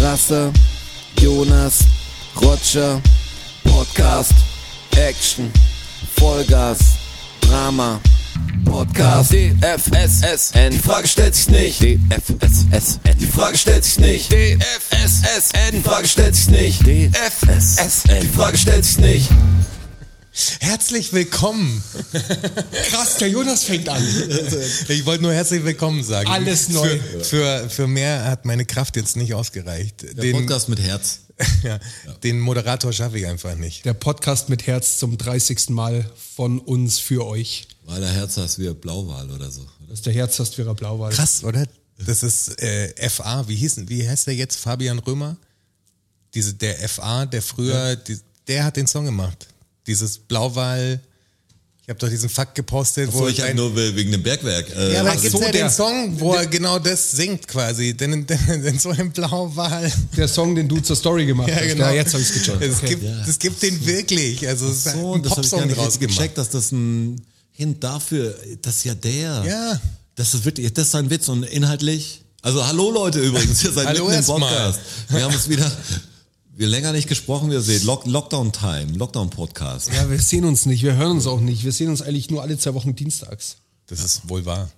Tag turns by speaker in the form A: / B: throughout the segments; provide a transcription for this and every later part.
A: Rasse, Jonas, Roger, Podcast, Action, Vollgas, Drama, Podcast, DFSSN, die Frage stellt sich nicht, DFSSN, die Frage stellt sich nicht, DFSSN, die Frage stellt sich nicht, DFSSN, die Frage stellt sich nicht.
B: Herzlich willkommen. Krass, der Jonas fängt an. Ich wollte nur herzlich willkommen sagen.
C: Alles neu.
B: Für, für, für mehr hat meine Kraft jetzt nicht ausgereicht.
D: Der
B: Den,
D: Podcast mit Herz.
B: ja, den Moderator schaffe ich einfach nicht.
C: Der Podcast mit Herz zum 30. Mal von uns für euch.
D: Weil der Herz heißt wie Blauwal oder so.
C: Das ist der Herzhastwierer Blauwal.
B: Krass, oder? Das ist äh, FA. Wie, hießen, wie heißt der jetzt? Fabian Römer? Diese, der FA, der früher, die, der hat den Song gemacht. Dieses Blauwal. Ich habe doch diesen Fakt gepostet,
D: So,
B: wo
D: ich habe
B: ein-
D: nur we- wegen dem Bergwerk. Äh,
B: Ja, aber da
C: Ach
B: gibt's
C: so,
B: ja den
C: der-
B: Song, wo er genau das singt quasi. Denn, denn, denn so ein Blauwal.
C: Der Song, den du zur Story gemacht
B: Ja,
C: hast.
B: genau.
C: Ja, jetzt habe ich es gecheckt.
B: Es,
C: Okay.
B: gibt, es gibt den wirklich. Also es ist
D: so,
B: ein
D: das habe ich gar
B: Popsong
D: nicht
B: draus
D: richtig
B: gemacht.
D: gecheckt, dass das ein Hint dafür, das ist ja der.
B: Ja.
D: Das ist wirklich, das ist ein Witz und inhaltlich. Also hallo Leute übrigens, ihr seid
B: Hallo
D: mitten im
B: erstmal.
D: Podcast. Wir haben es wieder, wir länger nicht gesprochen, wir sehen Lock, Lockdown Time, Lockdown Podcast.
C: Ja, wir sehen uns nicht, wir hören uns auch nicht. Wir sehen uns eigentlich nur alle zwei Wochen dienstags.
B: Das ist wohl wahr.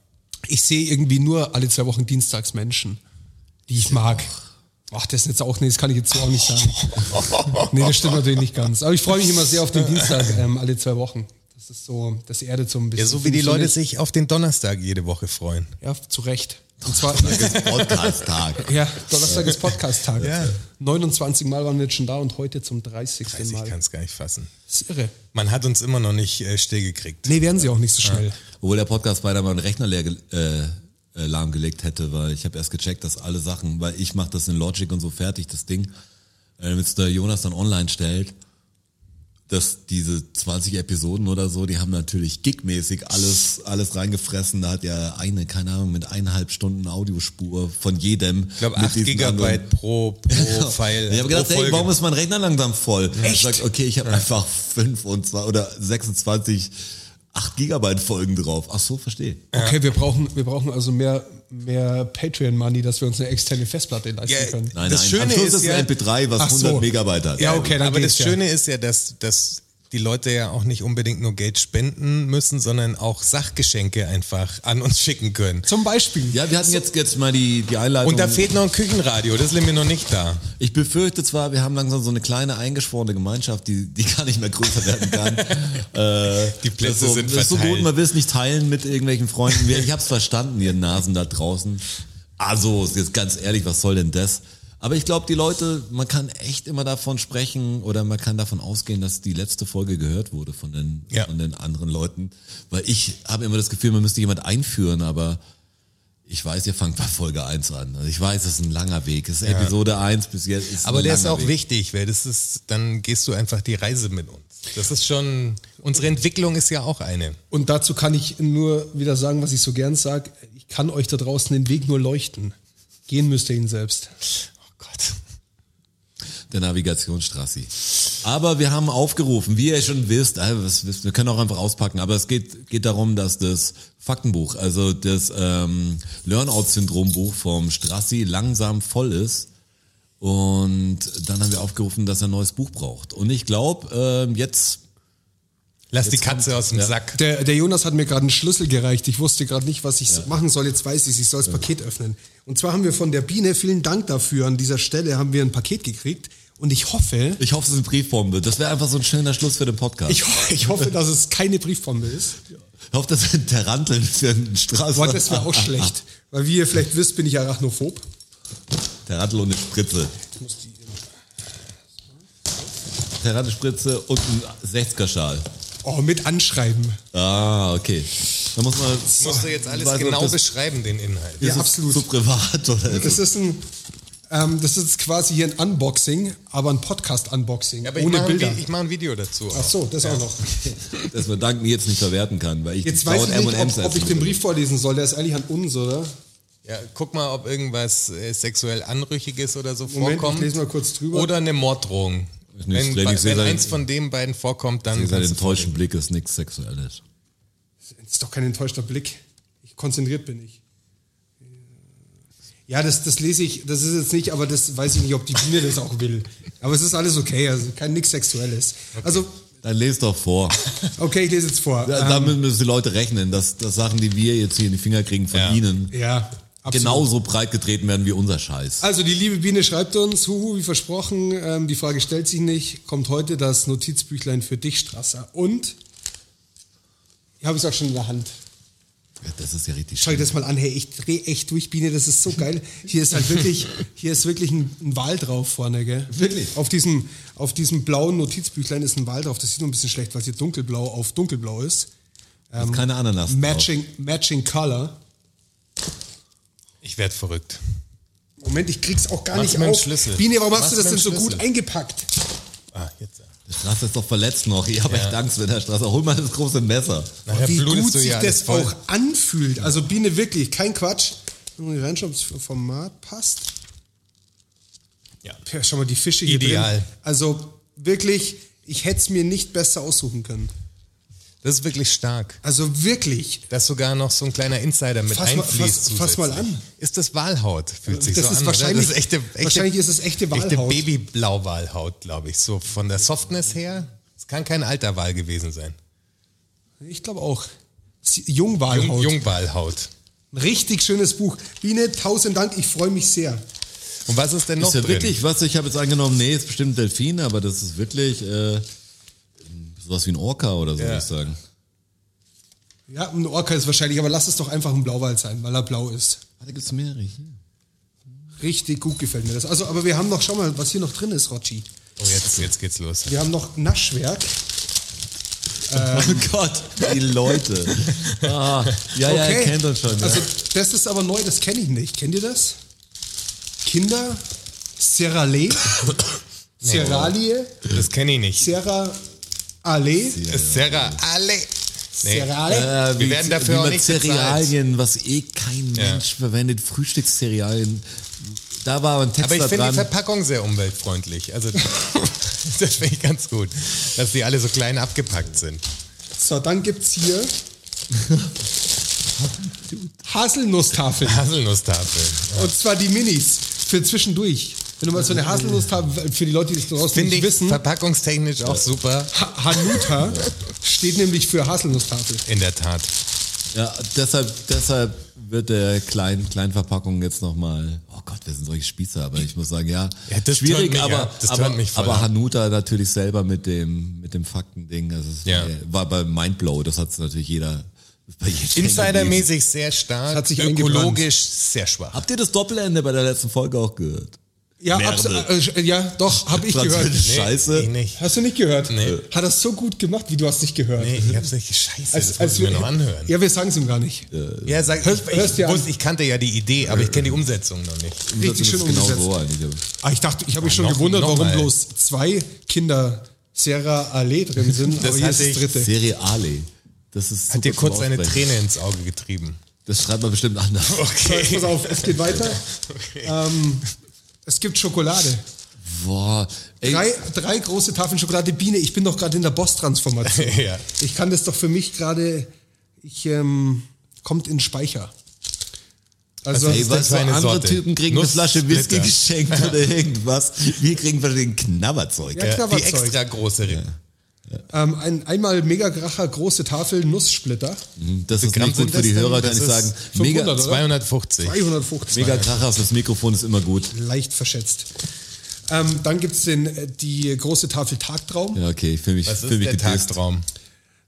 C: Ich sehe irgendwie nur alle zwei Wochen dienstags Menschen, die ich mag. Ach, das ist jetzt auch, nee, das kann ich jetzt so auch nicht sagen. Nee, das stimmt natürlich nicht ganz. Aber ich freue mich immer sehr auf den Dienstag, ähm, alle zwei Wochen. Das ist so, das erdet so ein bisschen.
B: Ja, so wie die Leute
C: sind.
B: sich auf den Donnerstag jede Woche freuen.
C: Ja, zu Recht. Und zwar,
D: Podcast-Tag.
C: Ja, Donnerstag ist Podcast-Tag.
B: Ja.
C: 29 Mal waren wir jetzt schon da und heute zum 30.
B: Also ich kann
C: Mal.
B: es gar nicht fassen.
C: Das ist irre.
B: Man hat uns immer noch nicht äh, stillgekriegt.
C: Nee, werden sie auch nicht so schnell.
D: Obwohl der Podcast weiter meinen Rechner leer gel- äh, äh, lahmgelegt hätte, weil ich habe erst gecheckt, dass alle Sachen, weil ich mache das in Logic und so fertig, das Ding, äh, damit der Jonas dann online stellt, dass diese 20 Episoden oder so, die haben natürlich gigmäßig alles, alles reingefressen. Da hat ja eine, keine Ahnung, mit eineinhalb Stunden Audiospur von jedem.
B: Ich glaube, 8 Gigabyite pro, pro File.
D: Ich habe gedacht,
B: pro
D: ey,
B: Folge.
D: warum ist mein Rechner langsam voll? Ich sag, okay, ich habe einfach 5 und zwei oder 26 8 Gigabyte Folgen drauf. Ach so, verstehe.
C: Okay, wir brauchen, wir brauchen also mehr, mehr Patreon-Money, dass wir uns eine externe Festplatte leisten
B: Ja,
C: können.
D: Nein,
B: Also, Das
D: nein,
B: Schöne
D: am Schluss
B: ist
D: ist es
B: ja-
D: ein MP3, was
C: Ach
D: 100
C: so.
D: Megabyte hat.
C: Ja, okay, dann
B: Aber
C: geht's
B: das Schöne
C: ja.
B: ist ja, dass, dass die Leute ja auch nicht unbedingt nur Geld spenden müssen, sondern auch Sachgeschenke einfach an uns schicken können.
C: Zum Beispiel.
D: Ja, wir hatten jetzt, jetzt mal die, die Einleitung.
B: Und da fehlt noch ein Küchenradio, das ist nämlich noch nicht da.
D: ich befürchte zwar, wir haben langsam so eine kleine eingeschworene Gemeinschaft, die, die gar nicht mehr größer werden kann. äh,
B: Die Plätze
D: das ist so,
B: sind
D: das ist so gut,
B: verteilt.
D: man will es nicht teilen mit irgendwelchen Freunden. Wir- Ich hab's verstanden, ihr Nasen da draußen. Also, jetzt ganz ehrlich, was soll denn das? Aber ich glaube, die Leute, man kann echt immer davon sprechen oder man kann davon ausgehen, dass die letzte Folge gehört wurde von den,
B: Ja.
D: von den anderen Leuten. Weil ich habe immer das Gefühl, man müsste jemand einführen, aber ich weiß, ihr fangt bei Folge 1 an. Also ich weiß, es ist ein langer Weg. Es ist Episode 1 bis jetzt. Ist
B: Aber
D: ein
B: der ist
D: langer
B: auch
D: Weg.
B: wichtig, weil das ist, dann gehst du einfach die Reise mit uns. Das ist schon, unsere Entwicklung ist ja auch eine.
C: Und dazu kann ich nur wieder sagen, was ich so gern sage. Ich kann euch da draußen den Weg nur leuchten. Gehen müsst ihr ihn selbst.
B: Oh Gott.
D: der Navigationsstraße. Aber wir haben aufgerufen, wie ihr schon wisst, äh, was wisst- wir können auch einfach auspacken, aber es geht, geht darum, dass das Faktenbuch, also das ähm, Learn-out-Syndrom-Buch vom Strassi langsam voll ist. Und dann haben wir aufgerufen, dass er ein neues Buch braucht. Und ich glaube, ähm, jetzt
B: Lass die Katze aus dem
D: ja.
B: Sack.
C: Der, der Jonas hat mir gerade einen Schlüssel gereicht. Ich wusste gerade nicht, was ich so machen soll. Jetzt weiß ich, ich soll das Paket öffnen. Und zwar haben wir von der Biene, vielen Dank dafür, an dieser Stelle haben wir ein Paket gekriegt. Und ich hoffe,
D: ich hoffe, es ist eine Briefform wird. Das wäre einfach so ein schöner Schluss für den Podcast.
C: ich, ho- ich hoffe, dass es keine Briefbombe ist.
D: Ich hoffe, das sind Taranteln für den
B: Also-
D: Straße.
C: Boah, das wäre auch schlecht. Weil wie ihr vielleicht wisst, bin ich arachnophob.
D: Tarantel und eine Spritze. Tarantel, Spritze und ein 60er-Schal.
C: Oh, mit anschreiben.
D: Ah, okay. Da muss man.
B: Musst du jetzt alles
D: weiß, ob
B: genau
D: das-
B: beschreiben, den Inhalt.
C: Ja,
D: ist es
C: absolut.
D: Zu privat oder? ist es-
C: Das ist ein, ähm, das ist quasi hier ein Unboxing, aber ein Podcast-Unboxing.
B: Ja, aber ich
C: ohne
B: mache, ein,
C: Bilder.
B: Vi- ich mache ein Video dazu.
C: Ach so, das auch noch.
D: dass man Danken jetzt nicht verwerten kann, weil ich
C: Jetzt
D: die
C: weiß
D: blauen
C: ich nicht,
D: M&Ms
C: ob, ob ich
D: essen
C: den
D: will.
C: Brief vorlesen soll. Der ist eigentlich an uns, oder?
B: Ja, guck mal, ob irgendwas äh, sexuell Anrüchiges oder so
C: Moment, ich
B: vorkommt.
C: lese mal kurz drüber.
B: Oder eine Morddrohung.
D: Ich nicht,
B: Wenn,
D: Lenny,
B: bei-
D: ich sehe
B: wenn
D: seine-
B: eins von den beiden vorkommt, dann.
D: Dieser enttäuschten Blick ist nichts Sexuelles.
C: Das ist doch kein enttäuschter Blick. Ich konzentriert bin ich. Ja, das, das lese ich, das ist jetzt nicht, aber das weiß ich nicht, ob die Biene das auch will. Aber es ist alles okay, also kein nichts Sexuelles. Also,
D: Dann lest doch vor.
C: okay, ich lese jetzt vor.
D: Da,
C: Ähm,
D: damit müssen die Leute rechnen, dass, dass Sachen, die wir jetzt hier in die Finger kriegen von
B: Ja.
D: ihnen,
C: ja, absolut.
D: genauso breit getreten werden wie unser Scheiß.
C: Also die liebe Biene schreibt uns, huhu, wie versprochen, ähm, die Frage stellt sich nicht, kommt heute das Notizbüchlein für dich, Strasser. Und, hier habe ich es auch schon in der Hand.
D: Das ist ja richtig
C: Schau dir das mal an, hey, ich drehe echt durch, Biene, das ist so geil. Hier ist halt wirklich, hier ist wirklich ein, ein Wal drauf vorne, gell? Wirklich? Auf diesem, auf diesem blauen Notizbüchlein ist ein Wal drauf, das sieht nur ein bisschen schlecht, weil es hier dunkelblau auf dunkelblau ist.
D: Da ist keine Ananas. drauf.
C: ähm, Matching, matching Color.
B: Ich werde verrückt.
C: Moment, ich krieg's auch gar
B: Mach's
C: nicht
B: mit dem
C: auf.
B: Schlüssel.
C: Biene, warum hast
B: Mach's
C: du das
B: mit
C: denn
B: dem
C: so gut
B: Schlüssel.
C: eingepackt?
B: Ah, jetzt.
D: Der Strasser ist doch verletzt noch. Ich habe
B: Ja.
D: echt Angst, wenn der Strasser. Hol mal das große Messer.
B: Nachher
C: wie
B: blutest
C: gut
B: du
C: sich
B: ja alles
C: das
B: voll.
C: auch anfühlt. Also Biene, wirklich, kein Quatsch. Wenn man hier reinschaut, ob das Format passt.
B: Ja.
C: Ja, schau mal, die Fische hier
B: Ideal.
C: drin. Also wirklich, ich hätte es mir nicht besser aussuchen können.
B: Das ist wirklich stark.
C: Also wirklich.
B: Dass sogar noch so ein kleiner Insider mit
C: Fass mal-
B: einfließt.
C: fass- fass mal
B: zusätzlich.
C: an.
B: Ist das Walhaut? Fühlt sich
C: Das
B: so
C: ist
B: an.
C: wahrscheinlich-
B: oder? Das ist echte, echte,
C: wahrscheinlich ist es echte
B: Echte
C: Walhaut.
B: Babyblauwalhaut, glaube ich. So von der Softness her. Es kann kein alter Wal gewesen sein.
C: Ich glaube auch. Sie- Jungwalhaut.
B: Jung, Jungwalhaut.
C: Ein Richtig schönes Buch. Biene, tausend Dank, ich freue mich sehr.
B: Und was ist denn noch
D: ist ja
B: drin?
D: wirklich, was ich habe jetzt angenommen, nee, ist bestimmt ein Delfin, aber das ist wirklich äh, sowas wie ein Orca oder so,
B: Ja.
D: würde ich sagen.
C: Ja, ein Orca ist wahrscheinlich, aber lass es doch einfach ein Blauwal sein, weil er blau ist.
D: Ah, da gibt's mehrere hier.
C: Richtig gut gefällt mir das. Also, aber wir haben noch, schau mal, was hier noch drin ist, Rotschi.
B: Oh, jetzt, jetzt geht's los.
C: Wir haben noch Naschwerk. Ähm.
D: oh Gott, die Leute. ah, ja, ja, ihr kennt uns schon.
C: Also,
D: ja.
C: das ist aber neu, das kenne ich nicht. Kennt ihr das? Kinder, Serrale, Serralie,
B: Das kenne ich nicht.
C: Serra Ale,
B: Serra Ale. Nee.
C: Serrale.
D: Äh,
B: Wir werden dafür auch
D: man
B: nicht
D: Cerealien, was eh kein
B: Ja.
D: Mensch verwendet, Frühstückscerealien. Da war aber ein Text
B: Aber ich
D: da
B: finde die
D: dran.
B: Verpackung sehr umweltfreundlich. Also das finde ich ganz gut, dass die alle so klein abgepackt sind.
C: So, dann gibt's hier Haselnusstafeln.
B: Haselnusstafel.
C: Und zwar die Minis für zwischendurch. Wenn du mal so eine Haselnusstafel, für die Leute, die es draußen
B: Finde
C: nicht
B: ich
C: wissen,
B: verpackungstechnisch auch super.
C: Ha- Hanuta steht nämlich für Haselnusstafel.
B: In der Tat.
D: Ja, deshalb, deshalb wird der kleinen Kleinverpackung jetzt nochmal. Oh Gott, wir sind solche Spießer, aber ich muss sagen, ja,
B: Ja, das turnt
D: schwierig,
B: mich
D: aber,
B: ab, das
D: aber,
B: turnt mich voll
D: aber
B: ab.
D: Hanuta natürlich selber mit dem, mit dem Faktending. Also es
B: Ja.
D: war, war bei Mindblow, das hat natürlich jeder bei jedem gelesen.
B: Insidermäßig sehr stark,
C: Hat sich eingebrannt.
B: ökologisch sehr schwach.
D: Habt ihr das Doppelende bei der letzten Folge auch gehört?
C: Ja,
D: Merkel.
C: abs- äh, ja doch, habe ich
D: Platz-
C: gehört.
D: Scheiße.
B: Ich nicht.
C: Hast du nicht gehört?
B: Nee.
C: Hat das so gut gemacht, wie du hast nicht gehört?
B: Nee, ich hab's nicht. Scheiße, das muss ich mir
C: wir-
B: noch anhören.
C: Ja, wir sagen es ihm gar nicht.
B: Ja, sag, ich,
C: hörst
B: ich,
C: dir an.
B: wusste, ich kannte ja die Idee, aber ich kenne die Umsetzung noch nicht.
C: Richtig schön
D: Das ist genau
C: umgesetzt.
D: so eigentlich. aber-
C: Ah, ich dachte, ich habe mich
B: Ja,
C: schon
B: noch-
C: gewundert,
B: noch
C: warum
B: mal.
C: bloß zwei Kinder Serra Allee drin sind,
B: Das
C: aber hier ist
B: hatte
C: das
B: ich
C: dritte.
D: Cereale. Das ist super
B: Hat dir
D: zum
B: kurz eine
D: Aussprechen.
B: Träne ins Auge getrieben.
D: Das schreibt man bestimmt anders.
C: So, jetzt pass auf, es geht weiter. Ähm, es gibt Schokolade.
D: Boah. Ey,
C: Drei, drei große Tafeln Schokolade Biene. Ich bin doch gerade in der Boss-Transformation.
B: Ja.
C: Ich kann das doch für mich gerade. Ich ähm, kommt in Speicher. Also,
D: Ey, was für
B: für eine
D: andere
B: Sorte?
D: Typen kriegen eine Flasche Whisky
B: Nusssplitter.
D: geschenkt oder irgendwas. Wir kriegen wahrscheinlich Knabberzeug.
C: Ja,
B: Ja, die
C: Knabberzeug.
B: extra große Rinne.
C: ähm, ein, einmal Megagracher große Tafel Nusssplitter.
B: Mhm.
D: Das ist
B: Gramm
D: nicht gut
B: sind
D: für die
B: das denn?
D: Hörer, kann
B: Das
D: ich
B: ist
D: sagen.
C: 500,
D: Mega,
C: oder?
B: 250.
C: 350.
D: mega Kracher auf das Mikrofon ist immer gut.
C: Leicht verschätzt. Ähm, dann gibt es die große Tafel Tagtraum.
D: Ja, okay, ich fühle mich,
B: Was
D: fühl
B: ist
D: mich
B: der
D: gedisst.
B: Tagtraum?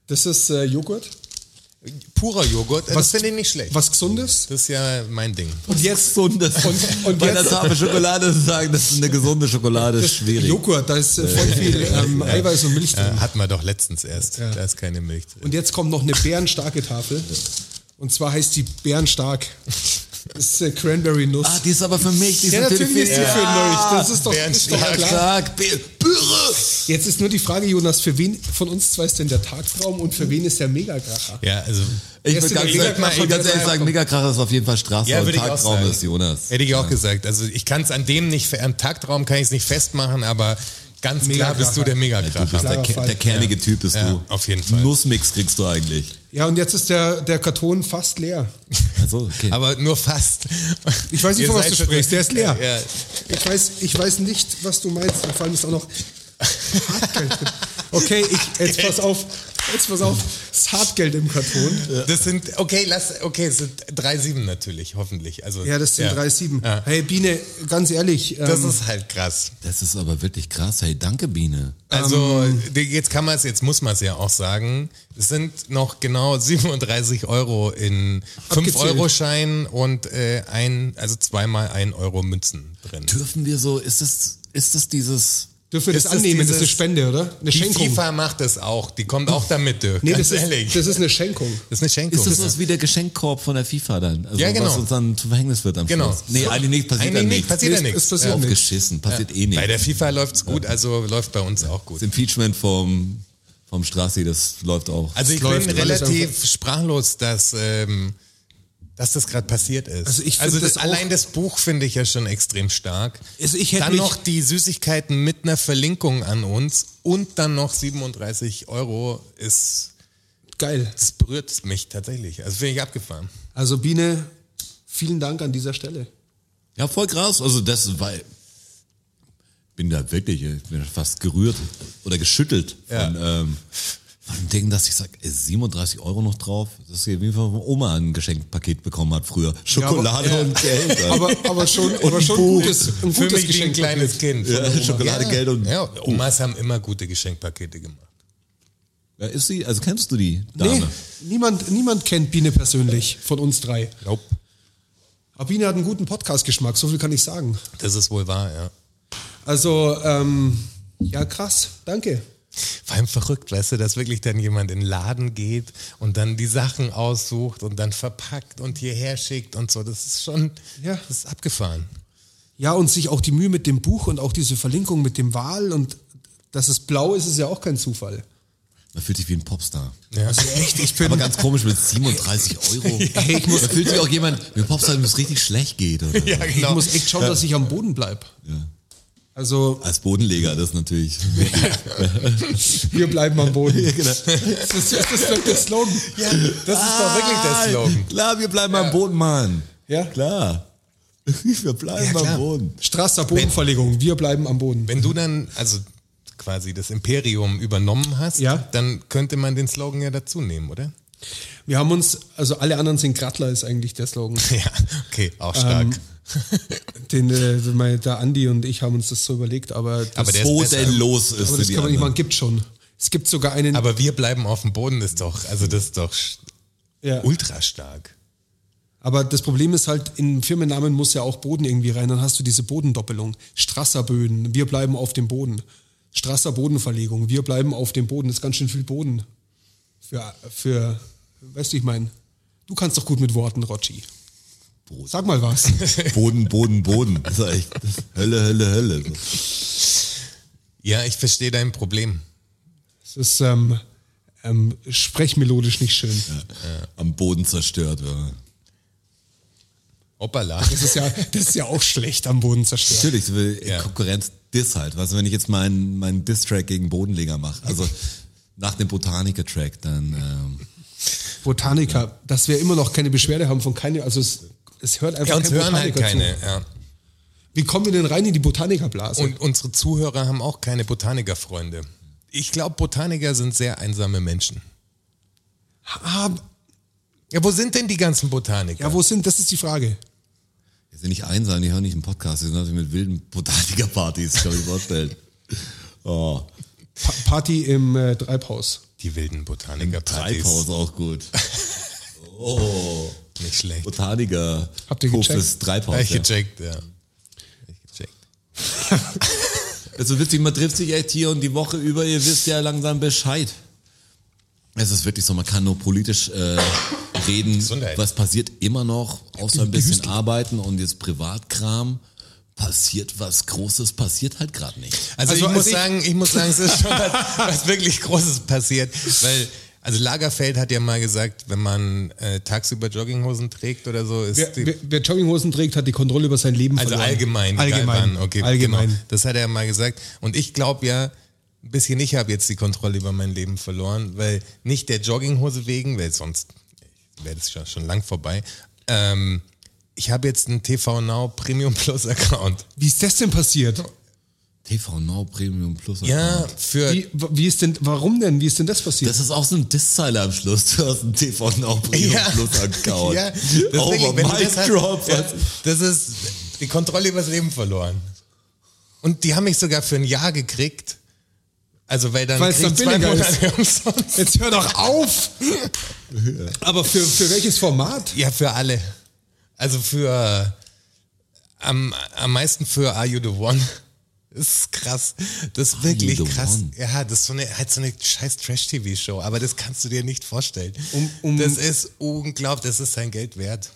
C: Das ist äh, Joghurt.
B: Purer Joghurt, äh, das
C: Was-
B: finde ich nicht schlecht.
C: Was Gesundes.
B: Das ist ja mein Ding.
D: Und jetzt gesundes. Und,
C: und
D: Bei der
C: jetzt-
D: Tafel Schokolade zu sagen, das ist eine gesunde Schokolade, ist schwierig.
C: Joghurt, da ist äh, voll viel ähm, Eiweiß und Milch
B: Äh,
C: drin.
B: hatten wir doch letztens erst.
C: Ja.
B: Da ist keine Milch drin.
C: Und jetzt kommt noch eine bärenstarke Tafel. Und zwar heißt die Bärenstark. Das ist äh, Cranberry Nuss.
D: Ah, die ist aber für mich. Die
C: ja,
D: ist
C: natürlich ist die für
D: ja.
C: euch. Das ist doch, ist doch
B: Bärenstark.
C: klar.
D: Stark, Be- Büre.
C: Jetzt ist nur die Frage, Jonas, für wen von uns zwei ist denn der Tagtraum und für wen ist der Megagracher?
B: Ja, also
D: Ich
C: Erst
D: würde
C: über
D: ganz,
C: Liga
D: ehrlich-
C: Kracher,
D: ich würd ganz
C: jetzt
D: ehrlich sagen,
C: einfach-
D: Megakracher ist auf jeden Fall Straße
B: Ja,
D: und
B: würde ich auch
D: Tagtraum
B: sagen.
D: ist Jonas.
B: hätte ich auch gesagt. Also ich kann es an dem nicht, ver- am Tagtraum kann ich es nicht festmachen, aber Ganz klar bist du der
D: Du bist
B: Megakracher.
D: der,
C: Klarer
D: Ke-
C: Fall.
D: der kernige Typ bist
B: Ja,
D: du.
B: auf jeden Fall.
D: Nussmix kriegst du eigentlich.
C: Ja, und jetzt ist der, der Karton fast leer.
D: Also, okay.
B: Aber nur fast.
C: Ich weiß nicht,
B: Ihr
C: von was
B: seid
C: du
B: schon-
C: sprichst, der ist leer.
B: Ja,
C: Ich weiß, ich weiß nicht, was du meinst. Und vor allem ist auch noch Hartgeld drin. Okay, ich, jetzt pass auf. Jetzt pass auf. Das Hartgeld im Karton.
B: Das sind, okay, lass, okay, es sind drei Sieben natürlich, hoffentlich. Also,
C: Ja, das sind 3,7.
B: Ja.
C: Hey, Biene, ganz ehrlich.
B: Das
C: ähm,
B: ist halt krass.
D: das ist aber wirklich krass. Hey, danke, Biene.
B: Also
C: Ähm.
B: die- jetzt kann man es, jetzt muss man es ja auch sagen. Es sind noch genau 37 Euro in 5
C: Abgezählt.
B: Euro Schein und äh, ein, also zweimal 1 Euro Münzen drin.
D: Dürfen wir so, ist das, ist das dieses,
C: dürfen wir das
B: ist das
C: annehmen? das ist eine
B: dieses-
C: Spende, oder? Eine
B: Die
C: Schenkung.
B: FIFA macht das auch. Die kommt auch damit, Dirk.
C: Nee,
B: ganz
C: das
B: ehrlich.
C: ist, das ist eine Schenkung.
B: Das ist eine Schenkung.
D: ist das was wie der Geschenkkorb von der FIFA dann? Also,
B: Ja, genau.
D: Was uns dann zu Verhängnis wird am
B: Genau.
D: Schluss. Nee, eigentlich nicht, passiert
B: Eigentlich
D: dann
B: nicht,
D: nichts.
B: passiert ja
C: Nee,
B: nichts.
C: es passiert
B: Ja.
C: nichts.
D: Aufgeschissen, passiert eh nichts.
B: Bei der FIFA läuft's gut, also läuft bei uns auch gut.
D: Das Impeachment vom, vom Strassi, das läuft auch.
B: Also ich
C: läuft
B: bin
C: alles
B: relativ sprachlos, dass, ähm, dass das gerade passiert ist.
C: Also ich find
B: also
C: das auch-
B: allein das Buch finde ich ja schon extrem stark.
C: Also ich hätte
B: dann
C: mich-
B: noch die Süßigkeiten mit einer Verlinkung an uns und dann noch 37 Euro ist,
C: Geil.
B: das berührt mich tatsächlich. Also finde ich abgefahren.
C: Also Biene, vielen Dank an dieser Stelle.
D: ja, voll krass. Also das, weil, bin da wirklich, ich bin fast gerührt oder geschüttelt
B: Ja.
D: von, ähm, von dem Ding, dass ich sage, 37 Euro noch drauf, dass sie auf jeden Fall von Oma ein Geschenkpaket bekommen hat früher. Schokolade
C: aber-
D: und Geld. Alter.
C: Aber, aber schon, aber schon
D: Buch.
C: gutes, ein
B: Für mich
C: gutes
B: wie ein
C: Geschenk.
B: kleines Kind.
D: Ja,
B: Von Oma.
D: Schokolade,
B: ja.
D: Geld und- Oh.
B: Ja, Omas haben immer gute Geschenkpakete gemacht.
D: Wer ist sie? Also kennst du die Dame?
C: Nee, niemand, niemand kennt Biene persönlich von uns drei.
B: Nope.
C: Aber Biene hat einen guten Podcast-Geschmack, so viel kann ich sagen.
B: Das ist wohl wahr, ja.
C: Also, ähm, ja, krass, danke.
B: Vor allem verrückt, weißt du, dass wirklich dann jemand in den Laden geht und dann die Sachen aussucht und dann verpackt und hierher schickt und so. Das ist schon,
C: Ja.
B: das ist abgefahren.
C: Ja, und sich auch die Mühe mit dem Buch und auch diese Verlinkung mit dem Wal und dass es blau ist, ist ja auch kein Zufall.
D: Man fühlt sich wie ein Popstar.
B: Ja.
C: Also Echt, ich bin.
D: Aber ganz komisch mit 37 Euro.
C: Hey, ich muss-
D: da fühlt sich auch jemand, mit Popstar, dem es richtig schlecht geht. Oder?
B: Ja,
C: Ich
B: genau.
C: muss echt schauen, dass ich am Boden bleib. Also,
D: Als Bodenleger, das ist natürlich.
C: wir bleiben am Boden. Das ist, das ist vielleicht der Slogan.
B: genau. ja, das ist doch wirklich der Slogan.
D: Klar, wir bleiben am Boden, Mann.
C: Ja.
D: Klar. Wir bleiben
B: Ja, klar.
D: am Boden.
C: Strasser Bodenverlegung, wir bleiben am Boden.
B: Wenn du dann, also quasi das Imperium übernommen hast,
C: Ja.
B: dann könnte man den Slogan ja dazu nehmen, oder?
C: Wir haben uns, also alle anderen sind Grattler, ist eigentlich der Slogan.
B: Ja, okay, auch stark.
C: Ähm. Den, äh, mein- der Andi und ich haben uns das so überlegt, aber das,
B: Aber der ist
D: Wo
B: besser.
D: denn los ist
C: aber
D: für
C: das
D: die
C: kann man nicht
D: anderen.
C: machen, gibt schon. Es gibt sogar einen.
B: Aber wir bleiben auf dem Boden ist doch, also das ist doch sch-
C: ja.
B: ultra stark.
C: Aber das Problem ist halt, in Firmennamen muss ja auch Boden irgendwie rein. Dann hast du diese Bodendoppelung. Strasserböden, wir bleiben auf dem Boden. Strasser Bodenverlegung, wir bleiben auf dem Boden. Das ist ganz schön viel Boden. Für, für weißt du, ich meine, du kannst doch gut mit Worten, Rotschi.
D: Boden.
C: Sag mal was.
D: Boden, Boden, Boden. Das ist echt Hölle, Hölle, Hölle.
B: Ja, ich verstehe dein Problem.
C: Es ist ähm, ähm, sprechmelodisch nicht schön.
D: Am Boden zerstört. Ja.
B: Hoppala.
C: Das, ist ja, das ist ja auch schlecht am Boden zerstört.
D: Natürlich, so will
B: Ja.
D: Konkurrenz Diss halt. Weißt du, wenn ich jetzt meinen meinen Diss-Track gegen Bodenleger mache, also nach dem Botaniker-Track, dann ähm,
C: Botaniker, dass wir immer noch keine Beschwerde haben von keine, also es, es hört einfach
B: Ja, uns
C: kein
B: hören halt
C: Botaniker
B: keine.
C: zu.
B: Ja.
C: Wie kommen wir denn rein in die Botanikerblasen?
B: Und unsere Zuhörer haben auch keine Botanikerfreunde. Ich glaube, Botaniker sind sehr einsame Menschen.
C: ah,
B: Ja, wo sind denn die ganzen Botaniker?
C: ja, wo sind, das ist die Frage.
D: die sind nicht einsam, die hören nicht einen Podcast, die sind natürlich mit wilden Botaniker-Partys, kann ich mir vorstellen. Oh,
C: Pa Party im äh, Treibhaus.
B: die wilden Botaniker-Partys.
D: Treibhaus auch gut.
B: Nicht schlecht.
D: Botaniker.
C: Habt ihr gecheckt?
B: Hab
D: Hofes
B: ich
D: Treibhaus. Ja.
B: gecheckt, ja. Hab ich gecheckt.
D: Das ist so Also witzig, man trifft sich echt hier und die Woche über, ihr wisst ja langsam Bescheid. Es ist wirklich so, man kann nur politisch äh, reden.
B: Gesundheit.
D: Was passiert immer noch, außer ein bisschen arbeiten und jetzt Privatkram. Passiert was Großes, passiert halt gerade nicht.
B: Also,
C: Also,
B: ich,
C: als
B: muss
C: ich-
B: sagen, ich muss sagen, es ist schon was, was wirklich Großes passiert, weil Also Lagerfeld hat ja mal gesagt, wenn man äh, tagsüber Jogginghosen trägt oder so, ist
C: Wer,
B: die,
C: wer, wer Jogginghosen trägt, hat die Kontrolle über sein Leben
B: also
C: verloren.
B: allgemein, egal
C: Allgemein.
B: wann, okay,
C: allgemein.
B: Genau. Das hat er ja mal gesagt. Und ich glaube ja, ein bisschen ich habe jetzt die Kontrolle über mein Leben verloren, weil nicht der Jogginghose wegen, weil sonst wäre das schon, schon lang vorbei. Ähm, ich habe jetzt einen TV Now Premium Plus Account.
C: Wie ist das denn passiert?
D: TV Now Premium Plus.
B: Ja,
D: Account.
B: für
C: Wie, wie ist denn, warum denn? Wie ist denn das passiert?
D: Das ist auch so ein Diss-Zeile am Schluss. Du hast einen TV Now Premium
B: Ja.
D: Plus Account.
B: Ja, deswegen,
D: Over
B: wenn du
D: Mic
B: das hast-
D: Drop.
B: ja, das ist die Kontrolle übers Leben verloren. Und die haben mich sogar für ein Jahr gekriegt. Also weil dann
C: Weil's
B: krieg ich
C: dann billiger
B: umsonst.
C: Jetzt hör doch auf! Aber für, für welches Format?
B: Ja, für alle. Also für am, am meisten für Are You the One. Das ist krass. Das ist wirklich
D: the
B: krass.
D: One?
B: Ja, das ist so eine, halt so eine scheiß Trash-TV-Show, aber das kannst du dir nicht vorstellen.
C: Um- um-
B: das ist unglaublich, das ist sein Geld wert.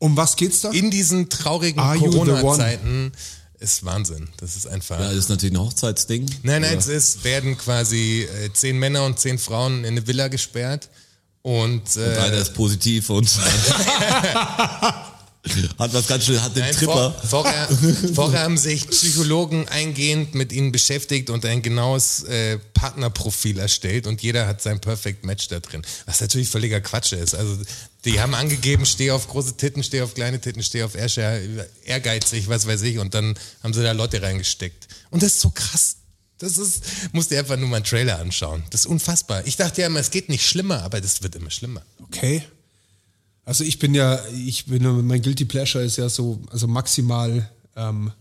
C: Um was geht's da?
B: in diesen traurigen
C: Are you the one?
B: Corona-Zeiten ist Wahnsinn. Das ist einfach.
D: Ja, das ist natürlich ein Hochzeitsding.
B: nein, nein,
D: Oder-
B: es ist, werden quasi äh, zehn Männer und zehn Frauen in eine Villa gesperrt und, äh,
D: Einer ist positiv und hat was ganz schön, hat den
B: nein, vor,
D: Tripper.
B: vorher, vorher haben sich Psychologen eingehend mit ihnen beschäftigt und ein genaues äh, Partnerprofil erstellt und jeder hat sein Perfect Match da drin. Was natürlich völliger Quatsch ist. Also die haben angegeben, steh auf große Titten, steh auf kleine Titten, steh auf Ärsche, ehrgeizig, was weiß ich und dann haben sie da Leute reingesteckt. Und das ist so krass. Das ist, musst dir einfach nur mal einen Trailer anschauen. Das ist unfassbar. Ich dachte ja immer, es geht nicht schlimmer, aber das wird immer schlimmer.
C: Okay. Also ich bin ja, ich bin, ja- mein Guilty Pleasure ist ja so, also maximal ähm,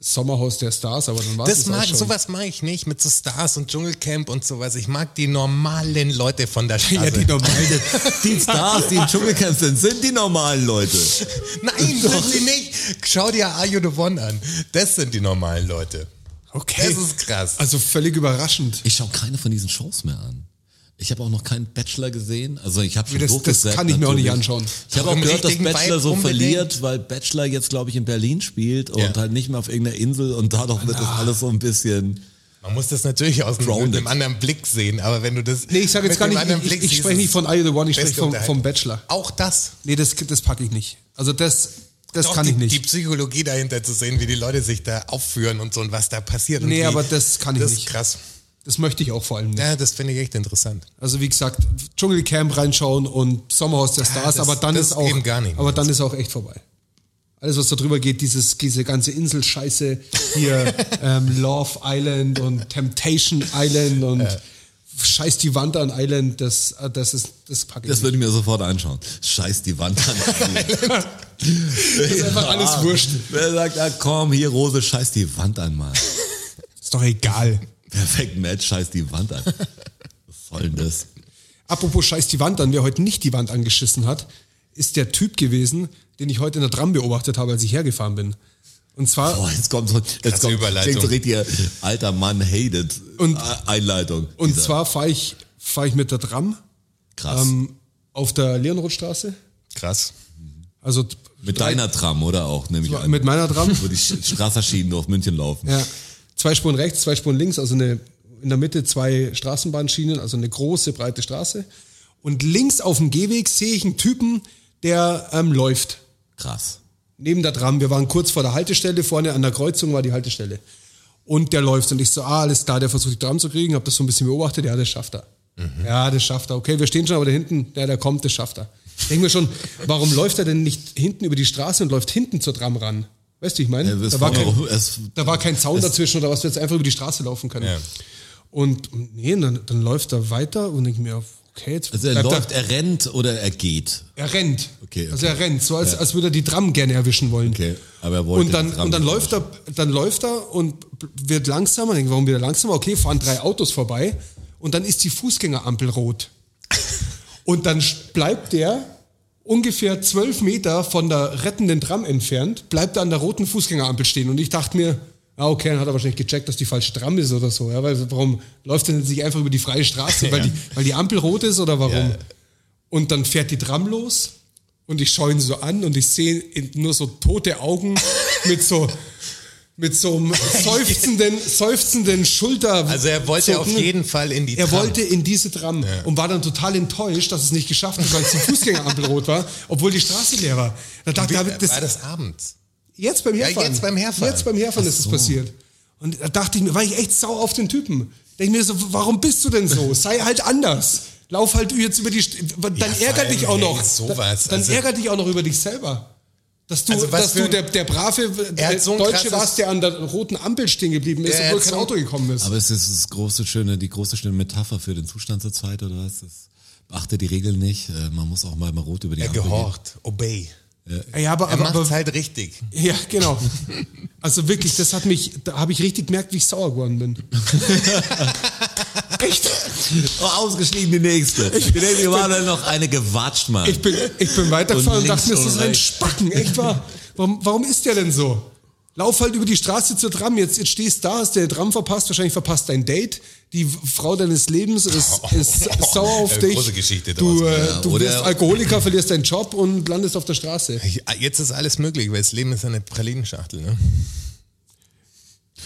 C: Sommerhaus der Stars, aber dann war
B: Das
C: es
B: mag,
C: schon.
B: sowas mag ich nicht mit so Stars und Dschungelcamp und sowas. Ich mag die normalen Leute von der Straße.
C: Ja, die normale.
D: Die Stars, die im Dschungelcamp sind, sind die normalen Leute.
B: Nein, sind sie nicht. Schau dir Are You The One an. Das sind die normalen Leute.
C: Okay.
B: Das ist krass.
C: Also völlig überraschend.
D: Ich schaue keine von diesen Shows mehr an. Ich habe auch noch keinen Bachelor gesehen. Also ich habe schon
C: Das- das
D: durchgesäppt
C: kann ich mir auch nicht
D: natürlich.
C: anschauen.
D: Ich habe
B: Doch,
D: auch
B: im
D: gehört, dass
B: richtigen
D: Bachelor
B: Vibe
D: so
B: unbedingt.
D: verliert, weil Bachelor jetzt, glaube ich, in Berlin spielt und
B: Ja.
D: halt nicht mehr auf irgendeiner Insel und dadurch wird das alles so ein bisschen.
B: Man muss das natürlich aus einem,
D: Grounded.
B: mit einem anderen Blick sehen, aber wenn du das.
C: Nee, ich sage jetzt
B: mit
C: gar
B: einem
C: nicht,
B: anderen
C: ich,
B: Blick
C: ich, ich
B: siehst,
C: spreche nicht
B: ist
C: von Are You The One, ich
B: beste
C: spreche vom,
B: Unterhaltung.
C: vom Bachelor.
B: Auch das.
C: Nee, das, das packe ich nicht. Also das, das
B: Doch,
C: kann
B: die,
C: ich nicht.
B: Die Psychologie dahinter zu sehen, wie die Leute sich da aufführen und so und was da passiert. und
C: Nee,
B: wie,
C: aber das kann ich
B: das
C: nicht.
B: Ist krass.
C: das möchte ich auch vor allem nicht.
B: Ja, das finde ich echt interessant.
C: Also wie gesagt, Dschungelcamp reinschauen und Sommerhaus der Stars,
B: das-
C: aber dann
B: das
C: ist auch
B: eben gar nicht mehr.
C: aber dann ist auch echt vorbei. Alles was da drüber geht, dieses diese ganze Inselscheiße hier ähm, Love Island und Temptation Island und Scheiß die Wand an Island, das äh, das ist das packe ich.
D: Das
C: nicht.
D: würde ich mir sofort anschauen. Scheiß die Wand an. das ist
C: einfach alles wurscht.
D: Wer sagt, ah, komm, hier Rose, scheiß die Wand an, Mann.
C: Ist doch egal.
D: Perfekt Match, scheiß die Wand an. Was soll denn das?
C: Apropos Scheiß die Wand an, wer heute nicht die Wand angeschissen hat, ist der Typ gewesen, den ich heute in der Tram beobachtet habe, als ich hergefahren bin. Und zwar
D: Boah, jetzt kommt so, jetzt kommt,
B: Überleitung.
D: klingt so richtig, äh, alter Mann hated
C: Und-
D: A- Einleitung.
C: und
D: Dieser-
C: zwar fahre ich fahre ich mit der Tram
D: krass.
C: ähm, auf der Leonrodstraße.
B: Krass.
C: Also
D: mit
C: drei-
D: deiner Tram, oder auch, nehme ich an.
C: mit meiner Tram.
D: Wo die Sch- Straßerschienen durch München laufen.
C: ja. Zwei Spuren rechts, zwei Spuren links, also eine, in der Mitte zwei Straßenbahnschienen, also eine große, breite Straße. Und links auf dem Gehweg sehe ich einen Typen, der ähm, läuft.
D: Krass.
C: Neben der Tram. Wir waren kurz vor der Haltestelle, vorne an der Kreuzung war die Haltestelle. Und der läuft. Und ich so, ah, alles klar, der versucht die Tram zu kriegen, hab das so ein bisschen beobachtet, ja, das schafft er.
D: Mhm.
C: Ja, das schafft er. Okay, wir stehen schon, aber da hinten, ja, der kommt, das schafft er. Denken wir schon, warum läuft er denn nicht hinten über die Straße und läuft hinten zur Tram ran? Weißt du, ich meine?
D: Es ist
C: Da war
D: vorne
C: kein,
D: rum, es-
C: da war kein Zaun dazwischen oder was, wir jetzt einfach über die Straße laufen können.
B: Ja.
C: Und nee, und dann, dann läuft er weiter und denke mir, okay, jetzt
D: Also er
C: bleibt
D: läuft, er rennt oder er geht.
C: er, rennt.
D: Okay,
C: Also
D: okay.
C: er rennt, so als, als würde er die Tram gerne erwischen wollen.
D: Okay, aber er wollte
C: und dann,
D: die Tram
C: und dann
D: nicht
C: läuft er, dann läuft er und wird langsamer. Ich denke, warum wird er langsamer? Okay, fahren drei Autos vorbei und dann ist die Fußgängerampel rot. Und dann sch- bleibt der ungefähr zwölf Meter von der rettenden Tram entfernt, bleibt er an der roten Fußgängerampel stehen. Und ich dachte mir, ah, okay, dann hat er wahrscheinlich gecheckt, dass die falsche Tram ist oder so. Ja, weil warum läuft er denn sich einfach über die freie Straße? Weil,
B: Ja.
C: die, weil die Ampel rot ist oder warum? Und dann fährt die Tram los und ich schaue ihn so an und ich sehe ihn nur so tote Augen mit so, mit so einem seufzenden, seufzenden Schulter.
B: Also er wollte auf
C: Zucken.
B: jeden Fall in die
C: Er
B: Tram.
C: wollte in diese Tram und war dann total enttäuscht, dass es nicht geschafft hat, weil es die Fußgängerampel rot war, obwohl die Straße leer war. Da dachte
B: Wie,
C: ich,
B: war
C: das,
B: das abends?
C: jetzt beim
B: Ja,
C: Herfahren.
B: jetzt beim Herfahren.
C: Jetzt beim Herfahren ist es passiert. Und da dachte ich mir, war ich echt sauer auf den Typen. Denke mir so, warum bist du denn so? Sei halt anders. Lauf halt jetzt über die, St dann
B: Ja, vor
C: ärgert dich
B: allem,
C: auch noch.
B: hey, sowas.
C: Dann
B: Also-
C: ärgert dich auch noch über dich selber. Dass du,
B: Also was
C: dass
B: für
C: du
B: ein-
C: der, der brave
B: Er
C: der
B: hat so ein
C: Deutsche
B: krasses-
C: warst, der an der roten Ampel stehen geblieben ist,
B: Er
C: obwohl
B: hat
C: kein
B: so ein-
C: Auto gekommen ist.
D: Aber es ist das große, schöne, die große, schöne Metapher für den Zustand zur Zeit oder was? Das beachte die Regeln nicht. Äh, Man muss auch mal, mal rot über die
B: Er
D: Ampel
B: gehorcht, obey.
C: ja, aber,
B: Er macht's halt richtig.
C: Ja, genau. Also wirklich, das hat mich, da habe ich richtig gemerkt, wie ich sauer geworden bin. Echt?
D: gehen. Oh, ausgeschrieben die nächste. Die nächste war dann noch eine gewatscht, Mann.
C: Ich bin, ich bin weitergefahren und,
D: Und
C: dachte mir, das ist
D: links und
C: ein
D: rechts.
C: Spacken, echt wahr. Warum, warum ist der denn so? Lauf halt über die Straße zur Tram, jetzt, jetzt stehst da, hast der Tram verpasst, wahrscheinlich verpasst dein Date, die Frau deines Lebens ist, ist sauer auf
B: Äh,
C: dich.
B: große Geschichte daraus.
C: du äh,
B: Ja,
C: du
D: oder-
C: wirst Alkoholiker, verlierst deinen Job und landest auf der Straße.
B: ah, Jetzt ist alles möglich, weil das Leben ist eine Pralinenschachtel. Ne?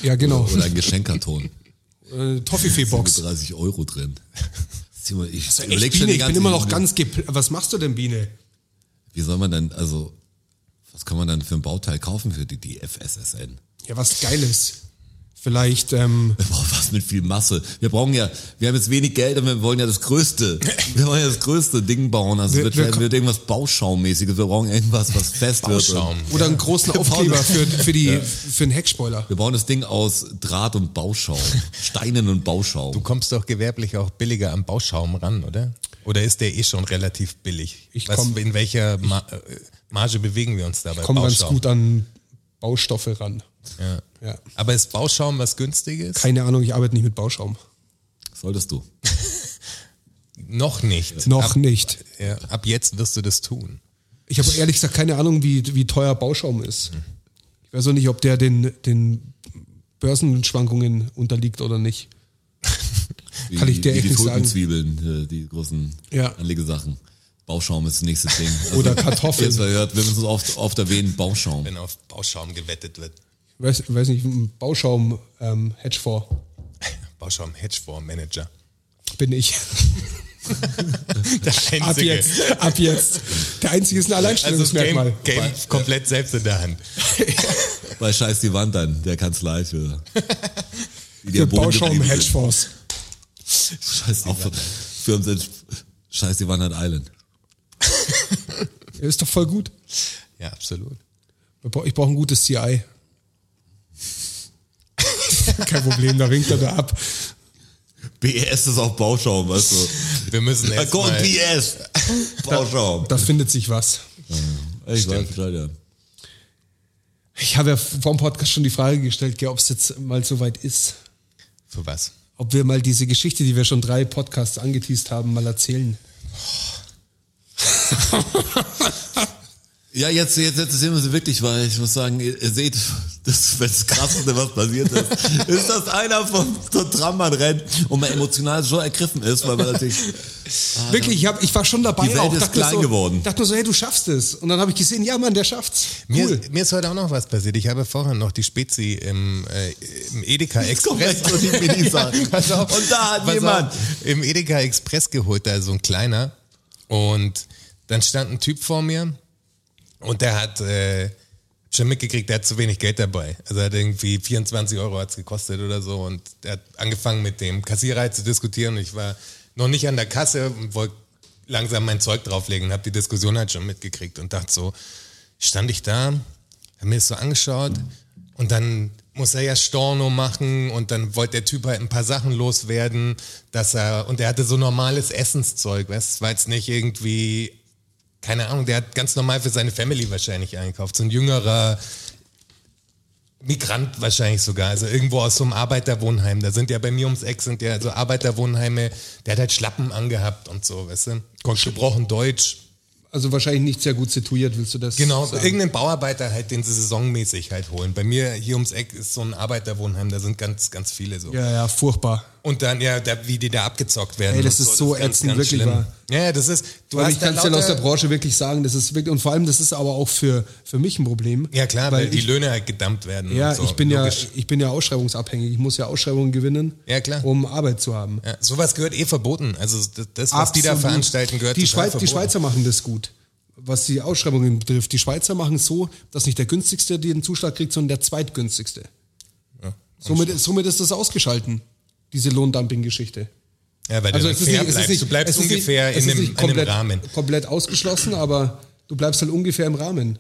C: Ja, genau.
D: Oder ein Geschenkkarton.
C: Äh,
D: Mit
C: Toffifee-Box.
D: 30 Euro drin. Ich überleg
C: Echt,
D: schon
C: Biene,
D: die
C: ich bin
D: ganze-
C: immer noch ganz gep... Was machst du denn, Biene?
D: Wie soll man dann, also, was kann man dann für ein Bauteil kaufen für die, die FSSN?
C: Ja, was Geiles. Vielleicht, ähm,
D: Wir brauchen was mit viel Masse. Wir brauchen ja, wir haben jetzt wenig Geld, aber wir wollen ja das Größte. Wir wollen ja das Größte Ding bauen. Also
C: Wir-
D: wird,
C: wir
D: vielleicht-
C: ko-
D: wird irgendwas Bauschaummäßiges. Wir brauchen irgendwas, was fest wird.
B: Bauschaum.
D: Und
C: oder einen großen Aufkleber für, für, die, für den Heckspoiler.
D: Wir bauen das Ding aus Draht und Bauschaum. Steinen und
B: Du
D: Bauschaum.
B: kommst doch gewerblich auch billiger am Bauschaum ran, oder? Oder ist der eh schon relativ billig?
C: Ich
B: Was,
C: komm-
B: in welcher Ma äh, Marge bewegen wir uns dabei?
C: Kommen ganz gut an Baustoffe ran.
B: Ja.
C: Ja.
B: Aber ist Bauschaum was günstiges?
C: Keine Ahnung, ich arbeite nicht mit Bauschaum.
D: Solltest du.
B: Noch nicht.
C: Noch
B: ab,
C: nicht.
B: Ja, ab jetzt wirst du das tun.
C: Ich habe ehrlich gesagt keine Ahnung, wie, wie teuer Bauschaum ist.
B: Mhm.
C: Ich weiß auch nicht, ob der den, den Börsenschwankungen unterliegt oder nicht.
D: Wie,
C: Kann ich dir
D: wie
C: echt
D: die
C: nicht sagen.
D: Tulpenzwiebeln, äh, die großen
C: Ja.
D: Anlegesachen. Bauschaum ist das nächste Ding. Also,
C: Oder Kartoffeln. Genau.
D: Jetzt verhört, wir müssen es oft, oft erwähnen, Bauschaum.
B: Wenn auf Bauschaum gewettet wird.
C: Weiß, weiß nicht, ein Bauschaum ähm, Hedgefonds
B: Bauschaum Hedgefonds Manager.
C: bin ich.
B: Der einzige.
C: Ab jetzt, ab jetzt. Der einzige ist ein
B: Also das
C: Alleinstellungsmerkmal.
B: Game, Game komplett selbst in der Hand.
D: Bei Scheiß die Wand an, der Kanzlei für, die
C: Für
D: am Boden
C: Bauschaum
D: geblieben sind.
C: Hedgefonds.
D: Scheiß die Wand. Firmen sind Scheiß die Wand an Island.
C: Ist doch voll gut.
B: Ja, absolut.
C: Wir bra- Ich brauche ein gutes CI. Kein Problem, da winkt er da ab.
D: BS E ist auch Bauschaum, weißt du.
B: Wir müssen
D: Da
B: erst
D: kommt
B: mal,
D: BS! Bauschaum.
C: Da findet sich was.
D: Ich weiß Bescheid, ja.
C: Ich habe ja vor dem Podcast schon die Frage gestellt, ob es jetzt mal so weit ist.
B: Für was?
C: Ob wir mal diese Geschichte, die wir schon drei Podcasts angeteased haben, mal erzählen.
B: Ah,
D: Ja, jetzt, jetzt, jetzt sehen wir sie wirklich, weil ich muss sagen, ihr, ihr seht, das, das Krasseste, was passiert ist, ist, dass einer vom zur Trammann rennt und man emotional so ergriffen ist, weil man natürlich,
C: Wirklich, ich, hab, ich war schon dabei.
D: Die Welt
C: auch,
D: ist
C: dachte mir
D: klein
C: so,
D: geworden.
C: Dachte nur so, hey, du schaffst es. Und dann habe ich gesehen, ja, Mann, der schafft's.
B: Mir,
C: Cool.
B: mir ist heute auch noch was passiert. Ich habe vorhin noch die Spezi im, äh, im Edeka Express.
D: korrekt, und ich will nicht sagen.
B: pass auf,
D: Und da hat
B: pass
D: jemand-
B: auf, im Edeka Express geholt, da ist so ein kleiner. Und dann stand ein Typ vor mir und der hat äh, schon mitgekriegt, der hat zu wenig Geld dabei. Also er hat irgendwie 24 Euro hat's gekostet oder so. Und der hat angefangen mit dem Kassierer halt zu diskutieren. Und ich war noch nicht an der Kasse und wollte langsam mein Zeug drauflegen und habe die Diskussion halt schon mitgekriegt und dachte so, stand ich da, hab mir das so angeschaut und dann muss er ja Storno machen und dann wollte der Typ halt ein paar Sachen loswerden, dass er, und er hatte so normales Essenszeug, weißt, du, es war jetzt nicht irgendwie, keine Ahnung, der hat ganz normal für seine Family wahrscheinlich einkauft, so ein jüngerer Migrant wahrscheinlich sogar, also irgendwo aus so einem Arbeiterwohnheim, da sind ja bei mir ums Eck sind ja so Arbeiterwohnheime, der hat halt Schlappen angehabt und so, weißt du, konnte gebrochen Deutsch,
C: Also wahrscheinlich nicht sehr gut situiert, willst du das
B: Genau,
C: sagen?
B: irgendeinen Bauarbeiter halt, den sie saisonmäßig halt holen. Bei mir hier ums Eck ist so ein Arbeiterwohnheim, da sind ganz, ganz viele so.
C: Ja, ja, furchtbar.
B: Und dann, ja, da, wie die da abgezockt werden.
C: Ey, das
B: und
C: ist so ätzend, wirklich
B: schlimm.
C: wahr.
B: Ja, das ist, du
C: Weil
B: hast
C: ich
B: dann
C: kann es ja aus der
B: lauter-
C: Branche wirklich sagen, das ist wirklich, und vor allem, das ist aber auch für, für mich ein Problem.
B: Ja klar, weil, die
C: ich,
B: Löhne halt gedumpt werden.
C: ja,
B: und so.
C: ich bin ja,
B: Logisch.
C: ich bin ja ausschreibungsabhängig. Ich muss ja Ausschreibungen gewinnen,
B: Ja, klar.
C: um Arbeit zu haben.
B: ja. Sowas gehört eh verboten. Also das, das was die da
C: Absolut.
B: veranstalten, gehört
C: die,
B: total
C: Schweiz, die
B: verboten.
C: Schweizer machen das gut, was die Ausschreibungen betrifft. Die Schweizer machen es so, dass nicht der günstigste den Zuschlag kriegt, sondern der zweitgünstigste. somit, somit ist das ausgeschalten, diese Lohndumping-Geschichte.
B: Ja, weil
C: Also,
B: du fair bleibst. du bleibst
C: es ist
B: ungefähr
C: nicht- es
B: in,
C: ist
B: einem,
C: nicht komplett, Also
B: in einem Rahmen.
C: komplett ausgeschlossen, aber du bleibst halt ungefähr im Rahmen.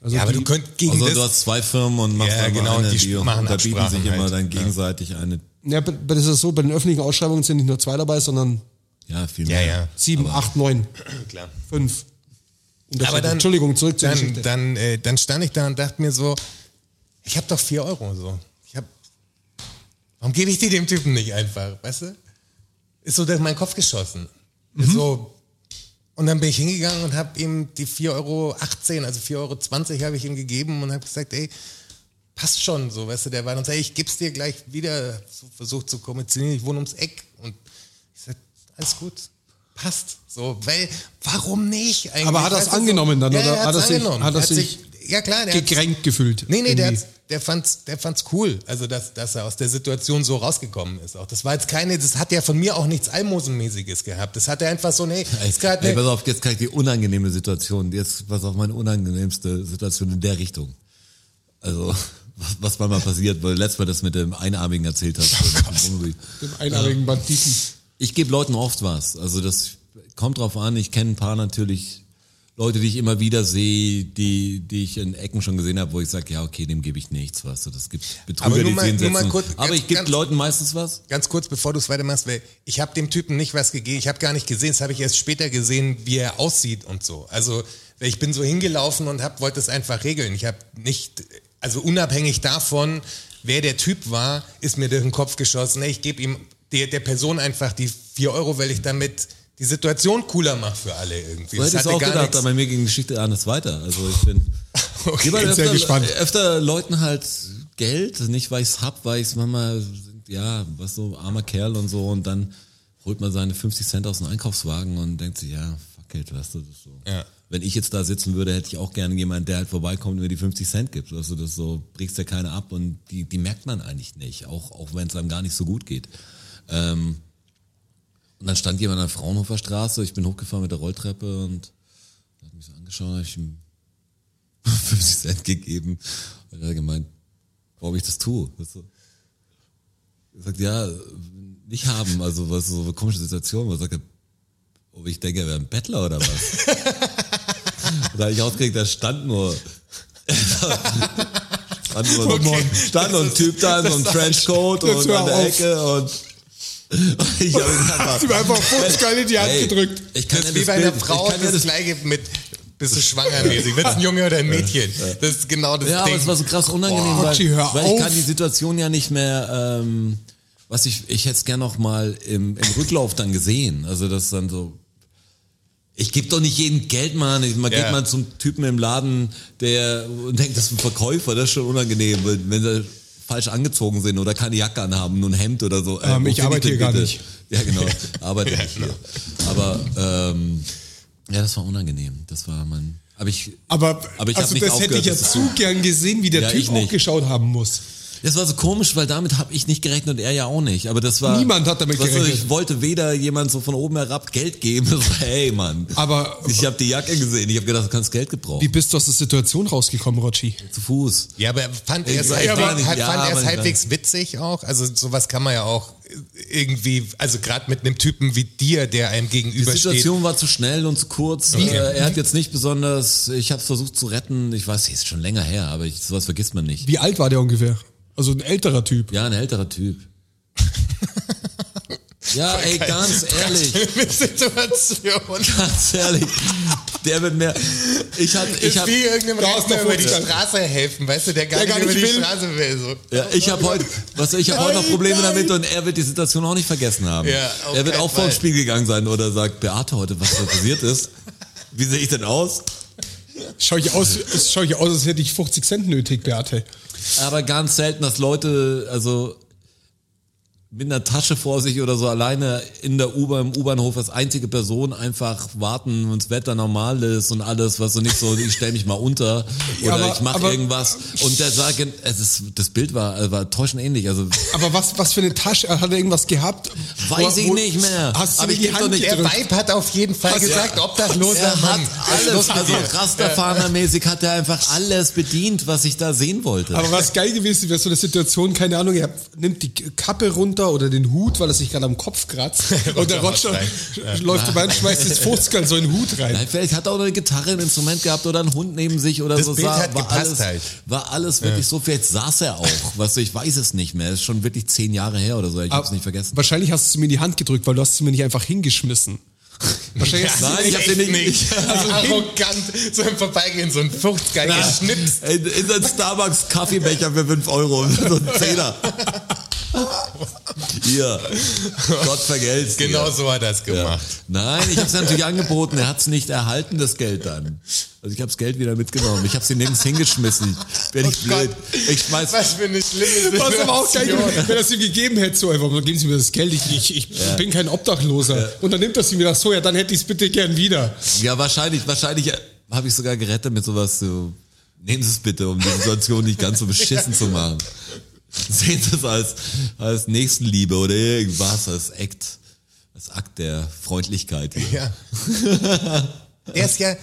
C: Also
B: Ja, aber
C: die-
B: du könntest gegen
D: Also
B: das...
D: du hast zwei Firmen und machst
B: Ja,
D: dann
B: genau,
D: eine,
B: und die machen
D: da bieten sich
B: Absprachen
D: immer
B: halt.
D: dann gegenseitig eine,
C: ja, aber aber das ist so, bei den öffentlichen Ausschreibungen sind nicht nur zwei dabei, sondern
D: ja, viel
B: ja,
D: mehr.
B: ja.
C: sieben, acht, neun,
B: Klar.
C: fünf. Um
B: Aber dann,
C: Entschuldigung, zurück zur Geschichte.
B: dann, dann, äh, dann stand ich da und dachte mir so, ich habe doch 4 Euro so. Ich hab, warum gebe ich die dem Typen nicht einfach, weißt du? Ist so durch meinen Kopf geschossen.
C: Mhm.
B: Ist So, und dann bin ich hingegangen und habe ihm die 4,18 Euro, also 4,20 Euro habe ich ihm gegeben und habe gesagt, ey, passt schon so, weißt du, der war uns, ey, ich geb's dir gleich wieder, so versucht zu kommunizieren, ich wohne ums Eck und ich sag, alles gut, passt, so, weil, warum nicht eigentlich?
C: Aber hat er's
B: Weißt du, so-
C: angenommen dann,
B: ja,
C: oder?
B: Ja, hat
C: Hat er
B: das
C: sich-
B: angenommen.
C: hat er sich
B: ja klar, der hat's-
C: gekränkt gefühlt.
B: Nee, nee, der,
C: irgendwie.
B: hat's, der, fand's, der fand's cool, also dass, dass er aus der Situation so rausgekommen ist auch. Das war jetzt keine, das hat ja von mir auch nichts Almosenmäßiges gehabt, das hat er einfach so, nee,
D: Ey,
B: ist ne- gerade
D: ey, pass
B: eine,
D: auf, jetzt kann ich die unangenehme Situation, jetzt pass auf, meine unangenehmste Situation in der Richtung. Also, was, was mal mal passiert, weil letztes Mal das mit dem Einarmigen erzählt hast.
B: Oh
C: Dem einarmigen Banditen.
D: Ich gebe Leuten oft was. Also das kommt drauf an. Ich kenne ein paar natürlich Leute, die ich immer wieder sehe, die, die ich in Ecken schon gesehen habe, wo ich sage, ja, okay, dem gebe ich nichts, weißt du. Das gibt Betrüger,
B: Aber nur
D: die
B: mal-
D: sehen
B: nur mal
D: setzen.
B: kurz,
D: Aber
B: ganz-
D: ich gebe
B: ganz-
D: Leuten meistens was.
B: ganz kurz, bevor du es weitermachst, weil ich habe dem Typen nicht was gegeben. Ich habe gar nicht gesehen, das habe ich erst später gesehen, wie er aussieht und so. Also weil ich bin so hingelaufen und hab, wollte es einfach regeln. Ich habe nicht, also unabhängig davon, wer der Typ war, ist mir durch den Kopf geschossen. ey, Ich gebe ihm der, der Person einfach die 4 Euro, weil ich damit die Situation cooler mache für alle irgendwie.
D: Du hättest auch gedacht,
B: nichts-
D: aber bei mir ging die Geschichte anders weiter. Also ich bin...
B: Okay,
D: Gib mal
B: jetzt
D: öfter,
B: bin ich gespannt.
D: öfter Leuten halt Geld, nicht weil ich's hab, weil ich's manchmal, ja, was so, armer Kerl und so und dann holt man seine 50 Cent aus dem Einkaufswagen und denkt sich, ja, fuck it, weißt du, das ist so.
B: Ja.
D: Wenn ich jetzt da sitzen würde, hätte ich auch gerne jemanden, der halt vorbeikommt und mir die 50 Cent gibt. Also das so, brichst ja keine ab und die, die merkt man eigentlich nicht, auch, auch wenn es einem gar nicht so gut geht. Ähm, und dann stand jemand an der Fraunhofer Straße, ich bin hochgefahren mit der Rolltreppe und er hat mich so angeschaut, hab ich ihm 50 Cent gegeben. Und er hat gemeint, warum ich das tue. Weißt du? Er sagt, ja, nicht haben, also was so eine komische Situation. Man sagt, er, ob ich denke, er wäre ein Bettler oder was? Und da hab ich ausgekriegt, da stand nur. stand nur,
B: Okay.
D: stand nur ein Typ da in so einem Trenchcoat
C: Jetzt
D: und
C: hör
D: an der
C: auf.
D: Ecke und. und Ich hab ihn einfach,
C: einfach 50 Geil in die Hand
D: Ey,
C: gedrückt.
D: Ich kann
B: Das ist
D: ja
B: wie bei einer
D: Bild-
B: Frau,
D: ich kann ja
B: das,
D: das
B: gleiche mit, bist du schwanger mäßig, wird ein Junge oder ein Mädchen. Das ist genau das
D: Ja,
B: Ding.
D: aber es war so krass unangenehm,
C: Boah,
D: weil,
C: Ochi, hör
D: weil ich
C: auf.
D: kann die Situation ja nicht mehr, ähm, was ich, ich hätte es gern noch mal im, im Rücklauf dann gesehen. Also das dann so, ich gebe doch nicht jedem Geld, Mann. Ich- Man
B: Ja.
D: geht mal zum Typen im Laden, der und denkt, das ist ein Verkäufer, das ist schon unangenehm, wenn, wenn sie falsch angezogen sind oder keine Jacke anhaben, nur ein Hemd oder so. äh,
C: Ähm,
D: wo
C: ich
D: finde
C: arbeite hier
D: den
C: gar
D: bitte?
C: nicht.
D: Ja, genau. Arbeite nicht hier. Aber ähm, ja, das war unangenehm. Das war mein. Aber ich.
C: Aber,
D: Aber ich hab
C: also
D: nicht
C: das hätte ich
D: aufgehört,
C: ja
D: das
C: zu gern gesehen, wie der
D: Ja,
C: Typ
D: ich nicht.
C: auch geschaut haben muss.
D: Das war so komisch, weil damit habe ich nicht gerechnet und er ja auch nicht. Aber das war.
C: Niemand hat damit
D: Weißt du,
C: gerechnet.
D: Ich wollte weder jemand so von oben herab Geld geben. Das war, hey Mann.
C: Aber-
D: ich habe die Jacke gesehen. Ich habe gedacht, du kannst Geld
C: Wie
D: gebrauchen.
C: bist du aus der Situation rausgekommen, Rotschi?
D: Zu Fuß.
B: Ja, aber fand er es
D: weiß
B: halb-
D: gar nicht.
B: halb-
D: Ja,
B: fand er es
D: aber-
B: halbwegs witzig auch? Also sowas kann man ja auch irgendwie, also gerade mit einem Typen wie dir, der einem
D: Die
B: gegenübersteht.
D: Situation war zu schnell und zu kurz.
B: Okay.
D: Äh, er hat jetzt nicht besonders. Ich habe es versucht zu retten. Ich weiß, es ist schon länger her, aber ich, sowas vergisst man nicht.
C: Wie alt war der ungefähr? Also ein älterer Typ.
D: Ja, ein älterer Typ. ja, ey, ganz ehrlich.
B: Mit Situation.
D: Ganz ehrlich. Der wird mehr. Ich hatte, ich
B: Ich
D: hab,
B: ist wie irgendeinem
C: Da ist der
B: Rentner über die
C: Fuchs.
B: Straße helfen, weißt du, der gar
C: Der
B: nicht
C: gar
B: über
C: nicht
B: die
C: will.
B: Straße will. So.
D: Ja, ich habe heute, was ich habe heute noch
C: Nein,
D: Probleme
C: nein.
D: damit und er wird die Situation auch nicht vergessen haben.
B: Ja, auf
D: er wird
B: keinen
D: auch vor
B: Fall.
D: dem Spiel gegangen sein oder sagt, Beate heute, was da passiert ist. Wie sehe ich denn aus?
C: Schau ich aus, schau ich aus, als hätte ich 50 Cent nötig, Beate.
D: Aber ganz selten, dass Leute, also mit einer Tasche vor sich oder so alleine in der U-Bahn, im U-Bahnhof als einzige Person einfach warten, wenns Wetter normal ist und alles, was so nicht so, ich stell mich mal unter oder
C: Ja, aber-
D: ich mache
C: aber-
D: irgendwas. Und der sah, gen- es ist, das Bild war, war täuschend ähnlich. Also
C: Aber was, was für eine Tasche? Hat er irgendwas gehabt?
D: weiß
C: Wo-
D: ich
C: wo-
D: nicht mehr.
C: Hast du
D: Aber
C: mir
D: ich
C: die
D: geb
C: Hand
D: doch nicht
B: Der
C: gedrückt?
B: Vibe hat auf jeden Fall gesagt, obdachloser
D: Er hat
B: Mann.
D: alles, also Rasterfahnermäßig hat er einfach alles bedient, was ich da sehen wollte.
C: Aber was geil gewesen wäre, so eine Situation, keine Ahnung, er nimmt die Kappe runter oder den Hut, weil er sich gerade am Kopf kratzt. und der
B: Roger
C: Roger
B: haut rein.
C: läuft vorbei und schmeißt das Fußgall so in den Hut rein.
D: Nein, vielleicht hat er auch noch eine Gitarre, ein Instrument gehabt oder einen Hund neben sich oder
B: Das
D: so.
B: Bild
D: Sah-
B: hat gepasst
D: alles,
B: halt.
D: War alles wirklich so. Vielleicht saß er auch. Weißt du, ich weiß es nicht mehr. Ist schon wirklich zehn Jahre her oder so. Ich hab's nicht vergessen.
C: Wahrscheinlich hast du mir in die Hand gedrückt, weil du hast sie mir nicht einfach hingeschmissen. Wahrscheinlich hast du
D: Nein, ich hab den nicht-
B: Also arrogant, so im Vorbeigehen, so ein Fuchtgeil geschnipst.
D: In, in den Starbucks Kaffeebecher für fünf Euro. So ein Zehner. Hier. Gott vergelt's. dir.
B: Genau so hat er es
D: Ja.
B: gemacht.
D: Nein, ich habe es natürlich angeboten. Er hat es nicht erhalten, das Geld dann. Also ich habe das Geld wieder mitgenommen. Ich habe sie nirgends hingeschmissen. Bin ich
B: Oh
D: blöd.
B: Gott.
D: Ich schmeiß
B: Was für eine schlimme
C: Was aber auch geil,
B: Situation.
C: gewesen, wenn er es ihm gegeben hätte, so einfach, geben Sie mir das Geld, ich, ich, ich bin kein Obdachloser. Und dann nimmt er sie mir das so, ja, dann hätte ich es bitte gern wieder.
D: Ja, wahrscheinlich, wahrscheinlich habe ich sogar gerettet mit sowas. So, nehmen Sie es bitte, um die Situation nicht ganz so beschissen zu machen. Sehen Sie es als, als Nächstenliebe oder irgendwas, als Act, als Akt der Freundlichkeit. Hier.
B: Ja. Der ist ja.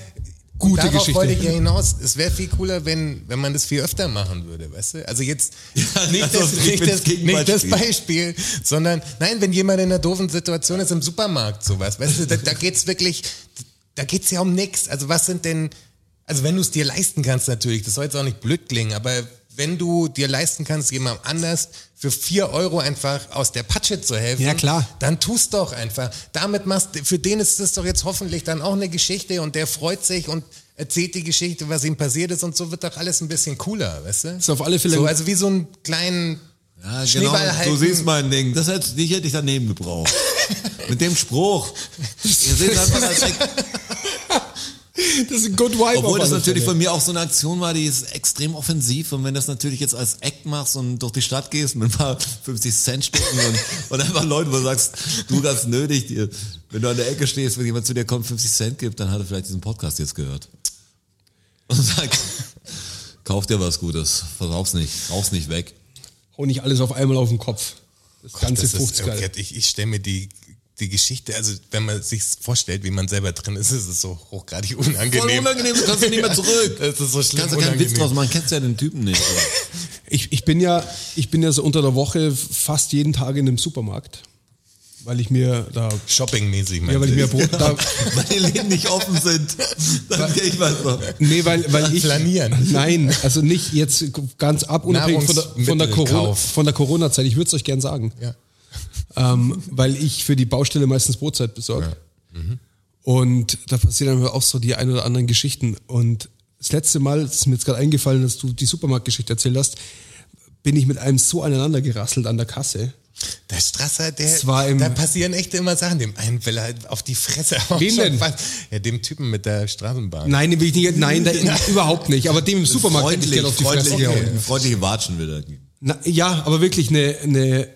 C: Gute
B: darauf
C: Geschichte.
B: wollte ich ja hinaus. Es wäre viel cooler, wenn, wenn man das viel öfter machen würde, weißt du? Also jetzt nicht,
D: lass
B: das,
D: uns nicht
B: nicht,
D: mit
B: das,
D: Gegenbeispiel.
B: nicht das Beispiel, sondern nein, wenn jemand in einer doofen Situation ist im Supermarkt sowas, weißt du, da, da geht's wirklich, da geht's ja um nichts. Also was sind denn, also wenn du es dir leisten kannst natürlich, das soll jetzt auch nicht blöd klingen, aber wenn du dir leisten kannst, jemandem anders für vier Euro einfach aus der Patsche zu helfen,
C: Ja, klar.
B: dann tu's doch einfach. Damit machst für den ist es doch jetzt hoffentlich dann auch eine Geschichte und der freut sich und erzählt die Geschichte, was ihm passiert ist und so wird doch alles ein bisschen cooler, weißt du?
C: Ist auf alle Fälle-
B: so, also wie so einen kleinen
D: Ja, genau.
B: Schneeball halten.
D: Du siehst mein Ding. Das hätte, dich hätte ich daneben gebraucht. Mit dem Spruch. Ihr seht einfach als Act,
C: Das ist ein good vibe. auf
D: Obwohl das
C: alle
D: natürlich
C: Fälle.
D: von mir auch so eine Aktion war, die ist extrem offensiv und wenn das natürlich jetzt als Act machst und durch die Stadt gehst mit ein paar 50 Cent Stücken und, und einfach Leuten, wo du sagst, du ganz nötig, dir, wenn du an der Ecke stehst, wenn jemand zu dir kommt, 50 Cent gibt, dann hat er vielleicht diesen Podcast jetzt gehört. Und sagt, kauf dir was Gutes, verbrauch's nicht, rauch's nicht weg.
C: Hau nicht alles auf einmal auf den Kopf. Das ganze
B: Das ist,
C: Fuchsgeil.
B: okay, ich ich stelle mir die, die Geschichte, also wenn man sich vorstellt, wie man selber drin ist, ist es so hochgradig unangenehm.
D: Voll unangenehm, du kannst nicht mehr zurück.
B: Das ist so schlimm
D: Kannst du keinen Witz
B: unangenehm.
D: draus machen, kennst du ja den Typen nicht.
C: Ich, ich bin ja, ich bin ja so unter der Woche fast jeden Tag in einem Supermarkt, weil ich mir da,
B: Shopping-mäßig,
C: ja,
B: meinst
C: weil ich
B: du?
C: mir Brot, da,
D: Weil die Läden nicht offen sind. Dann geh ich mal drauf.
C: nee, weil, weil ich,
B: Planieren.
C: nein, also nicht jetzt ganz ab, unabhängig von der, von der Corona,
B: Nahrungsmittelkauf.
C: von der Corona-Zeit. Ich würde es euch gern sagen,
B: Ja.
C: ähm, weil ich für die Baustelle meistens Brotzeit besorge.
B: Mhm.
C: Und da passieren dann auch so die ein oder anderen Geschichten. Und das letzte Mal, das ist mir jetzt gerade eingefallen, dass du die Supermarktgeschichte erzählt hast, bin ich mit einem so aneinander gerasselt an der Kasse.
B: Der Strasser, der,
C: Es war im-
B: da passieren echt immer Sachen. Dem einen will er halt auf die Fresse hauen.
C: Wen
B: Schon
C: denn?
B: fast. Ja, dem Typen mit der Straßenbahn.
C: Nein, den will ich nicht, nein, da, überhaupt nicht. Aber dem im Supermarkt hätte ich
D: freundlich,
C: gerne auf die Fresse
D: freundlich,
C: gehauen.
D: freundliche Watschen wieder.
C: Na, ja, aber wirklich eine, eine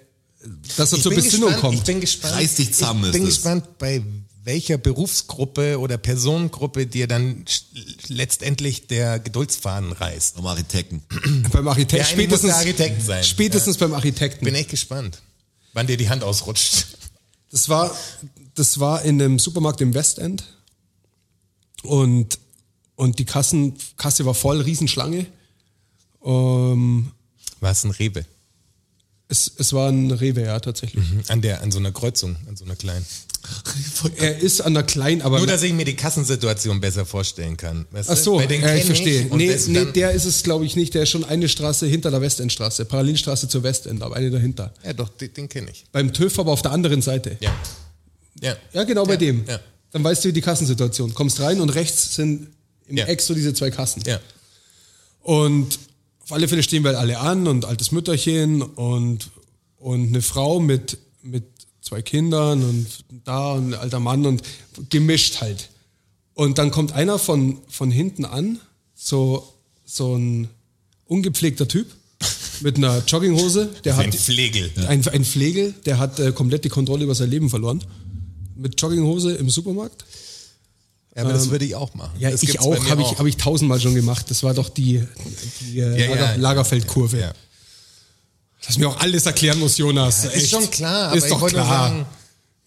C: dass er
B: Ich
C: zur
B: bin
C: Besinnung
B: gespannt, Ich
C: kommt.
B: bin gespannt.
D: Reiß dich zusammen,
B: Ich bin
D: ist es.
B: gespannt, bei welcher Berufsgruppe oder Personengruppe dir dann sch- letztendlich der Geduldsfaden reißt.
D: Vom Architekten.
C: beim
B: Der
C: Architekten.
B: eine muss
C: Spätestens,
B: der Architekt sein.
C: spätestens beim Architekten.
B: Bin echt gespannt, wann dir die Hand ausrutscht.
C: Das war, das war in einem Supermarkt im Westend. Und, und die Kassen, Kasse war voll, Riesenschlange. Ähm,
B: Was ein Rewe.
C: es, es war ein Rewe, ja, tatsächlich.
B: An, der, an so einer Kreuzung, an so einer kleinen.
C: Er ist an der kleinen, aber.
B: Nur, dass ich mir die Kassensituation besser vorstellen kann. Weißt
C: Ach so,
B: du? Weil den
C: ja,
B: kenn
C: ich verstehe.
B: Und
C: Nee,
B: das
C: nee,
B: dann-
C: der ist es, glaube ich, nicht. Der ist schon eine Straße hinter der Westendstraße, Parallelstraße zur Westend, aber eine dahinter.
B: ja, doch, den, den kenne ich.
C: Beim TÜV, aber auf der anderen Seite.
B: Ja. Ja.
C: Ja, genau bei
B: Ja,
C: dem.
B: ja.
C: Dann weißt du die Kassensituation. Kommst rein und rechts sind im
B: Ja.
C: Eck so diese zwei Kassen.
B: ja.
C: Und auf alle Fälle stehen wir halt alle an und altes Mütterchen und, und eine Frau mit, mit zwei Kindern und da und ein alter Mann und gemischt halt. Und dann kommt einer von, von hinten an, so, so ein ungepflegter Typ mit einer Jogginghose. Der
B: Ein
C: hat
B: Flegel.
C: ein, ein Pflegel, der hat äh, komplett die Kontrolle über sein Leben verloren. Mit Jogginghose im Supermarkt.
B: Ja, aber das würde ich auch machen.
C: Ja,
B: das
C: ich
B: gibt's bei
C: auch,
B: mir
C: habe ich, hab ich tausendmal schon gemacht. Das war doch die, die äh,
B: Ja, ja,
C: Lager,
B: ja.
C: Lagerfeldkurve.
B: Ja.
C: Dass mir auch alles erklären muss, Jonas.
B: ist
C: Echt.
B: schon klar, aber
C: ist
B: ich
C: doch
B: wollte nur
C: klar.
B: sagen-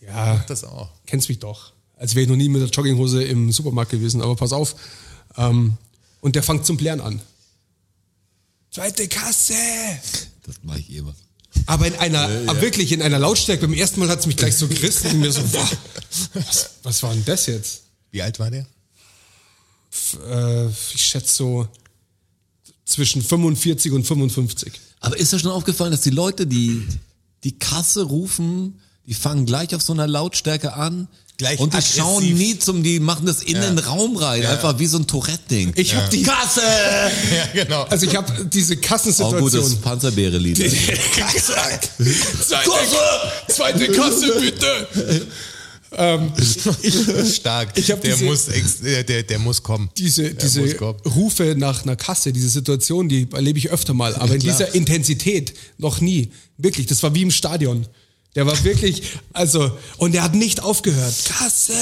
C: ja,
B: das auch.
C: kennst mich doch. Als wäre ich noch nie mit der Jogginghose im Supermarkt gewesen, aber pass auf. Ähm, und der fängt zum Blären an. Zweite Kasse!
D: Das mache ich eh immer.
C: Aber in einer, aber wirklich in einer Lautstärke. Beim ersten Mal hat es mich gleich so gerissen und mir so, boah, was, was war denn das jetzt?
B: Wie alt war der?
C: Pf, Äh, ich schätze so zwischen 45 und 55.
D: Aber ist dir schon aufgefallen, dass die Leute, die die Kasse rufen, die fangen gleich auf so einer Lautstärke an
B: Gleich
D: und die
B: aggressiv.
D: schauen nie zum, die machen das in
B: Ja.
D: den Raum rein,
B: Ja.
D: einfach wie so ein Tourette-Ding.
C: Ich hab die-
D: Kasse!
B: Ja, genau.
C: Also ich habe diese
D: Auch ein gutes
C: Kassensituation.
D: Panzerbeere-Lied.
C: Zweite, zweite Kasse, bitte!
B: Stark.
C: Ähm, Ich hab
B: der,
C: diese-
B: muss ex äh, der, der muss kommen.
C: diese,
B: Der
C: diese
B: muss kommen.
C: Rufe nach einer Kasse, diese Situation, die erlebe ich öfter mal, aber in
B: klar.
C: dieser Intensität noch nie. Wirklich, das war wie im Stadion. Der war wirklich, also, und der hat nicht aufgehört. Kasse!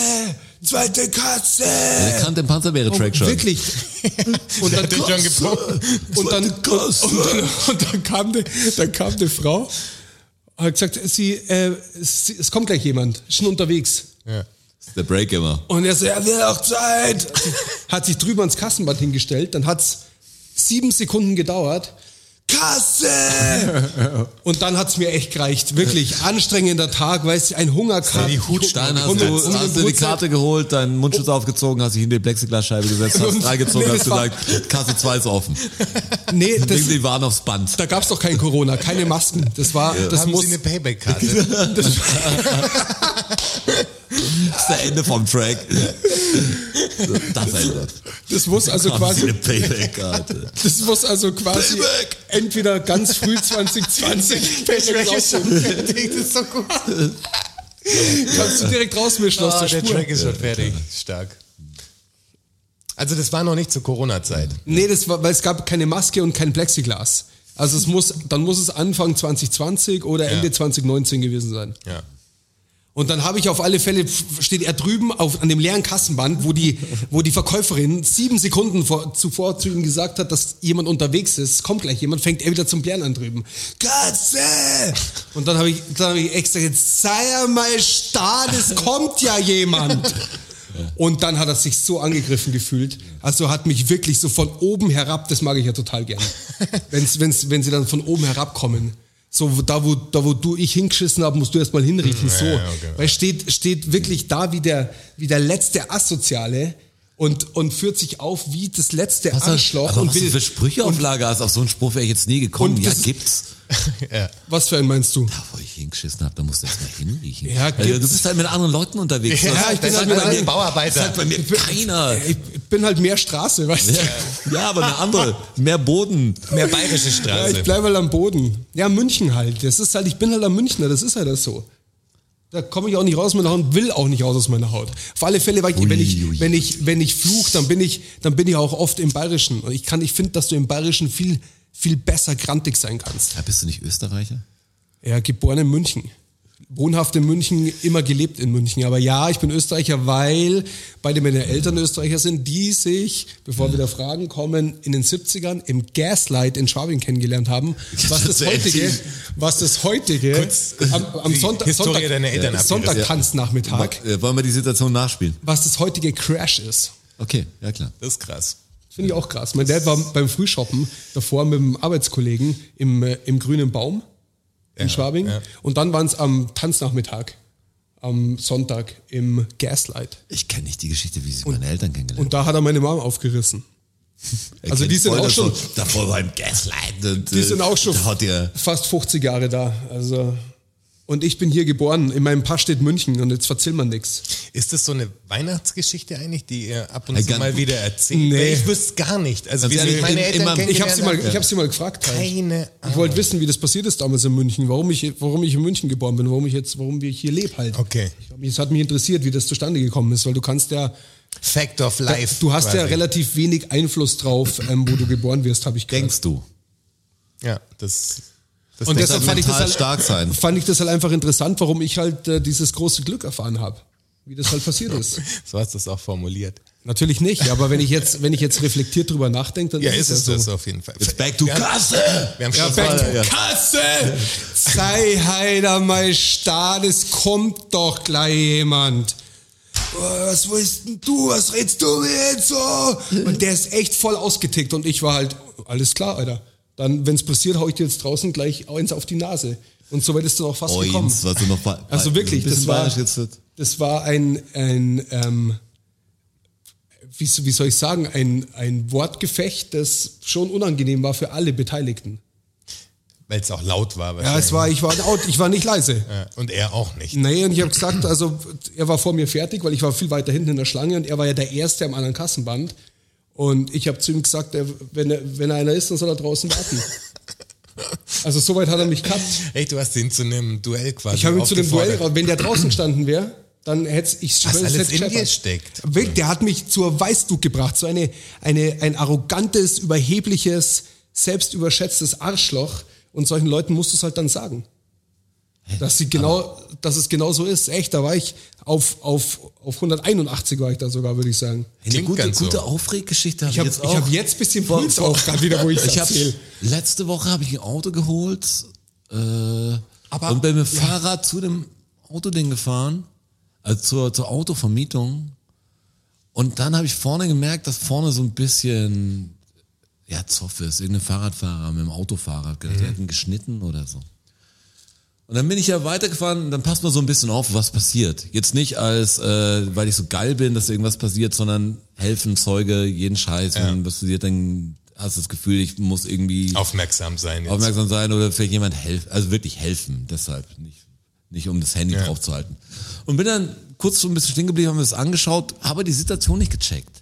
C: Zweite Kasse!
D: Er kannte den Panzerbeere-Track schon.
C: Oh, Wirklich. Und
B: Der
C: dann,
B: hat den schon gepumpt.
C: und dann, und, dann, und dann kam eine dann kam eine Frau und hat gesagt, sie, äh, sie, es kommt gleich jemand, ist schon unterwegs.
B: Ja.
D: Das ist der Break immer.
C: Und er so, er will auch Zeit. Hat sich drüber ans Kassenband hingestellt, dann hat's sieben Sekunden gedauert. Kasse! Und dann hat's mir echt gereicht. Wirklich anstrengender Tag, weil es ein Hungerkampf.
B: Die Hut-
D: Dann hast
C: Und-
D: du,
C: und-
D: hast du die
C: Uhrzeit-
D: Karte geholt, deinen Mundschutz aufgezogen, hast dich in die Plexiglasscheibe gesetzt, hast
C: Oh. Und-
D: reingezogen,
C: Nee,
D: hast
C: das war-
D: gesagt, Kasse 2 ist offen.
C: Nee, das,
D: Bring die Waren aufs Band.
C: da gab's doch kein Corona, keine Masken. Das war, das
B: Haben
C: muss.
B: Sie eine Payback-Karte?
D: Das ist das Ende vom Track. Das ändert.
C: Das muss also
D: Haben Sie
C: quasi.
D: eine Payback-Karte.
C: Das muss also quasi
D: Payback!
C: entweder ganz früh 2020 Payback
B: ist
C: rausholen.
B: schon fertig, das ist so gut.
C: kannst du direkt rausmischen aus
B: Ah,
C: der
B: der
C: Spur.
B: Track ist schon fertig. Stark. Also das war noch nicht zur Corona-Zeit.
C: Nee, das war, weil es gab keine Maske und kein Plexiglas. Also es muss, dann muss es Anfang 2020 oder Ende
B: Ja.
C: 2019 gewesen sein.
B: Ja.
C: Und dann habe ich auf alle Fälle, f- steht er drüben auf, an dem leeren Kassenband, wo die, wo die Verkäuferin sieben Sekunden vor, zuvor zu ihm gesagt hat, dass jemand unterwegs ist, Es kommt gleich jemand, fängt er wieder zum Bären an drüben. Katze! Und dann habe ich, dann habe ich extra jetzt, sei er mal starr, es kommt ja jemand. Und dann hat er sich so angegriffen gefühlt. Also hat mich wirklich so von oben herab, das mag ich ja total gern. Wenn's, wenn's, wenn sie dann von oben herabkommen. So, wo- da wo, da wo du ich hingeschissen habe, musst du erstmal
D: Mhm.
C: hinriechen. So.
B: ja, okay.
C: Weil steht, steht wirklich da wie der, wie der letzte Assoziale und, und führt sich auf wie das letzte
D: Was,
C: Arschloch
D: aber
C: und
D: was
C: will.
D: du für Sprüche auf Lager hast, auf so einen Spruch wäre ich jetzt nie gekommen.
C: Und
D: Ja,
C: das-
D: gibt's.
B: ja.
C: Was für einen meinst du?
D: Da, wo ich hingeschissen hab, da musst du erst mal hinriechen.
C: Ja,
D: Weil du
C: gibt's.
D: bist halt mit anderen Leuten unterwegs.
B: Ja,
D: Das-
C: ich bin halt
D: das hat
C: mit
D: bei mir-
B: einem Bauarbeiter.
D: Das halt hat bei mir keiner.
C: Ich bin halt mehr Straße, weißt du?
D: Ja, aber eine andere. Mehr Boden.
B: Mehr bayerische
C: Ja,
B: Straße.
C: ich bleibe halt am Boden. Ja, München halt. Das ist halt, ich bin halt am Münchner, das ist halt das so. Da komme ich auch nicht raus aus meiner Haut und will auch nicht raus aus meiner Haut. Auf alle Fälle, weil ich, wenn
D: Uiuiui.
C: ich, wenn ich, wenn ich fluch, dann bin ich, dann bin ich auch oft im Bayerischen. Und ich kann, ich finde, dass du im Bayerischen viel, viel besser grantig sein kannst.
D: Ja, bist du nicht Österreicher?
C: Ja, geboren in München. Wohnhaft in München, immer gelebt in München. Aber ja, ich bin Österreicher, weil beide meine Eltern Österreicher sind, die sich, bevor wieder Fragen kommen, in den 70ern im Gaslight in Schwabing kennengelernt haben. Was das heutige, was das heutige
B: Kurz
C: am, am
B: die
C: Sonntag,
B: Historie
C: Sonntag,
B: deiner Eltern abgerissen.
C: Sonntagtanznachmittag,
D: Äh, Wollen wir die Situation nachspielen?
C: was das heutige Crash ist.
D: Okay, ja klar.
B: Das ist krass.
C: Finde ich auch krass. Mein Dad war beim Frühshoppen davor mit einem Arbeitskollegen im, äh, im grünen Baum in Schwabing.
B: ja.
C: Und dann waren es am Tanznachmittag, am Sonntag im Gaslight.
D: Ich kenne nicht die Geschichte, wie sie meine Eltern kennengelernt
C: Und da hat er meine Mom aufgerissen.
D: haben.
C: also die sind auch schon-
D: Davor war ein Gaslight. Und, äh,
C: Die sind auch schon
D: Da hat ihr
C: fast 50 Jahre da. Also. Und ich bin hier geboren. In meinem Pass steht München und jetzt verzählt man nichts.
B: Ist das so eine Weihnachtsgeschichte eigentlich, die ihr ab und
D: Ja,
B: zu
D: ganz-
B: mal wieder erzählt?
C: Nee.
B: Weil Ich wüsste es gar nicht. Also, wie
D: Also,
B: ich meine
D: in-
B: Eltern
D: immer-
C: Ich habe
B: kennengelernt
C: sie, mal-
B: habe,
C: ich hab sie mal gefragt. halt.
B: Keine
C: Ich wollte wissen, wie das passiert ist damals in München, warum ich, warum ich in München geboren bin, warum ich jetzt, warum wir hier leben halt.
B: Okay.
C: Ich hab mich- Es hat mich interessiert, wie das zustande gekommen ist, weil du kannst ja,
B: Fact of Life.
C: du hast ja
B: quasi.
C: relativ wenig Einfluss drauf, ähm, wo du gehört wirst, habe ich gehört.
D: denkst du.
B: Ja, das, das
C: Und
B: denkt-
C: deshalb fand ich, das
D: mental
C: halt,
D: stark sein.
C: fand ich das halt einfach interessant, warum ich halt äh, dieses große Glück erfahren habe. Wie das halt passiert ist.
B: so hast du es auch formuliert.
C: Natürlich nicht, aber wenn ich jetzt, wenn ich jetzt reflektiert drüber nachdenke, dann
B: Ja, ist es
C: ja
B: das
C: so.
B: auf jeden Fall.
D: Jetzt back to
B: Wir haben-
D: Kasse!
B: Wir haben
C: Ja,
B: schon
C: back
B: vorher-
C: to Kasse! Sei heider, mein Staat, es kommt doch gleich jemand. Oh, Was willst denn du? Was redst du mir jetzt so? Und der ist echt voll ausgetickt und ich war halt, alles klar, Alter. Dann, wenn's passiert, hau ich dir jetzt draußen gleich eins auf die Nase. Und so weit ist du auch fast gekommen.
D: Oins, was du noch bei-
C: Also wirklich,
D: ein bisschen
C: das war,
D: bayerisch jetzt wird.
C: das war ein, ein ähm, wie, wie soll ich sagen, ein, ein Wortgefecht, das schon unangenehm war für alle Beteiligten.
B: Weil es auch laut war
C: Ja,
B: wahrscheinlich.
C: es war, Hm. ich war out, ich war nicht leise.
B: Ja, Und er auch nicht.
C: Nee, und ich habe gesagt, also er war vor mir fertig, weil ich war viel weiter hinten in der Schlange und er war ja der Erste am anderen Kassenband. Und ich habe zu ihm gesagt, er- wenn, er, wenn er einer ist, dann soll er draußen warten. Also soweit hat er mich gehabt.
B: Ey, du hast ihn zu einem Duell quasi
C: Ich habe ihn zu dem Duell
B: aufgefordert.
C: raus. Wenn der draußen gestanden wäre, dann hätte ich
B: Hast
C: es
B: alles
C: hätte
B: in dir
C: gescheppert.
B: steckt.
C: Wirklich, der hat mich zur Weißduk gebracht. So eine, eine, ein arrogantes, überhebliches, selbstüberschätztes Arschloch. Und solchen Leuten musst du es halt dann sagen. Dass sie genau, dass es genau so ist. Echt, da war ich auf, auf, auf 181 war ich da sogar, würde ich sagen.
D: Eine
B: Klingt
D: gute,
B: ganz so.
D: gute Aufreggeschichte habe ich,
C: Ich habe
D: jetzt
C: jetzt,
D: auch.
C: hab jetzt ein bisschen Puls auch gerade wieder, wo ich
D: Ich hab,
C: erzähle.
D: letzte Woche habe ich ein Auto geholt äh,
C: Aber-
D: und bin mit dem
C: ja.
D: Fahrrad zu dem Autoding gefahren, also zur, zur Autovermietung. Und dann habe ich vorne gemerkt, dass vorne so ein bisschen, ja, Zoff ist, irgendein Fahrradfahrer mit dem Autofahrer, hat gedacht, die hätten geschnitten oder so. Und dann bin ich ja weitergefahren und dann passt man so ein bisschen auf, was passiert. Jetzt nicht als, äh, weil ich so geil bin, dass irgendwas passiert, sondern helfen, Zeuge, jeden Scheiß. Wenn was passiert, dann hast du das Gefühl, ich muss irgendwie
B: Aufmerksam sein jetzt.
D: aufmerksam sein oder vielleicht jemand helfen, also wirklich helfen, deshalb nicht, nicht um das Handy
B: Ja.
D: draufzuhalten. Und bin dann kurz so ein bisschen stehen geblieben, haben mir das angeschaut, habe die Situation nicht gecheckt.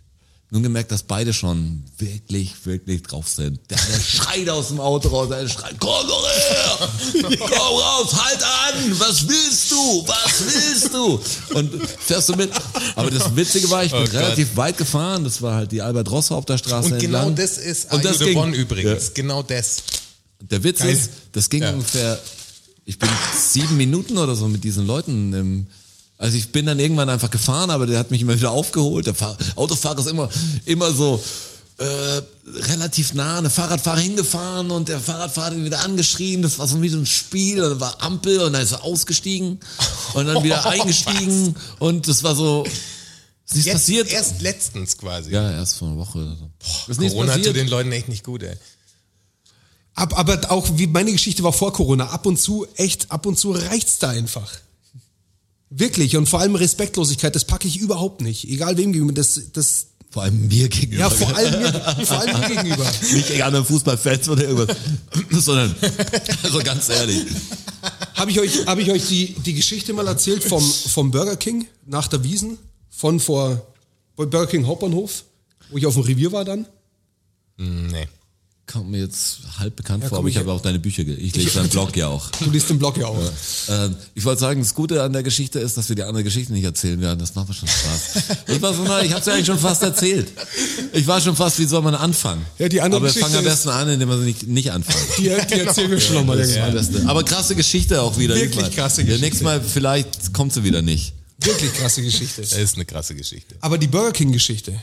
D: Nun gemerkt, dass beide schon wirklich, wirklich drauf sind. Der eine schreit aus dem Auto raus, der eine schreit, komm doch her, komm raus, halt an, was willst du, was willst du? Und fährst du mit. Aber das Witzige war, ich bin
B: Oh Gott.
D: relativ weit gefahren, das war halt die Albert-Rosse auf der Straße
B: Und genau
D: entlang.
B: das ist
D: Und das
B: Are You the
D: ging-
B: One übrigens. Genau das.
D: Der Witz
B: Geil.
D: ist, das ging
B: Ja.
D: ungefähr, ich bin sieben Minuten oder so mit diesen Leuten im, also ich bin dann irgendwann einfach gefahren, aber der hat mich immer wieder aufgeholt. Der Fahr Autofahrer ist immer, immer so äh, relativ nah an den Fahrradfahrer hingefahren und der Fahrradfahrer hat ihn wieder angeschrien. Das war so wie so ein Spiel und dann war Ampel und dann ist er ausgestiegen und dann
B: Oh,
D: wieder eingestiegen und das war so, ist nichts
B: Jetzt
D: passiert.
B: erst letztens quasi.
D: ja, erst vor einer Woche oder so. ist nichts
B: Corona tut
D: passiert.
B: den Leuten echt nicht gut, ey.
C: Ab, aber auch wie meine Geschichte war vor Corona. Ab und zu, echt, ab und zu reicht's da einfach. Wirklich. Und vor allem Respektlosigkeit, das packe ich überhaupt nicht. Egal wem gegenüber. Das, das,
D: vor allem mir gegenüber.
C: ja, vor allem, mir, vor allem mir gegenüber.
D: Nicht gegen andere Fußballfans oder irgendwas, sondern, also ganz ehrlich.
C: Habe ich euch, hab ich euch die, die Geschichte mal erzählt vom, vom Burger King nach der Wiesen? Von vor bei Burger King Hauptbahnhof, wo ich auf dem Revier war dann?
B: Hm, Nee.
D: Kommt mir jetzt halb bekannt
C: Ja,
D: vor,
C: komm,
D: aber ich
C: ich-
D: habe auch deine Bücher gelesen. Ich lese deinen Blog ja auch.
C: Du liest den Blog ja auch.
D: Ähm, ich wollte sagen, das Gute an der Geschichte ist, dass wir die andere Geschichte nicht erzählen werden. Das macht mir schon Spaß. Ich, war so, nah, ich habe es ja eigentlich schon fast erzählt. Ich war schon fast, wie soll man anfangen?
C: Ja, die andere
D: aber wir
C: Geschichte
D: fangen am
C: ist-
D: besten an, indem wir sie nicht, nicht anfangen.
C: Die, die erzählen wir schon nochmal
D: Das war
C: irgendwann.
D: das Beste. Aber krasse Geschichte auch wieder.
C: Wirklich
D: Mal.
C: krasse
D: Ja,
C: Geschichte.
D: nächstes Mal, vielleicht kommt sie wieder nicht.
C: Wirklich krasse Geschichte.
B: Das ist eine krasse Geschichte.
C: Aber die Burger King-Geschichte,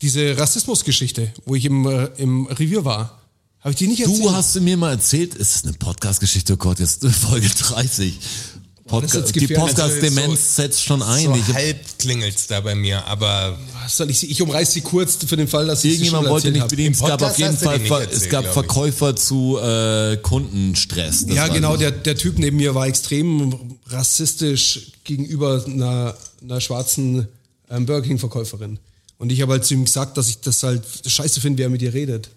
C: diese Rassismus-Geschichte, wo ich im, äh, im Revier war, habe ich die nicht erzählt?
D: Du hast mir mal erzählt, es ist eine Podcast-Geschichte, oh Gott, jetzt Folge 30.
C: das
D: Podca
C: ist jetzt
D: die
C: gefährlich.
D: Podcast-Demenz setzt schon ein.
B: So
D: ich hab,
B: halb klingelt's da bei mir, aber
C: Was soll ich sie? Ich umreiß sie kurz für den Fall, dass ich sie schon
D: irgendjemand
C: mal
D: wollte
C: erzählt
D: nicht
C: habe.
D: bedienen. Es gab
B: Podcast
D: auf jeden
B: hast du
D: Fall
B: die nicht
D: Ver es
B: erzählt,
D: gab
B: glaub ich.
D: Verkäufer zu äh, Kundenstress. Das
C: Ja,
D: war
C: genau,
D: das.
C: der, der Typ neben mir war extrem rassistisch gegenüber einer, einer schwarzen ähm, Burger King-Verkäuferin. Und ich habe halt zu ihm gesagt, dass ich das halt scheiße finde, wer mit ihr redet.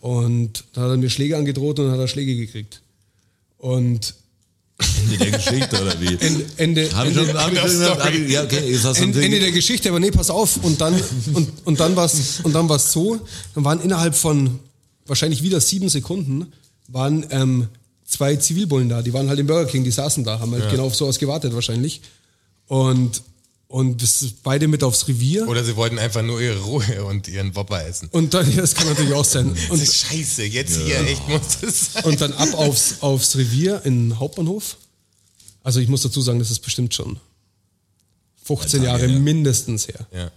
C: Und dann hat er mir Schläge angedroht und dann hat er Schläge gekriegt. Und
D: Ende der Geschichte oder wie?
C: Ende, Ende,
D: Hab ich
C: Ende-
D: schon, hab ich schon gesagt, hab ich, ja, okay, jetzt hast du
C: Ende, Ende
D: natürlich-
C: der Geschichte, aber nee, pass auf. Und dann, und, und dann war es und dann war's so, dann waren innerhalb von wahrscheinlich wieder sieben Sekunden, waren ähm, zwei Zivilbullen da, die waren halt im Burger King, die saßen da, haben halt genau auf sowas gewartet wahrscheinlich. Und, Und das ist beide mit aufs Revier.
B: Oder sie wollten einfach nur ihre Ruhe und ihren Wopper essen.
C: Und dann, ja, das kann natürlich auch sein.
B: Das
C: Und,
B: ist scheiße, jetzt hier echt muss das sein.
C: und dann ab aufs, aufs Revier in den Hauptbahnhof. Also ich muss dazu sagen, das ist bestimmt schon 15
D: Alter,
C: Jahre
D: ja.
C: mindestens her.
B: ja.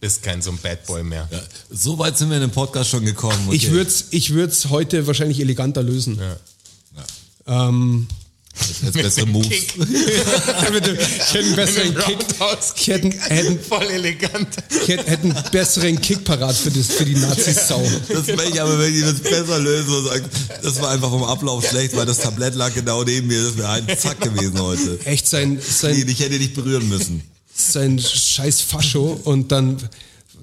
B: Bist kein so ein Bad Boy mehr.
D: Ja, so weit sind wir in dem Podcast schon gekommen. okay.
C: Ich würde es ich würd's heute wahrscheinlich eleganter lösen.
B: Ja.
C: Ähm,
D: Jetzt bessere Moves.
B: Kick.
C: ich hätte einen besseren Kick,
B: Roundhouse
C: ich hätte, hätte,
B: Voll elegant.
C: hätte, hätte einen besseren Kick parat für, das, für die Nazis-Sau.
D: Das wäre ich aber, wenn ich das besser löse und sage, das war einfach vom Ablauf schlecht, weil das Tablett lag genau neben mir. Das wäre ein Zack gewesen heute.
C: Echt sein, sein,
D: Ich hätte dich berühren müssen.
C: sein scheiß Fascho und dann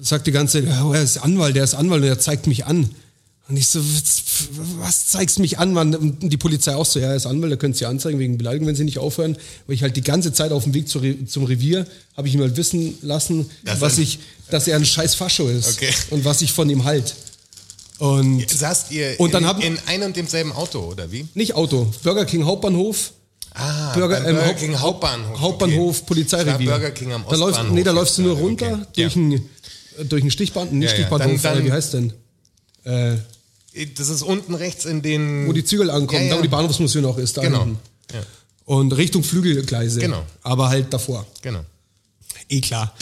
C: sagt die ganze, Zeit, oh, er ist Anwalt, der ist Anwalt und er zeigt mich an. Und ich so, was- was zeigst mich an, Mann? Und die Polizei auch so, ja, er ist Anwalt, da können sie anzeigen wegen Beleidigung, wenn sie nicht aufhören. Weil ich halt die ganze Zeit auf dem Weg zur Re zum Revier habe ich ihm halt wissen lassen,
B: Das
C: was
B: ist-
C: ich, dass er ein scheiß Fascho ist
B: Okay.
C: und was ich von ihm halt. Und
B: Saßt ihr
C: Und dann
B: in,
C: haben-
B: in einem und demselben Auto, oder wie?
C: nicht Auto, Burger King Hauptbahnhof,
B: Ah,
C: Burger,
B: beim
C: ähm,
B: Burger
C: Haupt-
B: King Hauptbahnhof.
C: Hauptbahnhof,
B: okay.
C: Polizeirevier.
B: Ich war Burger King am
C: da läufst,
B: Ostbahnhof
C: Nee, da läufst du nur
B: jetzt gerade,
C: runter
B: okay.
C: durch, einen, äh, durch einen Stichband, nicht
B: Ja, ja.
C: Stichbahnhof,
B: Dann- dann-
C: äh, wie heißt denn? Äh,
B: Das ist unten rechts in den.
C: wo die Zügel ankommen,
B: Hm. Ja, ja.
C: da wo die Mhm. Bahnhofsmission auch ist. Da
B: Genau.
C: hinten.
B: Ja,
C: Und Richtung Flügelgleise.
B: Genau.
C: Aber halt davor.
B: genau.
C: Eh klar.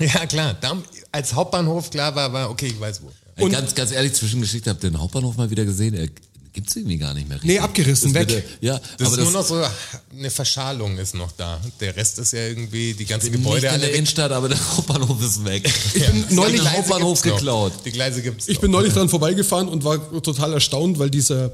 B: Ja, klar. Da, als Hauptbahnhof klar war, war, okay, ich weiß wo.
D: Ey, ganz, ganz ehrlich, Zwischengeschichte, habt ihr den Hauptbahnhof mal wieder gesehen? Er gibt's irgendwie gar nicht mehr richtig.
C: Nee, abgerissen,
D: Das
C: weg.
D: wird, äh, Ja,
B: Das
D: aber
B: ist
D: das
B: nur noch so eine Verschalung ist noch da. Der Rest ist ja irgendwie die ganzen
D: nicht
B: Gebäude
D: in
B: alle
D: der
B: weg.
D: Innenstadt, aber der Hauptbahnhof ist weg.
C: Ich bin
D: Neulich
C: neulich
D: den Hauptbahnhof
B: gibt's
D: geklaut.
B: Noch. Die Gleise gibt's.
C: Ich bin neulich dran vorbeigefahren und war total erstaunt, weil dieser,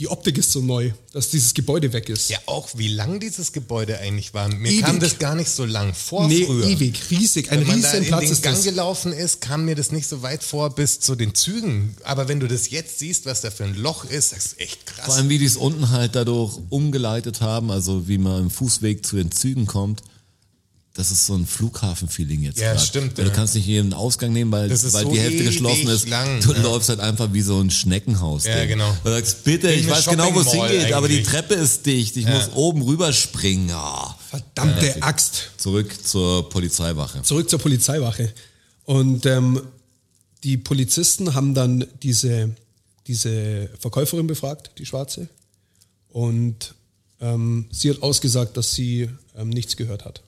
C: die Optik ist so neu, dass dieses Gebäude weg ist.
B: ja auch, wie lang dieses Gebäude eigentlich war. Mir
C: Ewig.
B: kam das gar nicht so lang vor
C: nee,
B: früher.
C: ewig, riesig, ein
B: Wenn man da
C: riesen
B: in
C: Platz
B: den
C: ist
B: Gang
C: das.
B: gelaufen ist, kam mir das nicht so weit vor bis zu den Zügen. Aber wenn du das jetzt siehst, was da für ein Loch ist, das ist echt
D: Vor
B: krass.
D: allem, wie die es unten halt dadurch umgeleitet haben, also wie man im Fußweg zu den Zügen kommt. Das ist so ein Flughafen-Feeling jetzt.
B: Ja,
D: grad.
B: stimmt,
D: Weil Du
B: ja.
D: kannst nicht jeden Ausgang nehmen, weil, weil
B: Das ist so
D: die Hälfte
B: ewig
D: geschlossen ist.
B: lang,
D: du
B: ja.
D: läufst halt einfach wie so ein Schneckenhaus.
B: Ja, genau.
D: Du sagst, bitte, ich
B: eine
D: weiß genau, wo es
B: Shopping-Mall
D: hingeht, aber die
B: eigentlich.
D: Treppe ist dicht. Ich muss oben rüberspringen. Ah.
C: Verdammte Axt.
D: Zurück zur Polizeiwache.
C: zurück zur Polizeiwache. Und ähm, die Polizisten haben dann diese, diese Verkäuferin befragt, die Schwarze. Und ähm, sie hat ausgesagt, dass sie ähm, nichts gehört hat.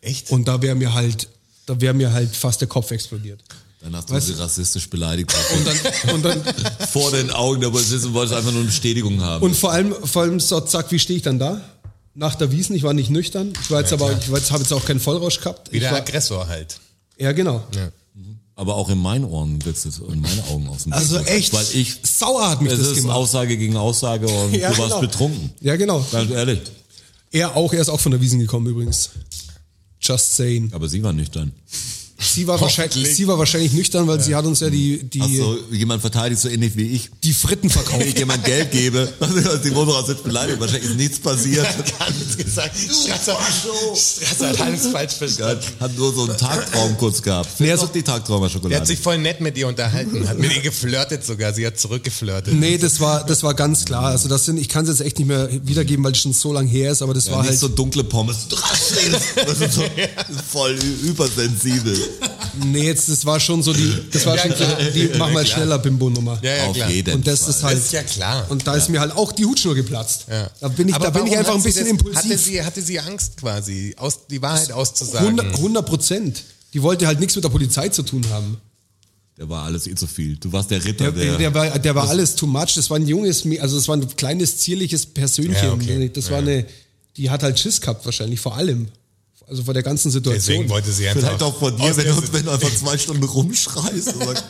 B: Echt?
C: Und da wäre mir halt, da wäre mir halt fast der Kopf explodiert.
D: Dann hast du
C: Weißt
D: sie
C: du-
D: rassistisch beleidigt.
C: Und dann, und dann
D: vor den Augen der Polizisten wolltest einfach nur eine Bestätigung haben.
C: Und vor allem, vor allem so, zack, wie stehe ich dann da? Nach der Wiesen, ich war nicht nüchtern. Ich war jetzt aber, ich war jetzt- habe jetzt auch keinen Vollrausch gehabt.
B: Wie
C: Ich
B: der
C: war,
B: Aggressor halt.
C: ja, genau.
D: Aber auch in meinen Ohren wirkst du in meine Augen aus dem
C: Also
D: Bild.
C: echt,
D: Weil ich,
C: sauer hat mich
D: es
C: das
D: ist
C: gemacht.
D: Aussage gegen Aussage und
C: Ja,
D: du warst
C: genau.
D: betrunken.
C: Ja, genau.
D: Ganz ehrlich.
C: Er auch, er ist auch von der Wiesen gekommen übrigens. Just saying.
D: Aber sie war nüchtern.
C: Sie war, wahrscheinlich, sie war wahrscheinlich nüchtern, weil sie hat uns ja die, die,
D: Hast du jemand verteidigt so ähnlich wie ich?
C: die Fritten
D: Wenn ich
C: verkauft.
D: jemand Geld gebe, dann ist die Motorrad sitzt beleidigt, wahrscheinlich ist nichts passiert.
B: Ganz gesagt. Strasser, Strasser hat alles falsch verstanden.
D: Hat nur so einen Tagtraum kurz gehabt. Nee,
C: also-
D: also die Tagtrauma-Schokolade.
B: Der hat sich voll nett mit ihr unterhalten, hat mit ihr geflirtet sogar. Sie hat zurückgeflirtet.
C: Nee, das war, das war ganz klar. Also das sind, ich kann es jetzt echt nicht mehr wiedergeben, weil es schon so lange her ist, aber das
D: Ja,
C: war
D: nicht
C: halt.
D: so dunkle Pommes. Das ist so voll ü- übersensibel.
C: nee, jetzt, das war schon so die, das war schon so die, mach mal schneller Bimbo-Nummer.
B: Ja, ja,
D: Auf
B: klar.
D: jeden
C: Und das
D: Fall.
C: ist halt.
B: Das ist ja klar.
C: Und da ist mir halt auch die Hutschnur geplatzt.
B: Ja.
C: Da bin ich,
B: Aber
C: da bin ich
B: warum
C: einfach
B: hat
C: ein
B: sie
C: bisschen
B: das- Hatte
C: impulsiv.
B: sie, hatte sie Angst quasi, aus, die Wahrheit auszusagen.
C: 100 Prozent. Die wollte halt nichts mit der Polizei zu tun haben.
D: Der war alles eh zu viel. Du warst der Ritter,
B: Also
C: Der,
D: der,
C: der, war, der war alles too much. Das war ein junges, Mäd- also das war ein kleines, zierliches Persönchen.
B: Ja, okay.
C: Das war eine, die hat halt Schiss gehabt wahrscheinlich, vor allem. Also vor der ganzen Situation.
B: Deswegen wollte sie einfach.
D: Vielleicht auch von dir,
B: aus
D: wenn
B: Oh, der
D: du, wenn du einfach zwei Stunden rumschreist und sagst,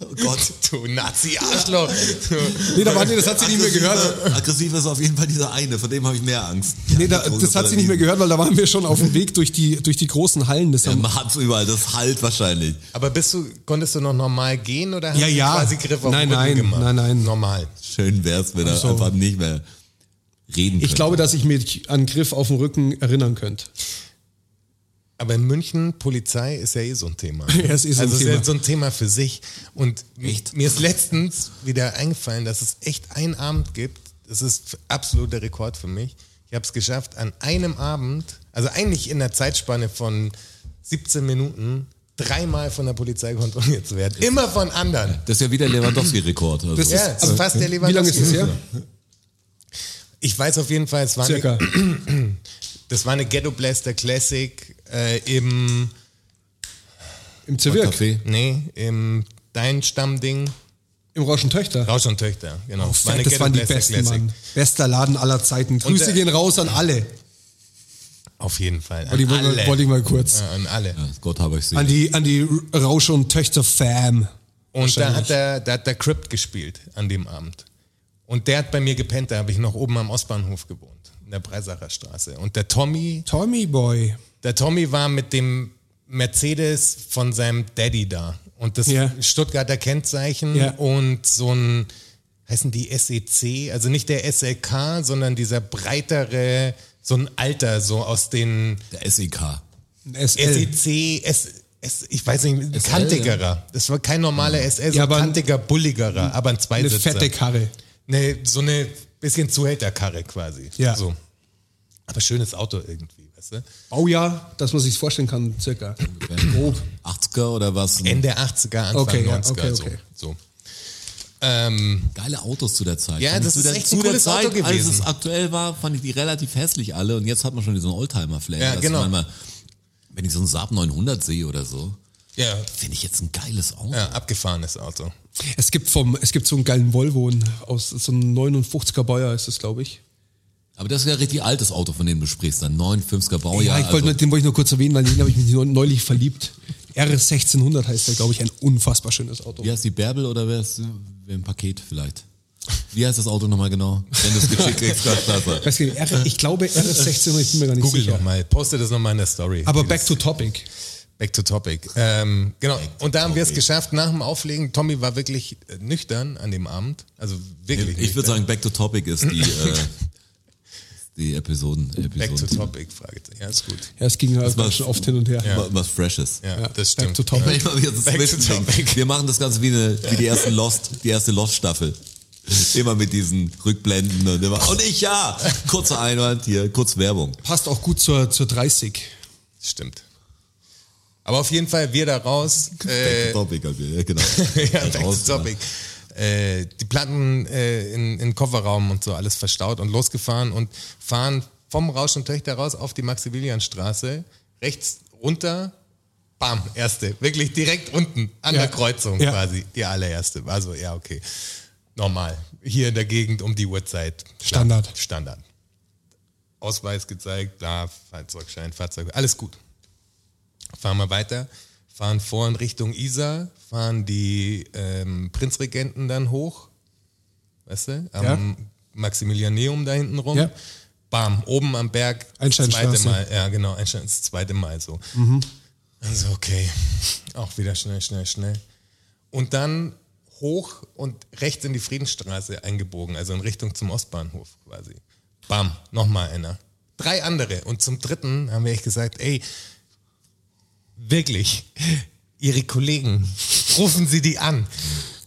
D: oh Gott.
B: Du Nazi-Arschloch.
C: nee, da war, nee, das hat sie nicht mehr gehört.
D: Aggressiver- Aggressiv ist auf jeden Fall dieser eine, von dem habe ich mehr Angst.
C: Nee, da, das hat sie nicht mehr gehört, weil da waren wir schon auf dem Weg durch die, durch die großen Hallen. Das
D: Der
C: haben,
D: macht's überall, das halt wahrscheinlich.
B: Aber bist du, konntest du noch normal gehen oder hast
C: Ja,
B: du
C: ja.
B: quasi Griff auf
C: Nein,
B: den Rücken
C: nein,
B: gemacht?
C: nein, nein.
B: Normal.
D: Schön wär's, wenn er
C: so.
D: einfach nicht mehr reden könnte.
C: ich glaube, dass ich mich an Griff auf dem Rücken erinnern könnte.
B: Aber in München, Polizei ist ja eh so ein Thema.
C: Ja, es ist so ein
B: also es ist
C: Thema.
B: ja so ein Thema für sich. Und mir ist letztens wieder eingefallen, dass es echt einen Abend gibt. Das ist absoluter Rekord für mich. Ich habe es geschafft, an einem Abend Also eigentlich in der Zeitspanne von 17 Minuten dreimal von der Polizei kontrolliert zu werden. Immer von anderen.
D: Das ist ja wieder Lewandowski-Rekord. Also.
B: Ja, es ist fast der
C: Wie lange
B: Lewandowski.
C: ist das her?
B: Ich weiß auf jeden Fall, es war
C: Circa.
B: eine, das war eine Ghetto Blaster Classic äh, im,
C: Im Zirk.
D: Kaffee.
B: nee, im Dein Stammding.
C: Im Rauschen Töchter.
B: Rausch und Töchter, genau.
C: Oh, fuck, das waren die besten, Mann. Bester Laden aller Zeiten. Grüße
B: der-
C: gehen raus an alle.
B: Auf jeden Fall. An
C: Wollte ich, mal-
B: alle.
C: wollte ich mal kurz.
B: Ja, an alle.
D: Ja, Gott habe ich sie.
C: An die, an die Rausch- und Töchter-Fam.
B: Und da hat, der, da hat der Crypt gespielt an dem Abend. Und der hat bei mir gepennt, da habe ich noch oben am Ostbahnhof gewohnt, in der Breisacher Straße. Und der Tommy,
C: Tommy Boy.
B: der Tommy war mit dem Mercedes von seinem Daddy da. Und das
C: Ja.
B: Stuttgarter Kennzeichen
C: Ja.
B: und so ein, heißen die SEC, also nicht der SLK, sondern dieser breitere, so ein Alter, so aus den
D: Der E SEK.
C: Ein SL.
B: SEC, S, S, ich weiß nicht,
D: SL,
B: kantigerer. Das war kein normaler SL, so
C: Ja,
B: ein
C: aber ein-
B: kantiger, bulligerer, aber ein
C: Eine
B: Zweisitzer.
C: fette Karre.
B: Ne, so eine bisschen Zuhälterkarre quasi.
C: Ja.
B: So. Aber schönes Auto irgendwie, weißt du?
C: Baujahr, Oh dass man sich vorstellen kann, circa. Grob.
D: 80er oder was?
B: Ende 80er, Anfang
C: Okay, ja,
B: 90er.
C: okay,
B: so.
C: okay.
B: so. Ähm,
D: Geile Autos zu der Zeit.
B: Ja,
D: Fand ich
B: das
D: zu
B: ist
D: der,
B: echt
D: zu
B: ein
D: der
B: cooles Auto
D: Zeit, Als es
B: gewesen.
D: aktuell war, fand ich die relativ hässlich alle und jetzt hat man schon diesen Oldtimer-Flair.
B: Ja,
D: dass ich
B: genau.
D: manchmal, wenn ich so einen Saab 900 sehe oder so,
B: ja,
D: finde ich jetzt ein geiles Auto.
B: ja, abgefahrenes Auto.
C: Es gibt, vom, es gibt so einen geilen Volvo, ein- aus so einem 59er Baujahr ist das, glaube ich.
D: Aber das ist ja ein richtig altes Auto, von dem du sprichst. Ein 950er
C: Ja,
D: Baujahr.
C: ich wollte,
D: also,
C: nur- den wollte ich nur kurz erwähnen, weil den habe ich mich neu- neulich verliebt. R1600 heißt der, glaube ich, ein unfassbar schönes Auto.
D: wie heißt die Bärbel oder wer ist wer im Paket vielleicht? Wie heißt das Auto nochmal genau? Wenn du es geschickt kriegst, das, das,
C: Ich weiß gar nicht, R, ich glaube R1600, ich bin mir gar nicht
B: Google
C: sicher.
B: nochmal, poste das nochmal in der Story.
C: Aber
B: Wie
C: back
B: das-
C: to topic.
B: Back to topic. Ähm, genau. Und da haben wir es
D: topic.
B: geschafft, nach dem Auflegen. Tommy war wirklich äh, nüchtern an dem Abend. Also wirklich.
D: Ich würde
B: nüchtern.
D: sagen, Back to Topic ist die, äh, die Episoden. Episoden
B: Back to topic, Fragezeichen. Ja, ist gut.
C: Ja, es ging halt
D: war-
C: schon oft hin und her.
D: Wa- Was Freshes.
B: Ja,
C: Ja,
B: das
C: back
B: stimmt.
C: to topic.
D: Immer wieder so
B: Back to
D: Zwischending.
B: topic.
D: Wir machen das Ganze wie, eine, wie die erste Lost, die erste Lost-Staffel. Immer mit diesen Rückblenden und immer. Und ich ja! Kurze Einwand hier, kurz Werbung.
C: Passt auch gut zur, zur 30.
B: Stimmt. Aber auf jeden Fall, wir da raus. Äh,
D: Back to Topic, also, ja, genau.
B: ja, back to
D: Raus,
B: topic. Äh, die Platten äh, in, in Kofferraum und so alles verstaut und losgefahren und fahren vom Rausch und Töchter raus auf die Maximilianstraße, rechts runter, bam, erste. Wirklich direkt unten an
C: Ja.
B: der Kreuzung
C: Ja.
B: quasi, die allererste. Also, ja, okay. Normal. Hier in der Gegend um die Uhrzeit.
C: Standard.
B: Standard. Ausweis gezeigt, da, Fahrzeugschein, Fahrzeug, alles gut. Fahren wir weiter, fahren vor in Richtung Isar, fahren die ähm, Prinzregenten dann hoch, weißt du, am
C: Ja.
B: Maximilianeum da hinten rum.
C: Ja.
B: Bam, oben am Berg, das zweite
C: Einsteinstraße.
B: Mal, ja genau, Einstein, das zweite Mal so. Also okay, auch wieder schnell, schnell, schnell. Und dann hoch und rechts in die Friedensstraße eingebogen, also in Richtung zum Ostbahnhof quasi. Bam, nochmal einer. Drei andere. Und zum dritten haben wir echt gesagt, ey, wirklich, Ihre Kollegen, rufen Sie die an.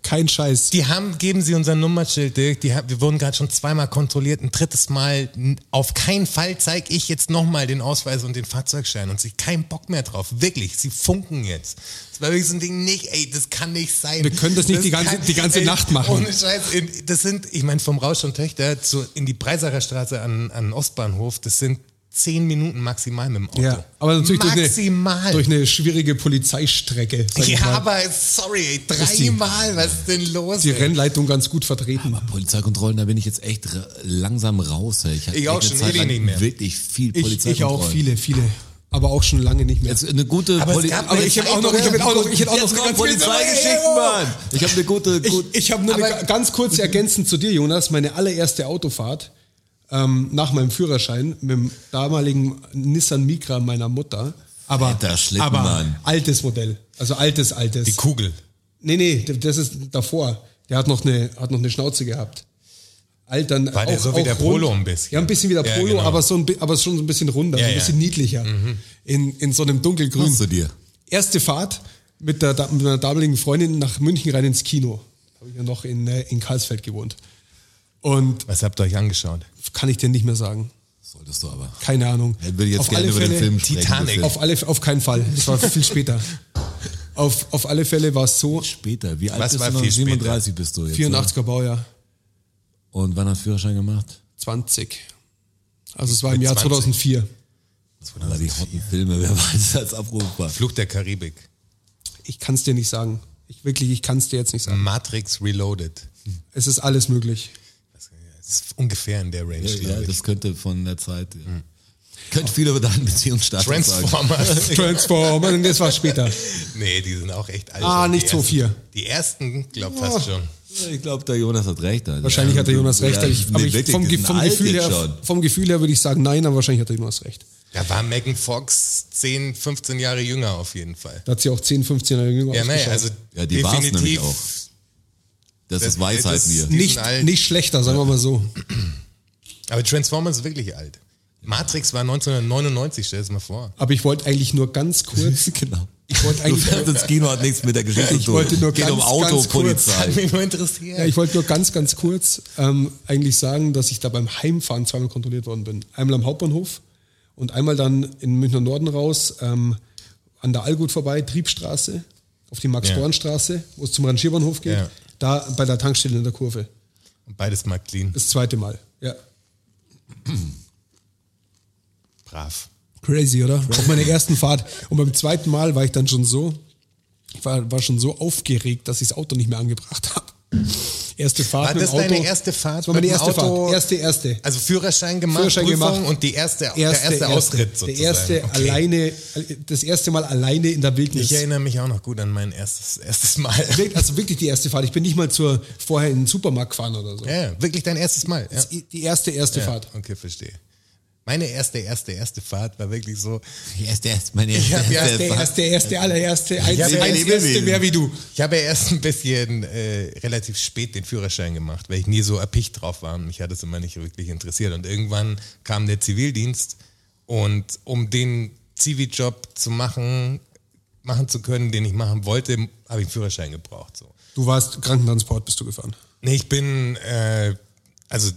C: Kein Scheiß.
B: Die haben, geben Sie unser Nummernschild, Dirk. Die haben, wir wurden gerade schon zweimal kontrolliert. Ein drittes Mal, n- auf keinen Fall zeige ich jetzt nochmal den Ausweis und den Fahrzeugschein und sie keinen Bock mehr drauf. Wirklich, sie funken jetzt. Das war wirklich so ein Ding, nicht, ey, das kann nicht sein.
C: Wir können das nicht die ganze- die ganze Nacht machen.
B: Ohne Scheiß. in- Das sind, ich meine, vom Rausch und Töchter zu, in die Breisacher Straße an, an den Ostbahnhof, das sind zehn Minuten maximal mit dem Auto.
C: Ja, aber natürlich durch eine,
B: maximal.
C: durch eine schwierige Polizeistrecke. sag ich
B: ja,
C: mal.
B: aber sorry, ey,
C: Ist die-
B: dreimal, was ist denn los?
C: die
B: ey?
C: Rennleitung ganz gut vertreten.
D: Polizeikontrollen, da bin ich jetzt echt ra- langsam raus. Ey. Ich, hatte
B: Ich auch
D: echt eine
B: schon
D: Zeit
B: ewig
D: lang
B: nicht mehr.
D: Wirklich viel
C: eh Ich,
D: Polizeikontrollen.
C: ich auch viele, viele. Aber auch schon lange nicht mehr.
D: Jetzt eine gute
B: Aber es
D: Poli-
B: gab-
C: Aber ich habe auch noch, ich habe auch noch, ich hätte auch noch
D: Jetzt
C: so
D: kommen
C: ganz kurz-
D: Polizeigeschichten, Mann. Ich habe eine gute, gut, Mhm.
C: Ich, ich habe nur
B: Aber-
C: eine ganz kurze ergänzend zu dir, Jonas. Meine allererste Autofahrt ähm, nach meinem Führerschein mit dem damaligen Nissan Micra meiner Mutter. Aber,
D: Alter Schlitten,
C: aber
D: Mann.
C: altes Modell. Also altes, altes.
B: die Kugel.
C: nee, nee, das ist davor. Der hat noch eine, hat noch eine Schnauze gehabt. Alter,
B: War der so wie der Polo ein bisschen?
C: Ja, ein bisschen wie der
B: Ja,
C: Polo,
B: genau.
C: aber, so ein, bi- aber schon so ein bisschen runder,
B: Ja,
C: so ein
B: ja. Mhm.
C: bisschen niedlicher. In, in so einem dunkelgrün.
D: Passt zu dir.
C: Erste Fahrt mit, der, da- mit meiner damaligen Freundin nach München rein ins Kino. Habe ich ja noch in, äh, in Karlsfeld gewohnt. Und
B: Was habt ihr euch angeschaut?
C: kann ich dir nicht mehr sagen.
D: Solltest du aber.
C: Keine Ahnung.
D: Ich würde jetzt
C: auf
D: gerne
C: alle
D: über
C: Fälle,
D: den Film sprechen.
B: Titanic.
D: bitte.
C: Auf, alle, auf keinen Fall. Das war viel später. Auf, auf alle Fälle war es so,
D: Später. Wie alt
B: Was
D: bist
B: war
D: du? noch?
B: viel später?
D: 37 bist du jetzt.
C: 84er Baujahr,
D: Oder? Und wann hast du Führerschein gemacht?
C: 20. Also es war im
B: Mit
C: Jahr
B: 20.
C: 2004.
D: Oder die hotten Filme, wer weiß, als abrufbar.
B: Fluch der Karibik.
C: Ich kann es dir nicht sagen. Ich wirklich, ich kann es dir jetzt nicht sagen.
B: Matrix Reloaded.
C: Es ist alles möglich.
B: Das ist ungefähr in der Range,
D: Ja,
B: glaube ich.
D: das könnte von der Zeit. Ja.
C: Hm.
D: Könnte viel über deinen Beziehungsstatus sagen.
B: Transformers.
C: Transformer, das war später.
B: nee, die sind auch echt alt.
C: Ah,
B: Die
C: nicht so
B: ersten-
C: viel.
B: Die ersten, glaub fast schon.
D: Ich glaube, der Jonas hat recht. Alter.
C: Wahrscheinlich hat der Jonas recht. aber ich,
D: nee,
C: aber ich,
D: wirklich,
C: vom,
D: die
C: Ge-
D: sind
C: vom,
D: alt
C: Gefühl
D: jetzt
C: her,
D: schon.
C: vom Gefühl her würde ich sagen, nein, aber wahrscheinlich hat der Jonas recht.
B: Da war Megan Fox 10, 15 Jahre jünger auf jeden Fall.
C: Da hat sie auch 10, 15 Jahre jünger
B: Ja, nee,
C: ausgeschaut.
B: also
D: Ja, die war's
B: definitiv.
D: nämlich auch. Das,
B: Das-
D: ist Weisheit
B: das-
D: hier.
B: die
C: nicht,
B: sind alt.
C: nicht schlechter, sagen wir mal so.
B: Aber Transformers ist wirklich alt. Matrix war 1999, stell es mal vor.
C: Aber ich wollte eigentlich nur ganz kurz,
D: genau.
C: ich wollte
D: Du
C: eigentlich,
D: fährst ins Kino, hat nichts mit der Geschichte
C: Ich
D: zu tun.
C: wollte nur
D: Geht
C: ganz,
D: um Auto,
C: ganz kurz-
B: Hat
D: Polizei.
B: mich nur interessiert.
C: ja, ich wollte nur ganz, ganz kurz ähm, eigentlich sagen, dass ich da beim Heimfahren zweimal kontrolliert worden bin. Einmal am Hauptbahnhof und einmal dann in Münchner Norden raus, ähm, an der Allgut vorbei, Triebstraße, auf die
B: Ja.
C: Max-Born-Straße, wo es zum Rangierbahnhof geht,
B: Ja.
C: da bei der Tankstelle in der Kurve.
B: Beides mal clean.
C: Das zweite Mal. Ja.
B: Brav.
C: Crazy, oder? Auf meiner ersten Fahrt. Und beim zweiten Mal war ich dann schon so, ich war, war schon so aufgeregt, dass ich das Auto nicht mehr angebracht habe. Erste Fahrt
B: War
C: mit
B: das
C: dem Auto.
B: deine erste Fahrt
C: Das war meine
B: mit dem
C: erste
B: Auto?
C: Fahrt. Erste, erste.
B: Also Führerschein gemacht,
C: Führerschein
B: Prüfung
C: gemacht.
B: und die erste, der erste Austritt sozusagen.
C: Der erste
B: Okay.
C: alleine, das erste Mal alleine in der Wildnis.
B: Ich erinnere mich auch noch gut an mein erstes, erstes Mal.
C: Wirk- also wirklich die erste Fahrt. Ich bin nicht mal zur, vorher in den Supermarkt gefahren oder so.
B: Ja, wirklich dein erstes Mal. Ja.
C: Das ist Die erste, erste
B: Ja,
C: Fahrt.
B: Okay, verstehe. Meine erste, erste, erste Fahrt war wirklich so.
D: Erst, erst, meine erste,
B: Ich hab ja
C: Der
D: erste
B: Fahrt.
D: Erfahrung.
C: erste, erste, allererste, eins,
B: Ja,
C: eins,
B: wir
C: erste,
D: Lebewesen.
C: mehr wie du.
B: Ich habe ja erst ein bisschen äh, relativ spät den Führerschein gemacht, weil ich nie so erpicht drauf war. Mich hat es immer nicht wirklich interessiert. Und irgendwann kam der Zivildienst und um den Zivi-Job zu machen, machen zu können, den ich machen wollte, habe ich einen Führerschein gebraucht. So.
C: Du warst Krankentransport, bist du gefahren.
B: Nee, ich bin äh, also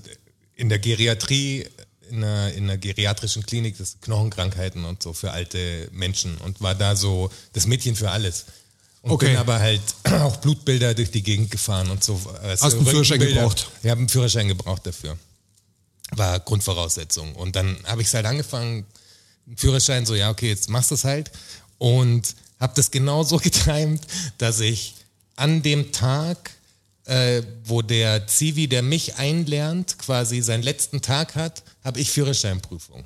B: in der Geriatrie, in einer, in einer geriatrischen Klinik, das sind Knochenkrankheiten und so für alte Menschen und war da so das Mädchen für alles. Und
C: Okay.
B: bin aber halt auch Blutbilder durch die Gegend gefahren und so. äh, Hast
C: einen Führerschein gebraucht?
B: Ich habe einen Führerschein gebraucht dafür. War Grundvoraussetzung. Und dann habe ich es halt angefangen, Führerschein, so, ja, okay, jetzt machst du es halt. Und habe das genau so getimt, dass ich an dem Tag, äh, wo der Zivi, der mich einlernt, quasi seinen letzten Tag hat, habe ich Führerscheinprüfung.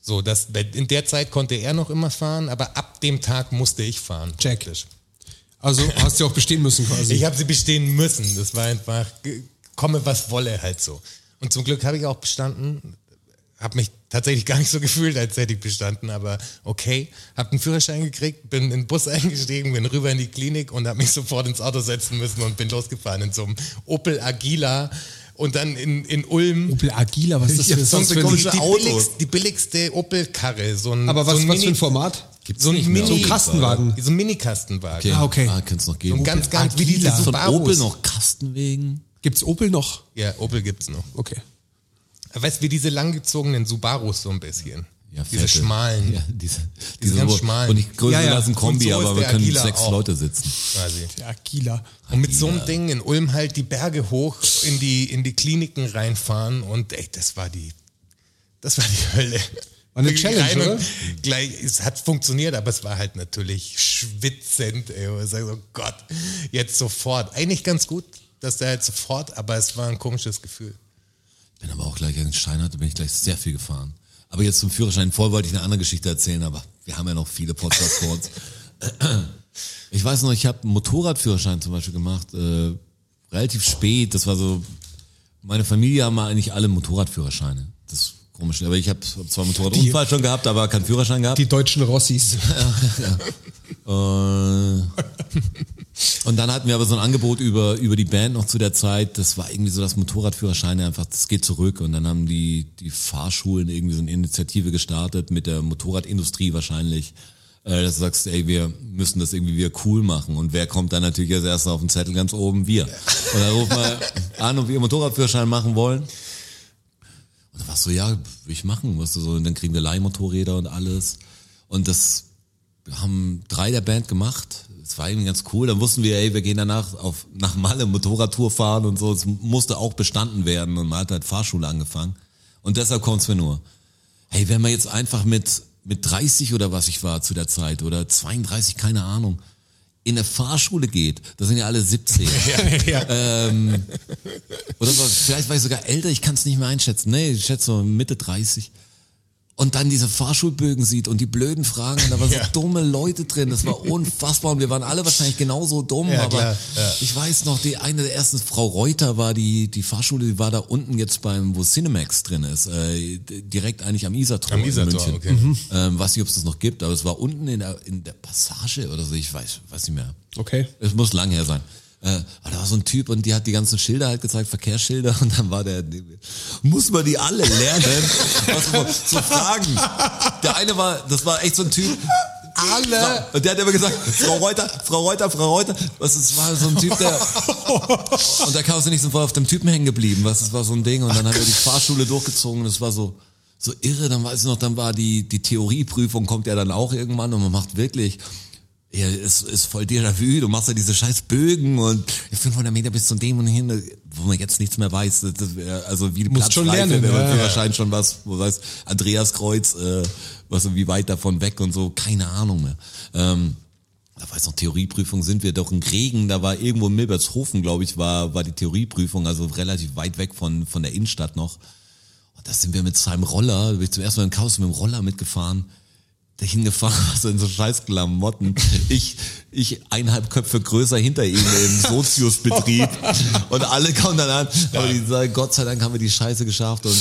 B: So, das, in der Zeit konnte er noch immer fahren, aber ab dem Tag musste ich fahren.
C: Check.
B: praktisch.
C: Also hast du auch bestehen müssen quasi.
B: Ich habe sie bestehen müssen. Das war einfach, ge- komme was wolle halt so. Und zum Glück habe ich auch bestanden. Habe mich tatsächlich gar nicht so gefühlt, als hätte ich bestanden, aber okay. Habe einen Führerschein gekriegt, bin in den Bus eingestiegen, bin rüber in die Klinik und habe mich sofort ins Auto setzen müssen und bin losgefahren in so einem Opel Agila und dann in, in Ulm.
C: Opel Agila, was ist das
B: Ja,
C: für,
B: so
C: Oh, sonst
B: ein
C: für ein
B: komisches
D: komische
B: die,
D: Auto.
B: billigste, die billigste Opel-Karre. So ein,
C: Aber was,
B: so ein
C: was für ein
B: Mini-
C: Format?
D: Gibt's
B: So ein
D: nicht mehr.
B: Mini-
C: So ein Kastenwagen.
B: So ein Mini-Kastenwagen.
D: Okay.
C: Ah, okay.
D: Ah, kann's noch
B: So
D: geben.
B: ein ganz, ganz, wie diese
C: Agila. Von
D: Von
B: Subarus.
D: Opel noch Kastenwegen.
C: Gibt's Opel noch?
B: Ja, Opel gibt's noch.
C: Okay.
B: Weißt du, wie diese langgezogenen Subarus so ein bisschen.
D: Ja,
B: diese
D: fette.
B: schmalen
D: Ja, diese, diese,
B: ganz
D: Ru-
B: schmalen.
D: Und ich größer
C: Ja, ja.
D: lassen
B: Und
D: Kombi,
B: so ist
D: aber wir
B: der
D: können
B: Agila
D: sechs
B: auch.
D: Leute sitzen.
B: quasi.
C: Der Agila.
B: Und mit so einem Ding in Ulm halt die Berge hoch in die, in die Kliniken reinfahren und ey, das war die, das war die Hölle.
C: War eine
B: Wirklich
C: Challenge,
B: rein und
C: oder?
B: Gleich, es hat funktioniert, aber es war halt natürlich schwitzend, ey. Und ich sag so, oh Gott, jetzt sofort. Eigentlich ganz gut, dass der halt sofort, aber es war ein komisches Gefühl.
D: Bin aber auch gleich in Steinhardt, bin ich gleich sehr viel gefahren. Aber jetzt zum Führerschein. Vorher wollte ich eine andere Geschichte erzählen, aber wir haben ja noch viele Podcasts vor uns. Ich weiß noch, ich habe einen Motorradführerschein zum Beispiel gemacht, äh, relativ spät. Das war so, meine Familie haben eigentlich alle Motorradführerscheine. Das ist komisch. Aber ich habe hab zwar einen Motorradunfall schon gehabt, aber keinen Führerschein gehabt.
C: Die deutschen Rossis.
D: Äh, und dann hatten wir aber so ein Angebot über, über die Band noch zu der Zeit. Das war irgendwie so, dass Motorradführerscheine einfach, das geht zurück. Und dann haben die, die Fahrschulen irgendwie so eine Initiative gestartet mit der Motorradindustrie wahrscheinlich. Äh, dass du sagst, ey, wir müssen das irgendwie wieder cool machen. Und wer kommt dann natürlich als erster auf den Zettel ganz oben? Wir. Und dann rufen wir an, ob wir Motorradführerschein machen wollen. Und Und da warst du, ja, will ich machen, weißt du, so, und dann kriegen wir Leihmotorräder und alles. Und das haben drei der Band gemacht. Es war irgendwie ganz cool. Dann wussten wir, ey, wir gehen danach auf, nach Malle Motorradtour fahren und so. Es musste auch bestanden werden und man hat halt Fahrschule angefangen. Und deshalb kommt's mir nur. Hey, wenn man jetzt einfach mit, mit 30 oder was ich war zu der Zeit oder 32, keine Ahnung, in eine Fahrschule geht, da sind ja alle 17. Oder so, vielleicht war ich sogar älter, ich kann es nicht mehr einschätzen. Nee, ich schätze so Mitte 30. Und dann diese Fahrschulbögen sieht und die blöden Fragen, und da waren so dumme Leute drin, das war unfassbar und wir waren alle wahrscheinlich genauso dumm,
B: Ja,
D: aber
B: klar, ja.
D: ich weiß noch, die eine der ersten, Frau Reuter war die, die Fahrschule, die war da unten jetzt beim, wo Cinemax drin ist, äh, d- direkt eigentlich am Isartor
B: Am
D: in
B: Isartor,
D: München.
B: okay. Mhm.
D: Ähm, weiß nicht, ob es das noch gibt, aber es war unten in der, in der Passage oder so, ich weiß, weiß nicht mehr.
C: Okay.
D: Es muss lang her sein. Äh, aber da war so ein Typ und die hat die ganzen Schilder halt gezeigt, Verkehrsschilder und dann war der, muss man die alle lernen, was man zu fragen. Der eine war, das war echt so ein Typ.
C: Äh.
D: Alle. Und der hat immer gesagt, Frau Reuter, Frau Reuter, Frau Reuter. Was, es war so ein Typ, der, und der Chaos ist nicht so voll auf dem Typen hängen geblieben, was, es war so ein Ding und dann haben wir die Fahrschule durchgezogen und es war so, so irre, dann weiß ich noch, dann war die, die Theorieprüfung kommt ja dann auch irgendwann und man macht wirklich, ja, es ist voll Déjà-vu, du machst ja diese scheiß Bögen und 500 Meter bis zum dem und hin, wo man jetzt nichts mehr weiß. Das, das, wär- also wie die
C: Musst schon
D: Platzreife,
C: lernen,
D: wenn man
C: ja.
D: Führerschein schon was, wo weiß, Andreas Kreuz, äh, was, wie weit davon weg und so, keine Ahnung mehr. Ähm, da war jetzt noch Theorieprüfung, sind wir doch in Regen, da war irgendwo in Milbertshofen, glaube ich, war, war die Theorieprüfung, also relativ weit weg von, von der Innenstadt noch. Und da sind wir mit seinem Roller, da bin ich zum ersten Mal im Chaos mit dem Roller mitgefahren, dahin gefahren, also in so scheiß Klamotten. Ich, ich eineinhalb Köpfe größer hinter ihm im Soziusbetrieb. Und alle kamen dann an. Aber die sagen, Gott sei Dank haben wir die Scheiße geschafft und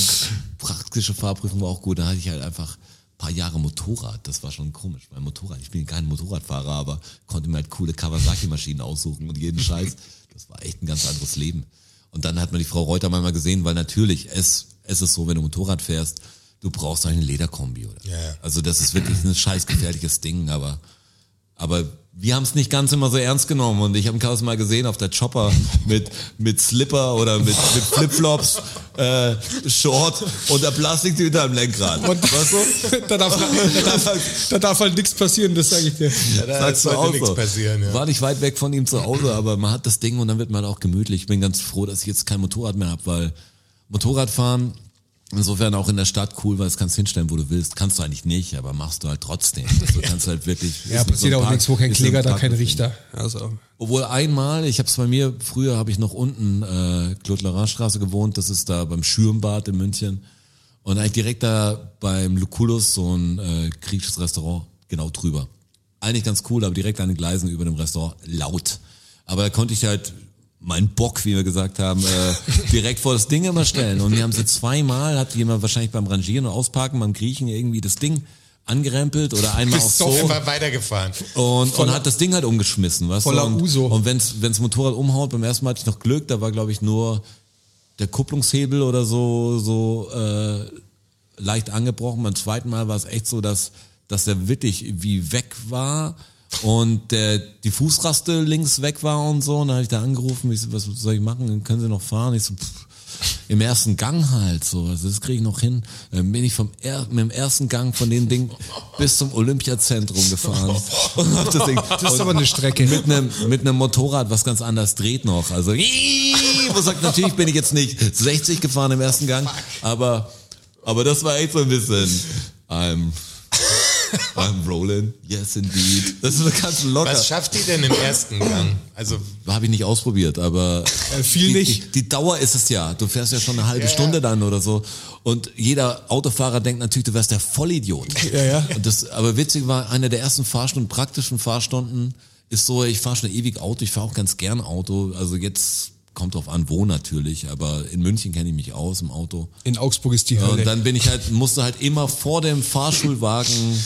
D: praktische Fahrprüfung war auch gut. Da hatte ich halt einfach ein paar Jahre Motorrad. Das war schon komisch. Mein Motorrad. Ich bin kein Motorradfahrer, aber konnte mir halt coole Kawasaki-Maschinen aussuchen und jeden Scheiß. Das war echt ein ganz anderes Leben. Und dann hat man die Frau Reuter mal gesehen, weil natürlich, es, es ist so, wenn du Motorrad fährst, du brauchst halt einen Lederkombi, oder?
B: Ja, ja.
D: Also das ist wirklich ein scheiß gefährliches Ding, aber, aber wir haben es nicht ganz immer so ernst genommen und ich habe Chaos mal gesehen auf der Chopper mit, mit Slipper oder mit, mit Flipflops, äh, Short und der Plastiktüte am Lenkrad.
C: Und
D: Weißt du?
C: da, darf, da, darf, da darf halt nichts passieren, das sage ich dir.
B: da
D: Sagst du
B: sollte
D: auch
B: nichts
D: so.
B: passieren, ja.
D: War nicht weit weg von ihm zu Hause, aber man hat das Ding und dann wird man auch gemütlich. Ich bin ganz froh, dass ich jetzt kein Motorrad mehr habe, weil Motorradfahren insofern auch in der Stadt cool, weil es kannst hinstellen, wo du willst. Kannst du eigentlich nicht, aber machst du halt trotzdem. Also Du kannst halt wirklich.
C: Ja,
D: ist in
C: passiert
D: so einem
C: auch
D: Park-
C: nichts, wo kein
D: ist in einem
C: Kläger, da
D: Park
C: kein
D: mit drin.
C: Richter. Also,
D: Obwohl einmal, ich habe es bei mir, früher habe ich noch unten äh, Claude-Laurent-Straße gewohnt, das ist da beim Schürmbad in München. Und eigentlich direkt da beim Lucullus, so ein äh, griechisches Restaurant, genau drüber. Eigentlich ganz cool, aber direkt an den Gleisen über dem Restaurant, laut. Aber da konnte ich halt meinen Bock, wie wir gesagt haben, äh, direkt vor das Ding immer stellen. Und wir haben sie zweimal, hat jemand wahrscheinlich beim Rangieren und Ausparken, beim Griechen irgendwie das Ding angerempelt oder einmal auch
B: Bist so
D: so.
B: einfach weitergefahren.
D: Und, und hat das Ding halt umgeschmissen, weißt
C: Voller
D: du? Und,
C: Uso.
D: Und wenn's, wenn's Motorrad umhaut, beim ersten Mal hatte ich noch Glück, da war glaube ich nur der Kupplungshebel oder so, so äh, leicht angebrochen. Beim zweiten Mal war es echt so, dass, dass der wirklich wie weg war und der, die Fußraste links weg war und so. Und dann habe ich da angerufen, ich so, was soll ich machen? Können Sie noch fahren? Ich so, pff, im ersten Gang halt so, also das kriege ich noch hin. Dann bin ich vom er mit dem ersten Gang von dem Ding bis zum Olympiazentrum gefahren. Und hab das Ding.
C: das ist aber eine Strecke.
D: Mit einem, mit einem Motorrad, was ganz anders dreht noch. Also, wo sagt, natürlich bin ich jetzt nicht 60 gefahren im ersten Gang, aber, aber das war echt so ein bisschen, I'm, I'm rolling, yes indeed. Das ist ganz locker.
B: Was schafft die denn im ersten Gang? Also,
D: Habe ich nicht ausprobiert, aber
C: Äh, viel
D: die,
C: nicht.
D: Die, die Dauer ist es ja. Du fährst ja schon eine halbe Stunde dann oder so. Und jeder Autofahrer denkt natürlich, du wärst der Vollidiot.
C: Ja, ja.
D: Und das, aber witzig war, eine der ersten Fahrstunden, praktischen Fahrstunden, ist so, ich fahre schon ewig Auto, ich fahre auch ganz gern Auto. Also jetzt kommt drauf an, wo natürlich, aber in München kenne ich mich aus im Auto.
C: in Augsburg ist die Hölle.
D: Und dann bin ich halt, musste halt immer vor dem Fahrschulwagen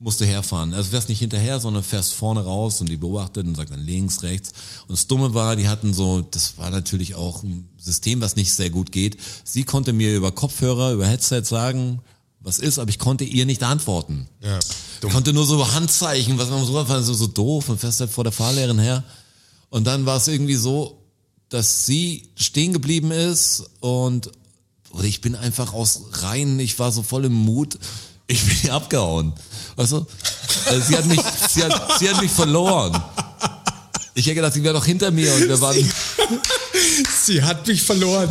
D: musste herfahren. Also fährst nicht hinterher, sondern fährst vorne raus und die beobachtet und sagt dann links, rechts. Und das Dumme war, die hatten so, das war natürlich auch ein System, was nicht sehr gut geht. Sie konnte mir über Kopfhörer, über Headset sagen, was ist, aber ich konnte ihr nicht antworten.
B: ja.
D: Ich konnte nur so Handzeichen, was man so fand, so, so doof und fährst halt vor der Fahrlehrerin her. Und dann war es irgendwie so, dass sie stehen geblieben ist und oder ich bin einfach aus rein, ich war so voll im Mut, ich bin abgehauen. Weißt du? Also sie hat mich, sie hat, sie hat mich verloren. Ich hätte gedacht, sie wäre doch hinter mir und wir waren,
C: Sie hat mich verloren.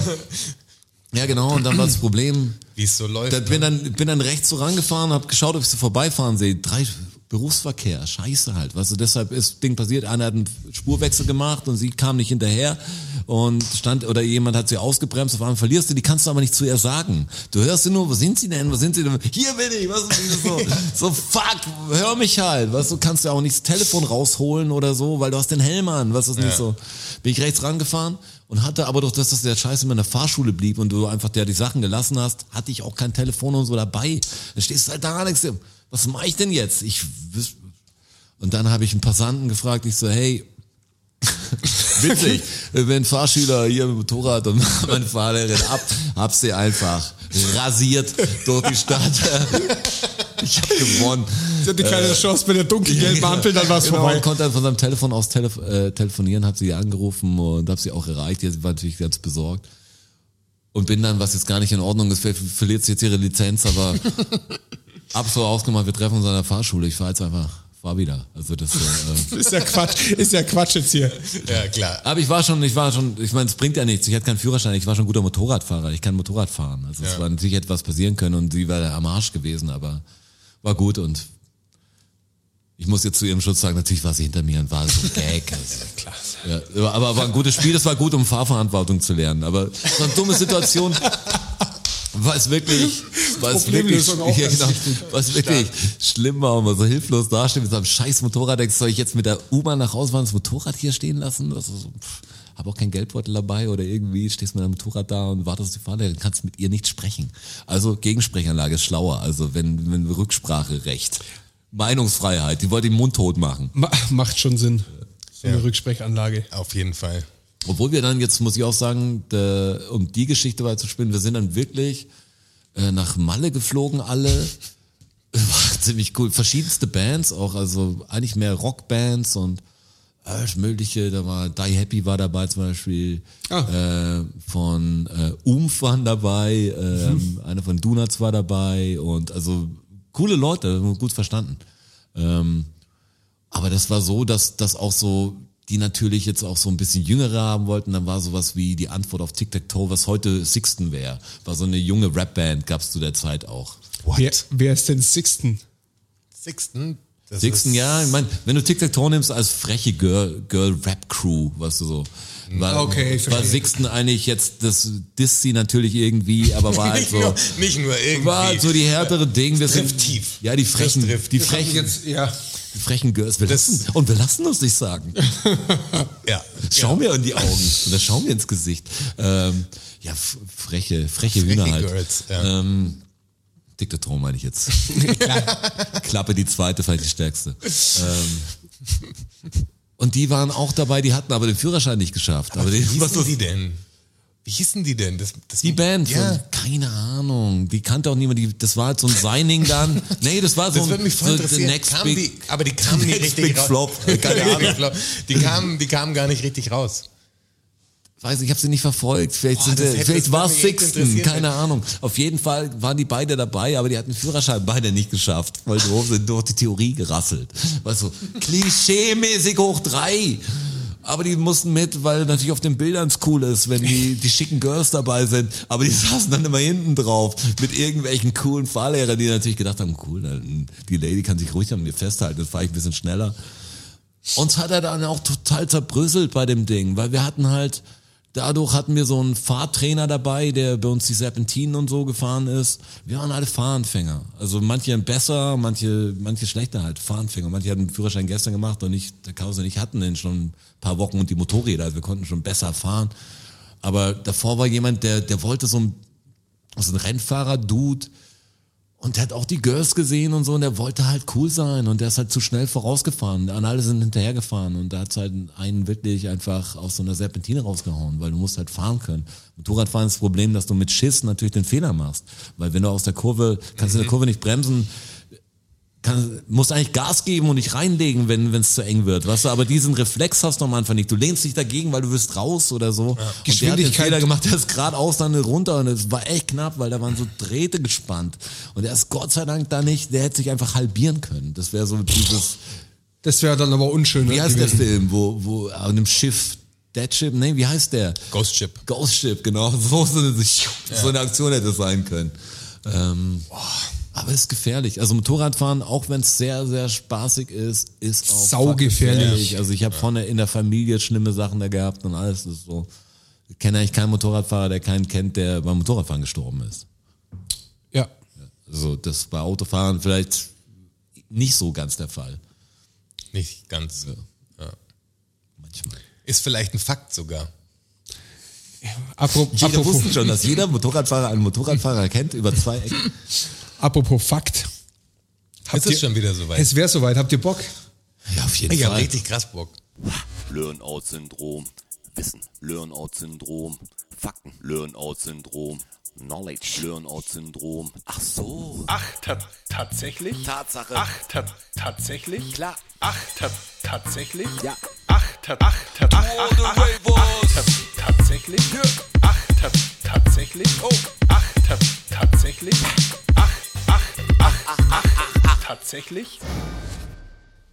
D: ja genau, und dann war das Problem,
B: Wie es so läuft.
D: Da bin dann, bin dann rechts so rangefahren, hab geschaut, ob ich sie vorbeifahren sehe. Drei Berufsverkehr, scheiße halt. Weißt du, deshalb ist Ding passiert. Einer hat einen Spurwechsel gemacht und sie kam nicht hinterher und stand, oder jemand hat sie ausgebremst, auf einmal verlierst du, die kannst du aber nicht zu ihr sagen. Du hörst sie nur, wo sind sie denn, wo sind sie denn? Hier bin ich, was ist denn so? So, fuck, hör mich halt. Weißt du, kannst ja auch nicht das Telefon rausholen oder so, weil du hast den Helm an, was ist nicht so. Bin ich rechts rangefahren und hatte aber durch das, dass der Scheiß immer in der Fahrschule blieb und du einfach der die Sachen gelassen hast, hatte ich auch kein Telefon und so dabei. Dann stehst du halt da, Alex, was mache ich denn jetzt? Ich wüs- und dann habe ich einen Passanten gefragt, ich so, hey, witzig, wenn Fahrschüler hier mit dem Motorrad und meine Fahrlehrerin ab, hab sie einfach rasiert durch die Stadt. Ich habe gewonnen.
C: Sie hatte keine Chance mit der dunkelgelben Ampel, dann war es
D: Genau,
C: vorbei.
D: und konnte dann von seinem Telefon aus telef äh, telefonieren, habe sie angerufen und habe sie auch erreicht. Die war natürlich ganz besorgt. Und bin dann, was jetzt gar nicht in Ordnung ist, ver verliert sie jetzt ihre Lizenz, aber ab so ausgemacht, wir treffen uns an der Fahrschule. Ich fahr jetzt einfach, fahr wieder. Also das, äh,
C: Ist ja Quatsch, ist ja Quatsch jetzt hier.
B: ja, klar.
D: aber ich war schon, ich war schon, ich meine, es bringt ja nichts. Ich hatte keinen Führerschein, ich war schon ein guter Motorradfahrer. Ich kann Motorrad fahren. Also es
B: Ja.
D: war natürlich etwas passieren können und sie war am Arsch gewesen, aber war gut und ich muss jetzt zu ihrem Schutz sagen, natürlich war sie hinter mir und war so ein Gag. Also, klar. Ja, aber war ein gutes Spiel, das war gut, um Fahrverantwortung zu lernen. Aber so eine dumme Situation war es wirklich, war es wirklich,
C: Problemlösung auch
D: ja,
C: ganz
D: genau, war es wirklich schlimm war und man so hilflos dasteht mit so einem scheiß Motorrad. Denkst du, soll ich jetzt mit der U-Bahn nach Hause fahren, das Motorrad hier stehen lassen? Also so, pff, hab auch keinen Geldbeutel dabei oder irgendwie stehst mit einem Motorrad da und wartest auf die Fahrlehrerin, kannst mit ihr nicht sprechen. Also Gegensprechanlage ist schlauer, also wenn, wenn Rückspracherecht. Meinungsfreiheit, die wollte ihn mundtot machen.
C: Ma macht schon Sinn. So eine
B: Ja.
C: Rücksprechanlage.
B: Auf jeden Fall.
D: Obwohl wir dann jetzt, muss ich auch sagen, da, um die Geschichte weiterzuspielen, wir sind dann wirklich äh, nach Malle geflogen alle. War ziemlich cool. Verschiedenste Bands auch, also eigentlich mehr Rockbands und äh, alles mögliche. Da war Die Happy war dabei zum Beispiel.
C: Ah.
D: Äh, von äh, Umf waren dabei, ähm, einer von Donuts war dabei und also coole Leute, gut verstanden. Ähm, aber das war so, dass das auch so, die natürlich jetzt auch so ein bisschen jüngere haben wollten, dann war sowas wie die Antwort auf Tic-Tac-Toe, was heute Sixten wäre. War so eine junge Rap-Band, gab's zu der Zeit auch.
B: What?
C: Wer, wer ist denn Sixten?
B: Sixten? Das
D: Sixten,
B: ist-
D: ja, ich meine, wenn du Tic-Tac-Toe nimmst als freche Girl- Girl-Rap-Crew, weißt du so. War,
C: Okay, ich
D: war
C: verstehe.
D: Sixten eigentlich jetzt, das disst sie natürlich irgendwie, aber war halt
B: Nicht,
D: so,
B: nur, nicht nur irgendwie.
D: war halt so die härtere Ding. Wir sind,
B: trifft tief.
D: Ja, die frechen,
B: Das trifft.
D: die frechen,
C: Jetzt, ja.
D: die frechen Girls. Wir
B: Das-
D: lassen, und wir lassen uns nicht sagen.
B: ja.
D: Schau mir in die Augen oder schau mir ins Gesicht. Ähm, ja, f- freche, freche,
B: Freche
D: Hühner halt.
B: Girls, ja.
D: Ähm, Diktator meine ich jetzt. Klappe die zweite, vielleicht die stärkste. Ähm, und die waren auch dabei, die hatten aber den Führerschein nicht geschafft. Aber,
B: Wie
D: die, was
B: hießen
D: ist-
B: die denn? Wie hießen die denn? Das, das
D: die Band, von,
B: Ja.
D: keine Ahnung, die kannte auch niemand. Die, das war halt so ein Signing dann. Nee, das war so
B: Das
D: ein
B: würde mich voll
D: so the
B: interessieren.
D: next
B: Kamen
D: big,
B: die, aber die kamen
D: the
B: nicht
D: next
B: richtig
D: big
B: raus.
D: flop.
B: Keine Ahnung, Flop. Die kamen, die kamen gar nicht richtig raus.
D: weiß ich habe sie nicht verfolgt. Vielleicht,
B: Boah,
D: sind,
B: das
D: äh,
B: hätte-
D: vielleicht
B: das
D: war
B: würde mich
D: es
B: echt
D: Sixten,
B: interessieren,
D: keine
B: wenn-
D: Ahnung. Auf jeden Fall waren die beide dabei, aber die hatten den Führerschein beide nicht geschafft, weil die hoch sind durch die Theorie gerasselt. Weißt du, klischeemäßig hoch drei. Aber die mussten mit, weil natürlich auf den Bildern es cool ist, wenn die, die schicken Girls dabei sind. Aber die saßen dann immer hinten drauf mit irgendwelchen coolen Fahrlehrern, die natürlich gedacht haben, cool, dann- die Lady kann sich ruhig an mir festhalten, dann fahre ich ein bisschen schneller. Uns hat er dann auch total zerbröselt bei dem Ding, weil wir hatten halt, dadurch hatten wir so einen Fahrtrainer dabei, der bei uns die Serpentinen und so gefahren ist. Wir waren alle Fahranfänger. Also manche besser, manche, manche schlechter halt, Fahranfänger. Manche hatten den Führerschein gestern gemacht und ich, der Chaos und ich hatten den schon ein paar Wochen und die Motorräder, also wir konnten schon besser fahren. Aber davor war jemand, der, der wollte so ein, so ein Rennfahrer-Dude, und der hat auch die Girls gesehen und so und der wollte halt cool sein und der ist halt zu schnell vorausgefahren. An alle sind hinterhergefahren und da hat halt einen wirklich einfach aus so einer Serpentine rausgehauen, weil du musst halt fahren können. Motorradfahren ist das Problem, dass du mit Schiss natürlich den Fehler machst, weil wenn du aus der Kurve, kannst du in der Kurve nicht bremsen, kann, musst eigentlich Gas geben und dich reinlegen, wenn es zu eng wird, weißt du, aber diesen Reflex hast du am Anfang nicht. Du lehnst dich dagegen, weil du wirst raus oder so. Und der hat den
C: Geschwindigkeit-
D: Fehler gemacht, der ist geradeaus dann runter und es war echt knapp, weil da waren so Drähte gespannt. Und er ist Gott sei Dank da nicht, der hätte sich einfach halbieren können. Das wäre so dieses,
C: Das wäre dann aber unschön. ne,
D: wie heißt der
C: gewesen.
D: Film, wo, wo an einem Schiff, Dead Ship, nee, wie heißt der?
B: Ghost Ship.
D: Ghost Ship, genau. So, so, eine, so eine Aktion hätte es sein können. Ähm, aber es ist gefährlich. Also Motorradfahren, auch wenn es sehr, sehr spaßig ist, ist auch
C: Saugefährlich.
D: fuckgefährlich. Also ich habe vorne in der Familie schlimme Sachen da gehabt und alles ist so. Ich kenne eigentlich keinen Motorradfahrer, der keinen kennt, der beim Motorradfahren gestorben ist.
C: Ja.
D: Also das bei Autofahren vielleicht nicht so ganz der Fall.
B: Nicht ganz. Ja.
D: Manchmal.
B: Ist vielleicht ein Fakt sogar.
C: Apro
D: Jeder
C: apropos,
D: wusste schon, dass jeder Motorradfahrer einen Motorradfahrer kennt über zwei Ecken.
C: apropos Fakt. Habt
B: Ist es
C: ihr-
B: schon wieder soweit?
C: Es wäre soweit. Habt ihr Bock?
D: Ja, auf jeden
B: ich hab
D: Fall.
B: richtig krass Bock.
E: Learn-out-Syndrom, Wissen, Learn-out-Syndrom, Fakten, Learn-out-Syndrom, Knowledge, Learn-out-Syndrom. Ach so.
F: Ach, ta tatsächlich?
E: Tatsache.
F: Ach, ta tatsächlich?
E: Klar.
F: Ach, ta tatsächlich?
E: Ja.
F: Ach, ta ach, ta ach, ach, ach, ach, ta tatsächlich? Ach, ta tatsächlich? Oh. Ach, ta tatsächlich? Ach, ach, ach, ach, ach, tatsächlich?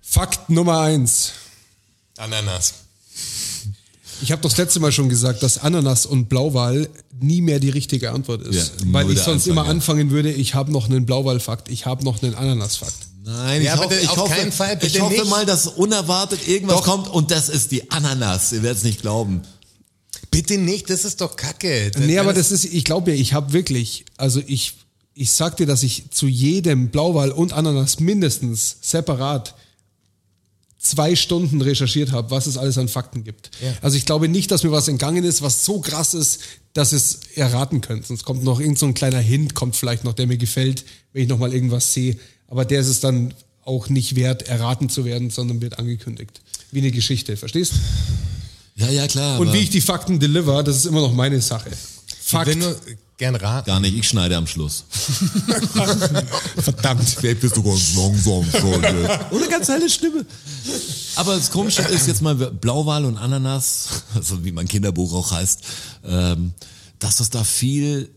C: Fakt Nummer eins.
B: Ananas.
C: Ich habe doch das letzte Mal schon gesagt, dass Ananas und Blauwal nie mehr die richtige Antwort ist.
D: Ja,
C: weil
D: nur
C: ich
D: der
C: sonst
D: Anfang,
C: immer
D: ja.
C: anfangen würde, ich habe noch einen Blauwal-Fakt, ich habe noch einen Ananas-Fakt.
D: Nein,
B: Ja,
D: ich,
B: bitte,
D: hoffe, ich,
B: auf
D: hoffe,
B: keinen Fall, bitte
D: ich hoffe
B: nicht.
D: mal, dass unerwartet irgendwas kommt und das ist die Ananas. Ihr werdet es nicht glauben.
B: Bitte nicht, das ist doch kacke. Das,
C: Nee, aber das ist, ich glaube mir, ich habe wirklich, also ich, ich sag dir, dass ich zu jedem Blauwal und Ananas mindestens separat zwei Stunden recherchiert habe, was es alles an Fakten gibt. Also ich glaube nicht, dass mir was entgangen ist, was so krass ist, dass ihr es erraten könnt. Sonst kommt noch irgend so ein kleiner Hint, kommt vielleicht noch, der mir gefällt, wenn ich nochmal irgendwas sehe. Aber der ist es dann auch nicht wert, erraten zu werden, sondern wird angekündigt. Wie eine Geschichte, verstehst?
D: Ja, ja, klar.
C: Und
D: aber
C: wie ich die Fakten deliver, das ist immer noch meine Sache.
B: Ich will
C: Fakt.
B: nur gern raten.
D: gar nicht, ich schneide am Schluss.
C: Verdammt.
D: Vielleicht bist du ganz langsam, Oder ganz helle Stimme. Aber das Komische ist jetzt mal Blauwal und Ananas, also wie mein Kinderbuch auch heißt, ähm, dass das da viel,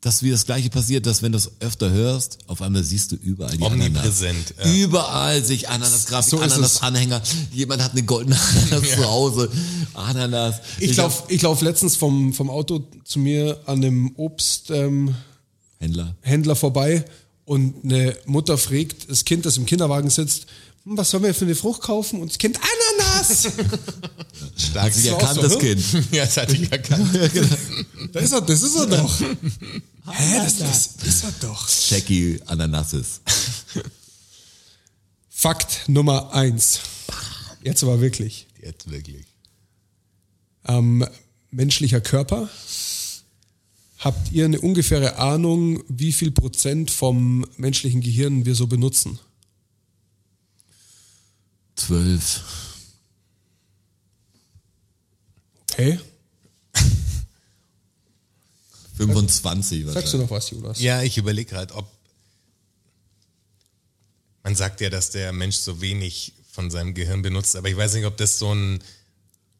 D: dass wie das Gleiche passiert, dass wenn du es öfter hörst, auf einmal siehst du überall die
B: Omnipräsent,
D: Ananas. Überall sich Ananas-Grafik,
C: So ist es.
D: Ananas-Anhänger. Jemand hat eine goldene Ananas zu Hause. Ananas.
C: Ich lauf, ich lauf letztens vom, vom Auto zu mir an einem Obsthändler ähm,
D: Händler.
C: Händler vorbei und eine Mutter fragt das Kind, das im Kinderwagen sitzt, "Hm, was sollen wir für eine Frucht kaufen? Und das Kind, Ananas!
D: Hat sich
C: war auch
D: erkannt,
C: so,
D: das
C: hm?
D: Kind.
B: Ja, das hatte ich erkannt.
C: da ist er, das ist er doch. Hä, das, das ist er doch.
D: Jackie Ananasis.
C: Fakt Nummer eins. Jetzt aber wirklich.
B: Jetzt wirklich.
C: Ähm, menschlicher Körper. Habt ihr eine ungefähre Ahnung, wie viel Prozent vom menschlichen Gehirn wir so benutzen?
D: Zwölf.
C: Okay.
D: 25
C: Sagst du noch was, Jonas?
B: Ja, ich überlege gerade, ob. Man sagt ja, dass der Mensch so wenig von seinem Gehirn benutzt, aber ich weiß nicht, ob das so ein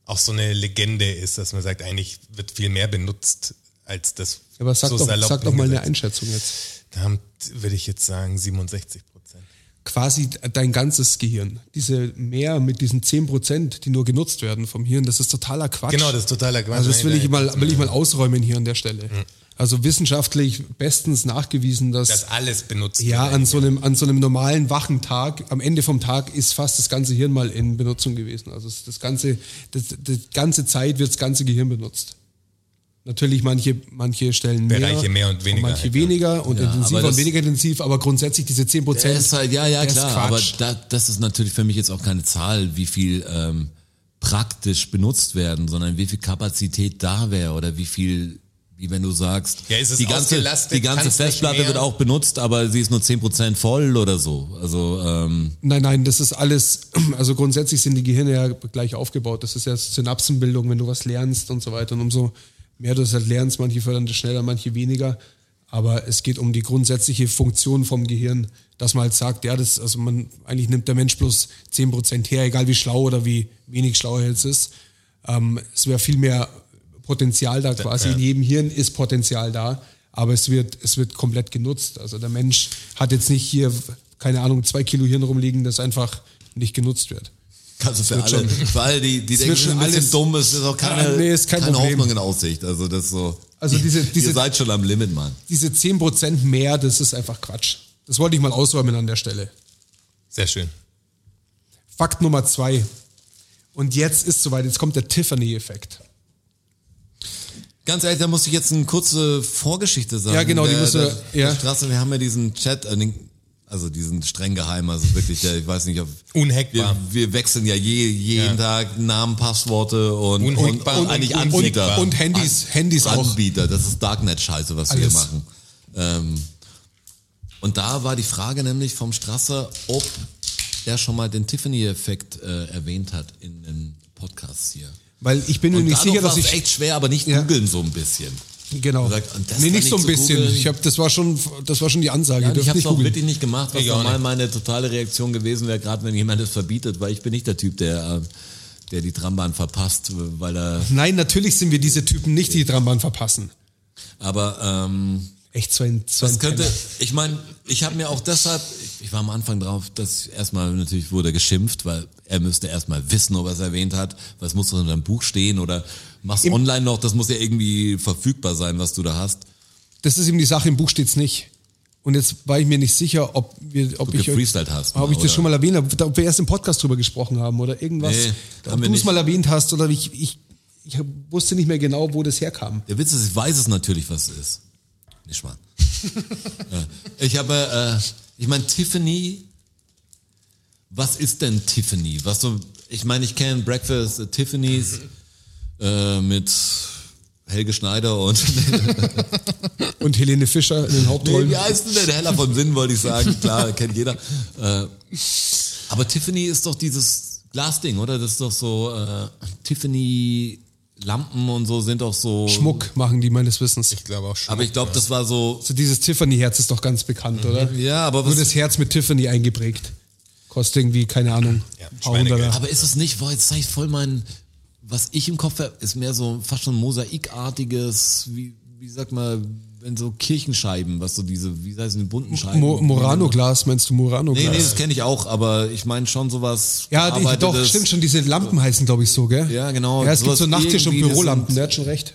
B: auch so eine Legende ist, dass man sagt, eigentlich wird viel mehr benutzt als das.
C: Ja, Aber sag,
B: so
C: doch,
B: salopp
C: sag doch mal eine
B: hingesetzt.
C: Einschätzung jetzt.
B: Da würde ich jetzt sagen 67 Prozent.
C: Quasi dein ganzes Gehirn. Diese mehr mit diesen 10 Prozent, die nur genutzt werden vom Hirn, das ist totaler Quatsch.
B: Genau, das ist totaler Quatsch.
C: also das will ich, mal, will ich mal ausräumen hier an der Stelle. Also wissenschaftlich bestens nachgewiesen, dass
B: Dass alles benutzt
C: ja
B: wird.
C: an so, einem, an so einem normalen wachen Tag, am Ende vom Tag ist fast das ganze Hirn mal in Benutzung gewesen. Also es- das ganze, das, das ganze Zeit wird das ganze Gehirn benutzt. Natürlich manche, manche Stellen mehr,
B: Bereiche mehr und weniger
C: manche
B: halt, ja.
C: weniger und
D: Ja,
C: intensiver
D: aber
C: und
D: das-
C: weniger intensiv, aber grundsätzlich diese 10 Prozent.
D: Der ist halt, ja, ja,
C: der ist
D: klar. Aber
C: Quatsch.
D: da, das ist natürlich für mich jetzt auch keine Zahl, wie viel ähm, praktisch benutzt werden, sondern wie viel Kapazität da wäre oder wie viel, wie wenn du sagst,
B: Ja, ist es
D: die ganze,
B: ausgelastet,
D: die ganze
B: kannst nicht
D: Festplatte
B: mehr?
D: wird auch benutzt, aber sie ist nur 10% voll oder so. Also, ähm,
C: Nein, nein, das ist alles, also grundsätzlich sind die Gehirne ja gleich aufgebaut. Das ist ja Synapsenbildung, wenn du was lernst und so weiter. Und umso mehr du es halt lernst, manche fördern das schneller, manche weniger. Aber es geht um die grundsätzliche Funktion vom Gehirn, dass man halt sagt, ja, das, also man, eigentlich nimmt der Mensch bloß 10% her, egal wie schlau oder wie wenig schlau er jetzt ist. Ähm, es wäre viel mehr Potenzial da quasi. In jedem Hirn ist Potenzial da, aber es wird, es wird komplett genutzt. Also der Mensch hat jetzt nicht hier, keine Ahnung, zwei Kilo Hirn rumliegen, das einfach nicht genutzt wird.
D: Also für
C: wird
D: alle,
C: schon-
D: für alle, die, die denken,
C: wird schon
D: schon ein bisschen
C: alles-
D: dumm ist, ist auch keine,
C: Ah, nee, ist kein
D: keine
C: Problem.
D: Hoffnung in Aussicht. Also das ist so.
C: Also diese-
D: ihr
C: diese-
D: seid schon am Limit, Mann.
C: Diese 10% mehr, das ist einfach Quatsch. Das wollte ich mal ausräumen an der Stelle.
B: Sehr schön.
C: Fakt Nummer zwei. Und jetzt ist soweit, jetzt kommt der Tiffany-Effekt.
D: Ganz ehrlich, da muss ich jetzt eine kurze Vorgeschichte sagen.
C: Ja, genau, die
D: der,
C: musst du-
D: der,
C: ja.
D: der Straße, wir haben ja diesen Chat, äh, den- also diesen streng geheim, also wirklich, ja, ich weiß nicht, ob...
B: Unhackbar.
D: Wir, wir wechseln ja je, jeden Tag Namen, Passworte und, und, und,
B: Unhackbar.
D: eigentlich
B: Und-
C: Und,
D: Anbieter.
C: und Handys, Handys auch.
D: Anbieter, das ist Darknet-Scheiße, was wir hier
C: Alles.
D: machen. Ähm, und da war die Frage nämlich vom Strasser, ob er schon mal den Tiffany-Effekt äh, erwähnt hat in den Podcasts hier.
C: Weil ich bin mir
D: Und
C: nicht sicher, dass
D: war
C: ich.
D: echt schwer, aber nicht
C: Ja.
D: googeln so ein bisschen.
C: genau.
D: gesagt, und das
C: nee,
D: war
C: nicht so ein
D: nicht zu
C: bisschen.
D: googeln.
C: Ich hab, das, war schon, das war schon die Ansage.
D: Ja,
C: Ihr
D: und ich
C: dürft
D: habe
C: nicht
D: es auch
C: googeln.
D: wirklich nicht gemacht, was
B: Ich auch
D: normal
B: nicht.
D: meine totale Reaktion gewesen wäre, gerade wenn jemand das verbietet, weil ich bin nicht der Typ, der, äh, der die Trambahn verpasst, weil er.
C: Nein, natürlich sind wir diese Typen nicht, die die Trambahn verpassen.
D: Aber ähm,
C: Echt so ein, so ein
D: das könnte. Ich meine, ich habe mir auch deshalb, ich war am Anfang drauf, dass erstmal natürlich wurde geschimpft, weil er müsste erstmal wissen, ob er es erwähnt hat, was muss doch in deinem Buch stehen oder mach's online noch, das muss ja irgendwie verfügbar sein, was du da hast.
C: Das ist eben die Sache, im Buch steht's nicht. Und jetzt war ich mir nicht sicher, ob wir, ob
D: Du
C: ich,
D: gefreestylt hast,
C: ob ich
D: oder?
C: das schon mal erwähnt habe, ob wir erst im Podcast drüber gesprochen haben oder irgendwas,
D: Nee, haben
C: ob
D: wir
C: du es
D: nicht.
C: mal erwähnt hast oder ich, ich, ich wusste nicht mehr genau, wo das herkam.
D: Der Witz ist, ich weiß es natürlich, was es ist. Nicht mal. Äh, ich habe, äh, ich meine, Tiffany, was ist denn Tiffany? Was so, ich meine, ich kenne Breakfast at Tiffany's äh, mit Helge Schneider und
C: Und Helene Fischer in den Hauptrollen.
D: wie heißt denn der Heller von Sinn, wollte ich sagen. Klar, kennt jeder. Äh, aber Tiffany ist doch dieses Glasding, oder? Das ist doch so, äh, Tiffany Lampen und so sind doch so.
C: Schmuck machen die meines Wissens.
B: Ich glaube auch schon.
D: Aber ich glaube, das war so
C: Also dieses Tiffany-Herz ist doch ganz bekannt, oder?
D: Ja, aber
C: Nur
D: was-
C: das Herz mit Tiffany eingeprägt. Kostet irgendwie, keine Ahnung,
B: Ja,
C: ein paar Hunderter.
D: Aber ist es nicht, boah, jetzt zeige ich voll mein, was ich im Kopf habe, ist mehr so fast schon mosaikartiges, wie, wie sagt man, wenn so Kirchenscheiben, was so diese, wie heißen die bunten Scheiben?
C: Mo Morano-Glas, meinst du
D: Nee,
C: Morano-Glas?
D: nee, das kenne ich auch, aber ich meine schon sowas.
C: ja, die, doch,
D: gearbeitetes.
C: stimmt schon, diese Lampen heißen, glaube ich, so, gell?
D: Ja, genau.
C: Ja, es gibt
D: Sowas
C: so Nachttisch- und
D: irgendwie, das
C: Bürolampen,
D: sind-
C: der hat schon recht.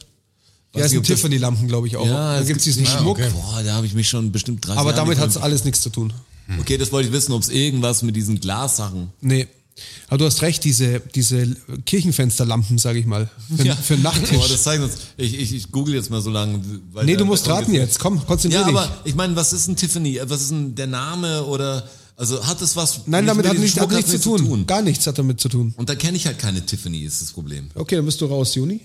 C: Ja, es
D: nicht,
C: sind
D: ob das-
C: Tiffany-Lampen, glaube ich, auch.
D: Ja,
C: da
D: es
C: gibt es diesen
D: ja,
C: Schmuck.
D: Okay. Boah, da habe ich mich schon bestimmt 30
C: Aber
D: Jahre
C: damit
D: nicht
C: hat es
D: mehr-
C: alles nichts zu tun.
D: Okay, das wollte ich wissen, ob es irgendwas mit diesen Glassachen.
C: Nee. Aber du hast recht, diese, diese Kirchenfensterlampen, sage ich mal, für, für den
D: Boah,
C: Nachttisch.
D: das zeigt uns. Ich, ich, ich google jetzt mal so lange. weil
C: nee,
D: da-
C: du
D: da
C: musst
D: kommt
C: raten jetzt. Komm, konzentrier
D: Ja,
C: dich.
D: aber ich meine, was ist ein Tiffany? Was ist denn der Name oder also hat es was?
C: Nein,
D: mit-
C: damit
D: mit
C: hat,
D: diesem
C: nicht, hat
D: Schmuck
C: nichts zu tun. Gar nichts hat damit zu tun.
D: Und da kenne ich halt keine Tiffany, ist das Problem.
C: Okay, dann bist du raus, Juni.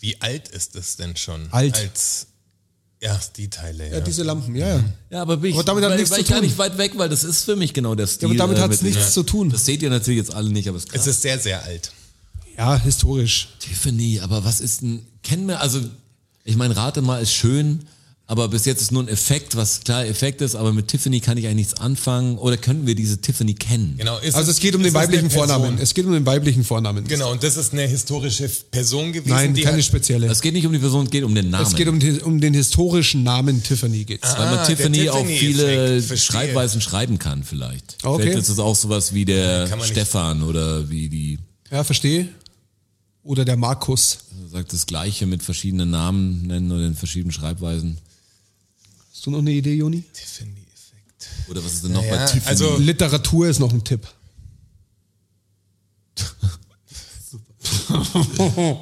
B: Wie alt ist es denn schon?
C: Alt.
B: Als, ja, die Teile. Ja,
C: Ja, diese Lampen, ja, ja.
D: Ja, aber, bin ich,
C: Aber damit hat
D: weil,
C: nichts
D: weil
C: zu
D: ich gar
C: tun.
D: nicht weit weg, weil das ist für mich genau der Stil.
C: Ja, aber damit
D: äh,
C: hat es
D: mit-
C: nichts zu tun.
D: Das seht ihr natürlich jetzt alle nicht, aber es ist krass.
B: es ist sehr, sehr alt.
C: Ja, historisch.
D: Tiffany, aber was ist denn, kennen wir, also ich meine, rate mal ist schön, aber bis jetzt ist nur ein Effekt, was klar Effekt ist, aber mit Tiffany kann ich eigentlich nichts anfangen oder können wir diese Tiffany kennen?
B: Genau, ist
C: Also es geht um
B: ist
C: den
B: eine
C: weiblichen
B: Person?
C: Vornamen. Es geht um den weiblichen Vornamen.
B: Genau, und das ist eine historische Person gewesen.
C: Nein,
B: die
C: keine
B: hat-
C: spezielle.
D: Es geht nicht um die Person, es geht um den Namen.
C: Es geht um den, um den historischen Namen Tiffany geht's. ne?
D: Weil man
B: Ah, der
D: Tiffany auch
B: Tiffany-Effekt.
D: viele
B: Verstehe.
D: Schreibweisen schreiben kann vielleicht.
C: Okay.
D: Vielleicht ist es auch sowas wie der
B: Kann man nicht-
D: Stefan oder wie die,
C: Ja, verstehe. Oder der Markus.
D: sagt das Gleiche mit verschiedenen Namen nennen oder in verschiedenen Schreibweisen.
C: Hast du noch eine Idee, Joni?
B: Tiffany-Effekt.
D: Oder was ist denn noch
B: Ja,
D: bei Tiffany?
B: also-
C: Literatur ist noch ein Tipp.
D: okay,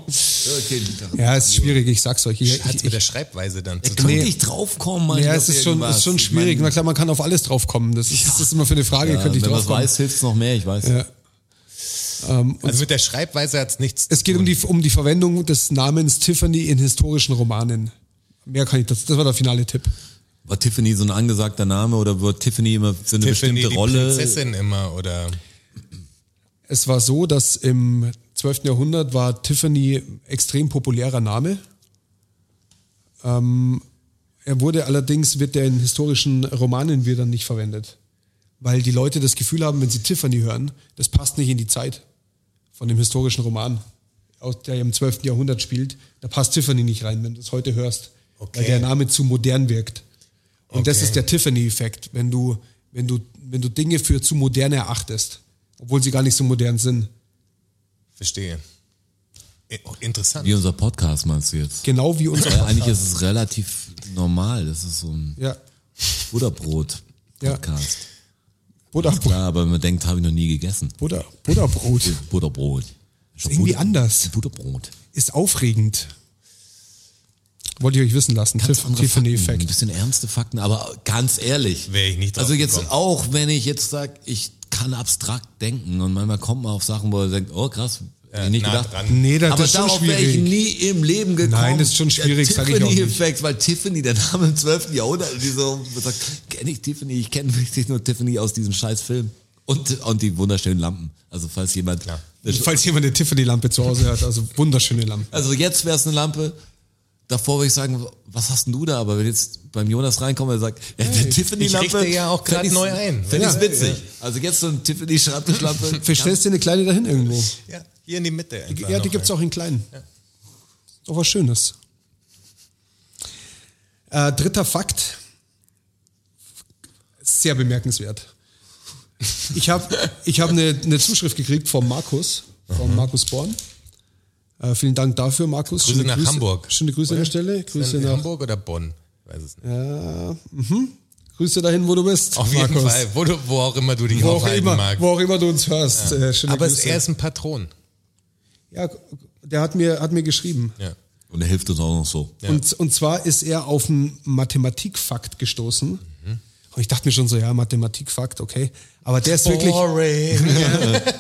C: Ja, ist schwierig, ich sag's euch. Ich,
B: Hat
C: ich,
B: äh, mit der
C: ich,
B: Schreibweise dann zu tun.
D: kann
C: Nee.
D: ich draufkommen, Mann.
C: ja,
D: auf
C: es ist schon,
D: irgendwas.
C: ist schon
D: Ich
C: schwierig.
D: mein,
C: Na klar, man kann auf alles drauf kommen. Das ist, das ist immer für eine Frage,
D: ja,
C: könnte ich
D: Ähm, wenn
C: drauf
D: man es
C: kommen.
D: weiß, hilft es noch mehr, ich weiß.
C: Ja.
B: Also mit der Schreibweise hat es nichts
C: Es geht um die, um die Verwendung des Namens Tiffany in historischen Romanen. Mehr kann ich das. Das war der finale Tipp.
D: War Tiffany so ein angesagter Name oder wird Tiffany immer für eine
B: Tiffany,
D: bestimmte
B: die
D: Rolle?
B: Prinzessin immer oder
C: Es war so, dass im 12. Jahrhundert war Tiffany extrem populärer Name. Ähm, er wurde allerdings, wird der in historischen Romanen wieder nicht verwendet. Weil die Leute das Gefühl haben, wenn sie Tiffany hören, das passt nicht in die Zeit von dem historischen Roman, aus der im 12. Jahrhundert spielt. Da passt Tiffany nicht rein, wenn du es heute hörst.
B: Okay.
C: Weil der Name zu modern wirkt. Und das
B: Okay.
C: ist der Tiffany-Effekt, wenn du, wenn, du, wenn du Dinge für zu modern erachtest, obwohl sie gar nicht so modern sind.
B: Verstehe. I- oh, Interessant.
D: Wie unser Podcast meinst du jetzt?
C: Genau wie unser
D: Weil eigentlich ist es relativ normal. Das ist so ein
C: Ja.
D: Butterbrot-Podcast.
C: Butterbrot.
D: Ja, aber man denkt, habe ich noch nie gegessen.
C: Butter, Butterbrot.
D: Butterbrot. Ist
C: irgendwie anders.
D: Butterbrot.
C: Ist aufregend. Wollte ich euch wissen lassen. Tiff-
D: Andere Fakten, Ein
C: Tiffany-Effekt.
D: bisschen ernste Fakten, aber ganz ehrlich.
B: Wär ich nicht drauf
D: Also jetzt
B: gekommen.
D: auch, wenn ich jetzt sage, ich kann abstrakt denken und manchmal kommt man auf Sachen, wo man denkt, oh krass, hätte ich nicht
B: nah
D: gedacht.
B: dran.
C: Nee, das
D: aber
C: ist schon
D: darauf wäre ich
C: schwierig.
D: nie im Leben gekommen.
C: Nein, das ist schon schwierig,
D: Der
C: sag ich auch nicht.
D: Tiffany-Effekt, weil Tiffany, der Name im 12. Jahrhundert, die so sagt, kenne ich Tiffany, ich kenne wirklich nur Tiffany aus diesem scheiß Film. Und, und die wunderschönen Lampen. Also falls jemand...
B: Ja.
C: Falls jemand eine Tiffany-Lampe zu Hause hat, also wunderschöne Lampe.
D: Also jetzt wäre es eine Lampe. Davor würde ich sagen, was hast denn du da? Aber wenn jetzt beim Jonas reinkommt und er sagt, ja, die
B: ich
D: Tiffany-Lampe.
B: richte ja auch
D: fänd
B: grad
D: ich's-
B: neu ein.
D: Fänd
B: Ja.
D: ich's witzig. Also jetzt so eine Tiffany-Schreibtischlampe.
C: Verstellst du eine kleine dahin irgendwo?
B: Ja, hier in die Mitte. einfach
C: Ja,
B: noch
C: die gibt's
B: ein.
C: auch in kleinen. Ist Doch was Schönes. Äh, dritter Fakt. Sehr bemerkenswert. Ich habe ich hab eine, eine Zuschrift gekriegt von Markus, von Markus Born. Äh, vielen Dank dafür, Markus.
B: Mhm. Grüße
C: Schöne
B: nach Hamburg.
C: Schöne Grüße
B: oder?
C: an der Stelle.
B: Ist dann
C: Grüße
B: in
C: nach äh, mhm.
B: Hamburg oder Bonn? Weiß es nicht.
C: Grüße dahin, wo du bist.
B: Auf jeden Fall, wo, du, wo auch immer du dich
C: Wo auch,
B: aufhalten
C: immer,
B: magst.
C: wo auch immer du uns hörst. Äh, schöne
B: Aber es
C: Grüße.
B: er ist ein Patron.
C: ja, der hat mir, hat mir geschrieben.
B: Ja.
D: Und er hilft uns auch noch so.
C: Und, und zwar ist er auf einen Mathematikfakt gestoßen. Und ich dachte mir schon so, ja, Mathematikfakt, okay. Aber der ist wirklich,
B: Boring.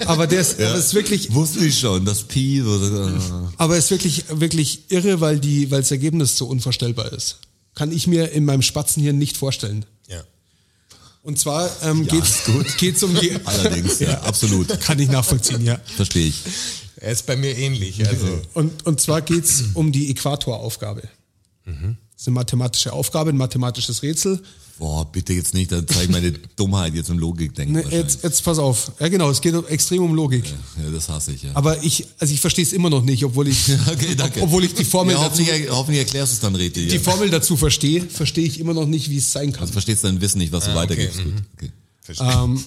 C: aber der ist, aber ist wirklich,
D: Wusste ich schon, das Pi. so-
C: aber ist wirklich, wirklich irre, weil die, weil das Ergebnis so unvorstellbar ist. Kann ich mir in meinem Spatzenhirn nicht vorstellen.
B: Ja.
C: Und zwar ähm,
D: Ja,
C: geht's,
D: ist gut.
C: geht's um die,
D: Allerdings, ja, absolut.
C: kann ich nachvollziehen, ja.
D: Verstehe ich.
B: Er ist bei mir ähnlich. Also,
C: Und, und zwar geht's um die Äquatoraufgabe.
D: Mhm.
C: Das ist eine mathematische Aufgabe, ein mathematisches Rätsel.
D: Boah, bitte jetzt nicht, dann zeig meine Dummheit jetzt im Logikdenken.
C: Ne,
D: wahrscheinlich.
C: jetzt, jetzt pass auf. Ja genau, es geht um- extrem um Logik.
D: ja, das hasse ich, ja.
C: Aber ich, also ich verstehe es immer noch nicht, obwohl ich,
D: okay, danke.
C: obwohl ich die Formel,
D: ja,
C: dazu,
D: hoffentlich, er- hoffentlich erklärst du es dann, Rete.
C: die
D: Ja.
C: Formel dazu verstehe, verstehe ich immer noch nicht, wie es sein kann.
D: Also verstehst du dein Wissen nicht, was
C: Ah,
D: du weitergibst.
C: Mhm.
D: Gut, okay.
C: Ähm,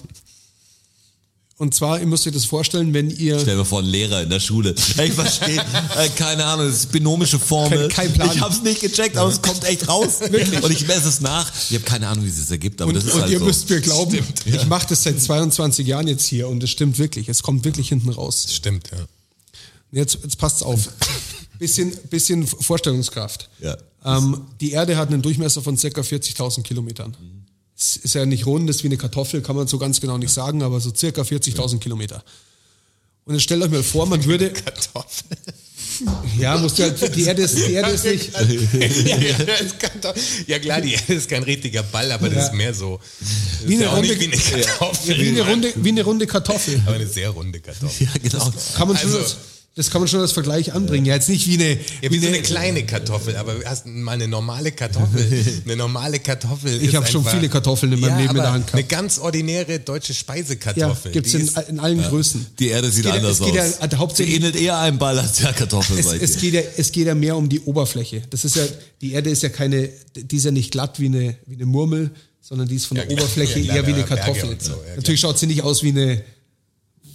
C: und zwar, ihr müsst euch das vorstellen, wenn ihr,
D: Stell mir vor, ein Lehrer in der Schule. Ich verstehe, äh, keine Ahnung, das ist binomische Formel.
C: Kein- kein Plan.
D: Ich hab's nicht gecheckt, aber es kommt echt raus.
C: Wirklich?
D: Und ich messe es nach. Ich habe keine Ahnung, wie es das ergibt, aber
C: und,
D: das ist
C: und
D: halt
C: ihr
D: so.
C: müsst mir glauben, ich mache das seit 22 Jahren jetzt hier und es stimmt wirklich, es kommt wirklich hinten raus.
B: stimmt, ja.
C: Jetzt, jetzt passt's auf. Bisschen, bisschen Vorstellungskraft.
D: Ja.
C: Ähm, die Erde hat einen Durchmesser von ca. 40.000 Kilometern.
D: Mhm.
C: Es ist ja nicht rund, das ist wie eine Kartoffel, kann man so ganz genau nicht sagen, aber so circa 40.000 Kilometer. Und jetzt stellt euch mal vor, man würde.
B: Kartoffel.
C: Ja, musst du halt, die Erde ist, die Erde ist nicht.
B: ja, das ist Kartoffel. ja klar, die ist kein richtiger Ball, aber das
C: Ja.
B: ist mehr so. Das
C: Wie
B: ist
C: eine
B: ja auch
C: runde-
B: nicht wie eine Kartoffel.
C: Wie eine runde, wie eine runde Kartoffel.
B: Aber eine sehr runde Kartoffel.
D: ja, genau.
C: Kann man schon
B: Also-
C: als, das kann man schon als Vergleich anbringen. Ja, jetzt nicht wie eine.
B: Ja, wie so eine kleine Kartoffel, aber hast mal eine normale Kartoffel. Eine normale Kartoffel
C: Ich
B: ist
C: habe schon
B: einfach-
C: viele Kartoffeln in meinem
B: Ja,
C: Leben in
B: aber
C: der Hand
B: Eine
C: gehabt.
B: ganz ordinäre deutsche
C: Ja,
B: Speisekartoffel.
C: gibt's
B: Die
C: in,
B: ist-
C: in allen Größen.
D: Die Erde sieht
C: Geht ja-
D: anders
C: es geht ja-
D: aus.
C: also hauptsächlich-
D: Sie ähnelt eher einem Ball als der Kartoffel,
C: Es,
D: sag ich
C: es,
D: dir.
C: geht ja, es geht ja mehr um die Oberfläche. Das ist ja, die Erde ist ja keine, die ist ja nicht glatt wie eine, wie eine Murmel, sondern die ist von der
B: klar,
C: Oberfläche
B: ja, klar,
C: eher wie
B: da
C: eine
B: Berge
C: Kartoffel.
B: und so, ja, genau. klar.
C: Natürlich schaut sie nicht aus wie eine,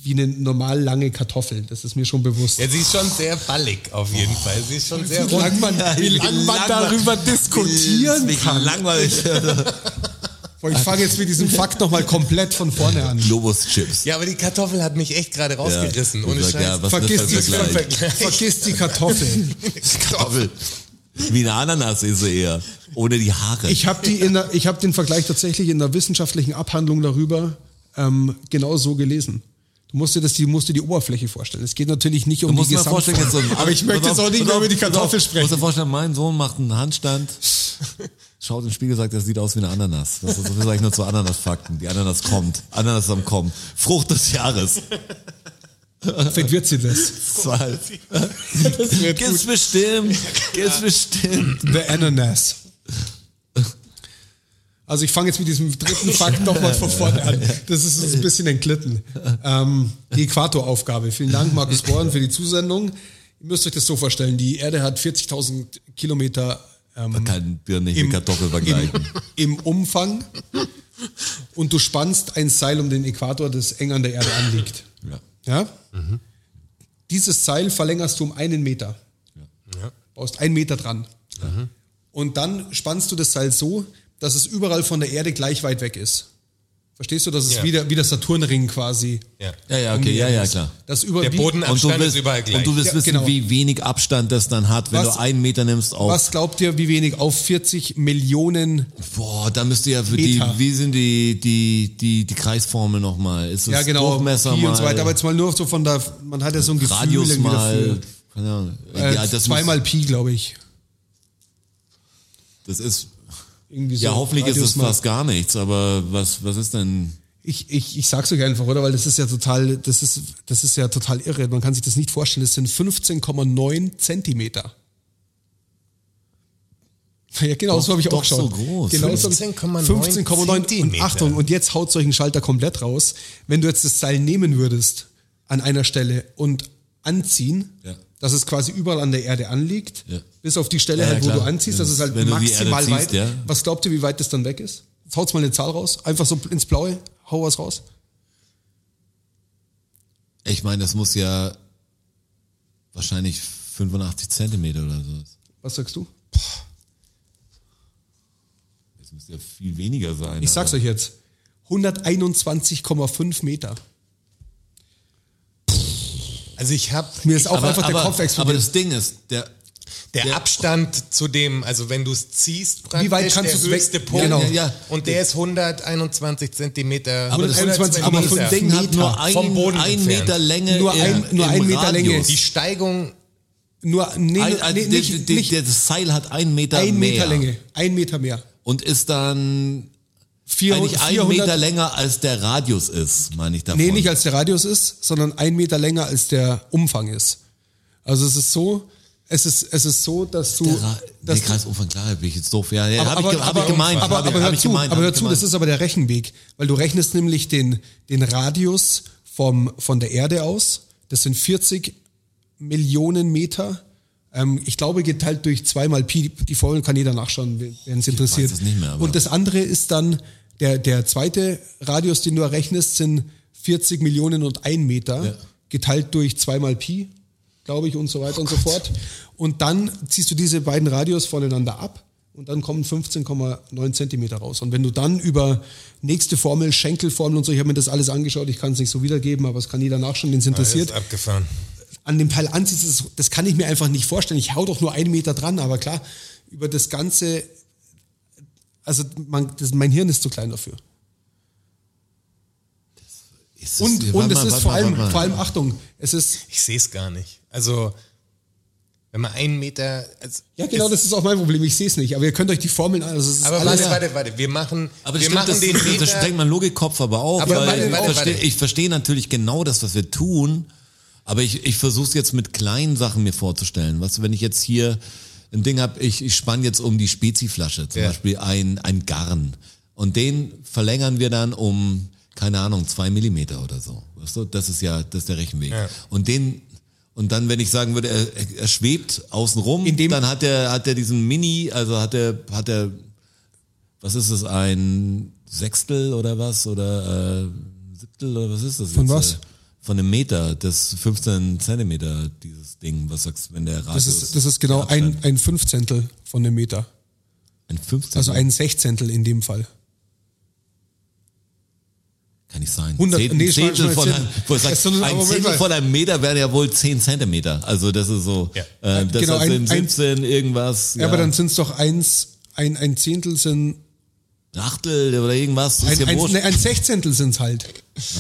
C: wie eine normal lange Kartoffel. Das ist mir schon bewusst.
B: Ja, sie ist schon sehr ballig auf jeden Fall. Sie ist schon sehr
C: wie lange man, wie lang man darüber diskutieren
D: Wie
C: kann.
D: langweilig.
C: Boah, Ich fange jetzt mit diesem Fakt nochmal komplett von vorne an.
D: Globus-Chips.
B: Ja, aber die Kartoffel hat mich echt gerade rausgerissen.
D: Ja.
B: Ohne
D: Ich
B: Scheiß.
D: sag, ja, was
C: Vergiss
D: ist das
C: die,
D: für ein Vergleich?
C: vergiss die Kartoffel.
D: Kartoffel. Wie eine Ananas ist sie eher. Ohne die Haare.
C: Ich habe die in der, ich habe den Vergleich tatsächlich in der wissenschaftlichen Abhandlung darüber ähm, genau so gelesen. Du musst dir das, die musst dir die Oberfläche vorstellen. Es geht natürlich nicht um
D: Du musst
C: die
D: dir mal vorstellen, jetzt so ein
C: Aber ich möchte
D: Pass
C: jetzt
D: auf,
C: auch nicht
D: pass
C: mehr
D: auf,
C: über die
D: pass auf.
C: Kartoffel
D: Du musst dir
C: sprechen.
D: vorstellen, mein Sohn macht einen Handstand, schaut im Spiegel, sagt, das sieht aus wie eine Ananas. Das ist so viel sage ich nur zu Ananas-Fakten. Die Ananas kommt. Ananas am Kommen. Frucht des Jahres.
C: Vielleicht wird sie das.
D: Das war halt. Das wird Gibt's bestimmt. Gibt's bestimmt.
C: The Ananas. Also ich fange jetzt mit diesem dritten Fakt nochmal von vorne an. Das ist uns ein bisschen entglitten. Ähm, die Äquatoraufgabe. Vielen Dank, Markus Born, für die Zusendung. Ihr müsst euch das so vorstellen, die Erde hat 40.000 Kilometer ähm,
D: Man kann Birne nicht
C: Im-
D: mit Kartoffel vergleichen.
C: im Umfang und du spannst ein Seil um den Äquator, das eng an der Erde anliegt.
D: Ja.
C: Ja?
B: Mhm.
C: Dieses Seil verlängerst du um einen Meter. Baust einen Meter dran.
B: Mhm.
C: Und dann spannst du das Seil so, dass es überall von der Erde gleich weit weg ist. Verstehst du? Das ist
B: Ja.
C: wie, der, wie der Saturnring quasi.
B: Ja.
D: Ja, ja, okay, ja, ja, klar.
C: Das über
B: Der
C: wie-
B: Boden am
D: Und du
B: Stand
D: wirst,
B: ist überall gleich.
D: und du wirst
C: Ja,
D: wissen,
C: genau.
D: wie wenig Abstand das dann hat, wenn
C: Was-
D: du einen Meter nimmst auf.
C: Was glaubt ihr, wie wenig? Auf 40 Millionen
D: Boah, da müsste ja für
C: Meter.
D: die, wie sind die, die, die, die Kreisformel nochmal? Ist das
C: ja, genau,
D: Durchmesser
C: Pi
D: mal,
C: und so weiter. Aber jetzt mal nur so von der, man hat ja so ein Gefühl
D: Radius
C: irgendwie
D: mal,
C: dafür.
D: keine Ahnung.
C: Äh,
D: ja, das,
C: zweimal
D: muss,
C: Pi, glaube ich.
D: das ist,
C: Irgendwie so
D: ja, hoffentlich ist
C: Radius
D: es
C: mal-
D: fast gar nichts, aber was, was ist denn,
C: Ich, ich, ich sag's euch einfach, oder? Weil das ist ja total, das ist, das ist ja total irre. Man kann sich das nicht vorstellen. Das sind 15,9 Zentimeter. Ja, genau, so habe ich auch
D: doch so
C: geschaut.
D: groß.
C: Genau, so hab ich-
B: 15,9
C: Und
B: Zentimeter.
C: Achtung, und jetzt haut solchen Schalter komplett raus. Wenn du jetzt das Seil nehmen würdest an einer Stelle und anziehen,
D: Ja.
C: dass es quasi überall an der Erde anliegt,
D: Ja.
C: bis auf die Stelle,
D: Ja, ja,
C: halt, wo
D: klar.
C: du anziehst,
D: Ja.
C: dass es halt
D: Wenn du die Erde
C: maximal weit.
D: ziehst, ja.
C: Was glaubt ihr, wie weit das dann weg ist? Jetzt haut's mal eine Zahl raus. Einfach so ins Blaue, hau was raus.
D: ich meine, das muss ja wahrscheinlich 85 Zentimeter oder so.
C: Was sagst du?
D: Das müsste ja viel weniger sein.
C: Ich sag's
D: aber-
C: euch jetzt. 121,5 Meter.
B: Also ich habe
C: Mir ist auch
D: aber,
C: einfach der
D: aber,
C: Kopf
D: Aber
C: explodiert.
D: das Ding ist, der,
B: der Abstand zu dem, also wenn du es ziehst, praktisch
C: Wie weit kannst
B: der
C: du's weg-
B: höchste Punkt.
C: Genau.
D: Ja, ja.
B: Und der ist 121 Zentimeter.
D: aber das,
C: 121 aber
D: das
C: fünf
D: Ding hat
C: Meter
D: nur ein,
B: vom Boden
D: ein
B: entfernt.
D: Meter Länge.
C: Nur
D: im-
C: ein- nur
D: im
C: ein Meter Länge.
D: Radius.
B: Die Steigung,
C: Nur, nee,
D: Ein, also ein,
C: nee,
D: der-
C: nicht,
D: der-
C: nicht
D: der- das Seil hat einen Meter
C: ein
D: mehr
C: Meter Länge. Ein Meter mehr.
D: und ist dann
C: Vier,
D: eigentlich ein
C: 400
D: Meter länger als der Radius ist, meine ich davon.
C: Nee, nicht als der Radius ist, sondern ein Meter länger als der Umfang ist. Also es ist so, es ist, es ist so, dass du.
D: der Ra nee,
C: dass du-
D: Kreisumfang, klar, bin ich jetzt doof. Ja, ja, hab ich, ge- hab ich gemeint.
C: Aber,
D: hab
C: aber,
D: ich- hab
C: hör
D: ich
C: zu,
D: gemeint,
C: aber
D: hab
C: hör
D: ich
C: zu, das
D: gemeint.
C: ist aber der Rechenweg, weil du rechnest nämlich den, den Radius vom, von der Erde aus. Das sind 40 Millionen Meter. Ähm, ich glaube, geteilt durch zweimal Pi. Die Formel kann jeder nachschauen, wenn es interessiert.
D: das nicht mehr, aber-
C: Und das andere ist dann, der, der zweite Radius, den du errechnest, sind 40 Millionen und ein Meter, geteilt durch zweimal Pi, glaube ich, und so weiter und so fort. Und dann ziehst du diese beiden Radius voneinander ab und dann kommen 15,9 Zentimeter raus. Und wenn du dann über nächste Formel, Schenkelformel und so, ich habe mir das alles angeschaut, ich kann es nicht so wiedergeben, aber es kann jeder nachschauen, den es
B: das
C: interessiert
B: ist abgefahren.
C: an dem Teil anziehst, das, das kann ich mir einfach nicht vorstellen. Ich hau doch nur einen Meter dran, aber klar, über das Ganze, also man, das, mein Hirn ist zu klein dafür.
D: Ist das-
C: Und,
D: warte
C: und es
D: mal,
C: ist
D: warte
C: vor
D: mal,
C: allem,
D: warte mal.
C: vor allem, Achtung, es ist,
B: Ich sehe es gar nicht. Also wenn man einen Meter... Also,
C: ja genau, das ist auch mein Problem, ich sehe es nicht, aber ihr könnt euch die Formeln, also es ist
B: aber
C: alles,
B: warte, warte, warte. Wir machen,
D: Aber
B: wir
D: das stimmt,
B: machen
D: das,
B: den Meter...
D: das sprengt mein Logikkopf aber auch.
B: Aber
D: weil
B: warte,
D: ich,
B: warte,
D: verstehe,
B: warte.
D: ich verstehe natürlich genau das, was wir tun, aber ich, ich versuche es jetzt mit kleinen Sachen mir vorzustellen. Weißt du, wenn ich jetzt hier ein Ding habe, ich, ich spann jetzt um die Speziflasche, zum
B: Ja.
D: Beispiel ein, ein Garn. Und den verlängern wir dann um, keine Ahnung, zwei Millimeter oder so. Weißt du, das ist ja, das ist der Rechenweg.
B: Ja.
D: Und den, und dann, wenn ich sagen würde, er, er schwebt außen rum,
C: In dem-
D: dann hat er, hat er diesen Mini, also hat er, hat er was ist es, ein Sechstel oder was? Oder äh, Siebtel oder was ist das?
C: Von
D: jetzt?
C: was?
D: Äh, Von einem Meter, das 15 Zentimeter, dieses Ding, was sagst du, wenn der Radius...
C: das ist, das ist genau ein, ein Fünfzehntel von einem Meter,
D: Ein 15.
C: also ein Sechzehntel in dem Fall.
D: Kann nicht sein.
C: 100
D: Zehntel,
C: nee,
D: Zehntel
C: schon- schon
D: von
C: Zehntel.
D: einem, wo ich sag,
C: Es sind-
D: ein
C: aber
D: Zehntel
C: Moment
D: von einem Meter wäre ja wohl 10 Zentimeter. Also das ist so,
B: Ja.
D: äh, das
C: Genau,
D: genau,
C: ein-
D: sind
C: ein-
D: 17 irgendwas.
C: Ja, aber dann sind es doch eins, ein, ein Zehntel sind,
D: ein Achtel oder irgendwas.
C: ein,
D: ist ja
C: ein,
D: wurscht.
C: nee, ein Sechzehntel sind es halt.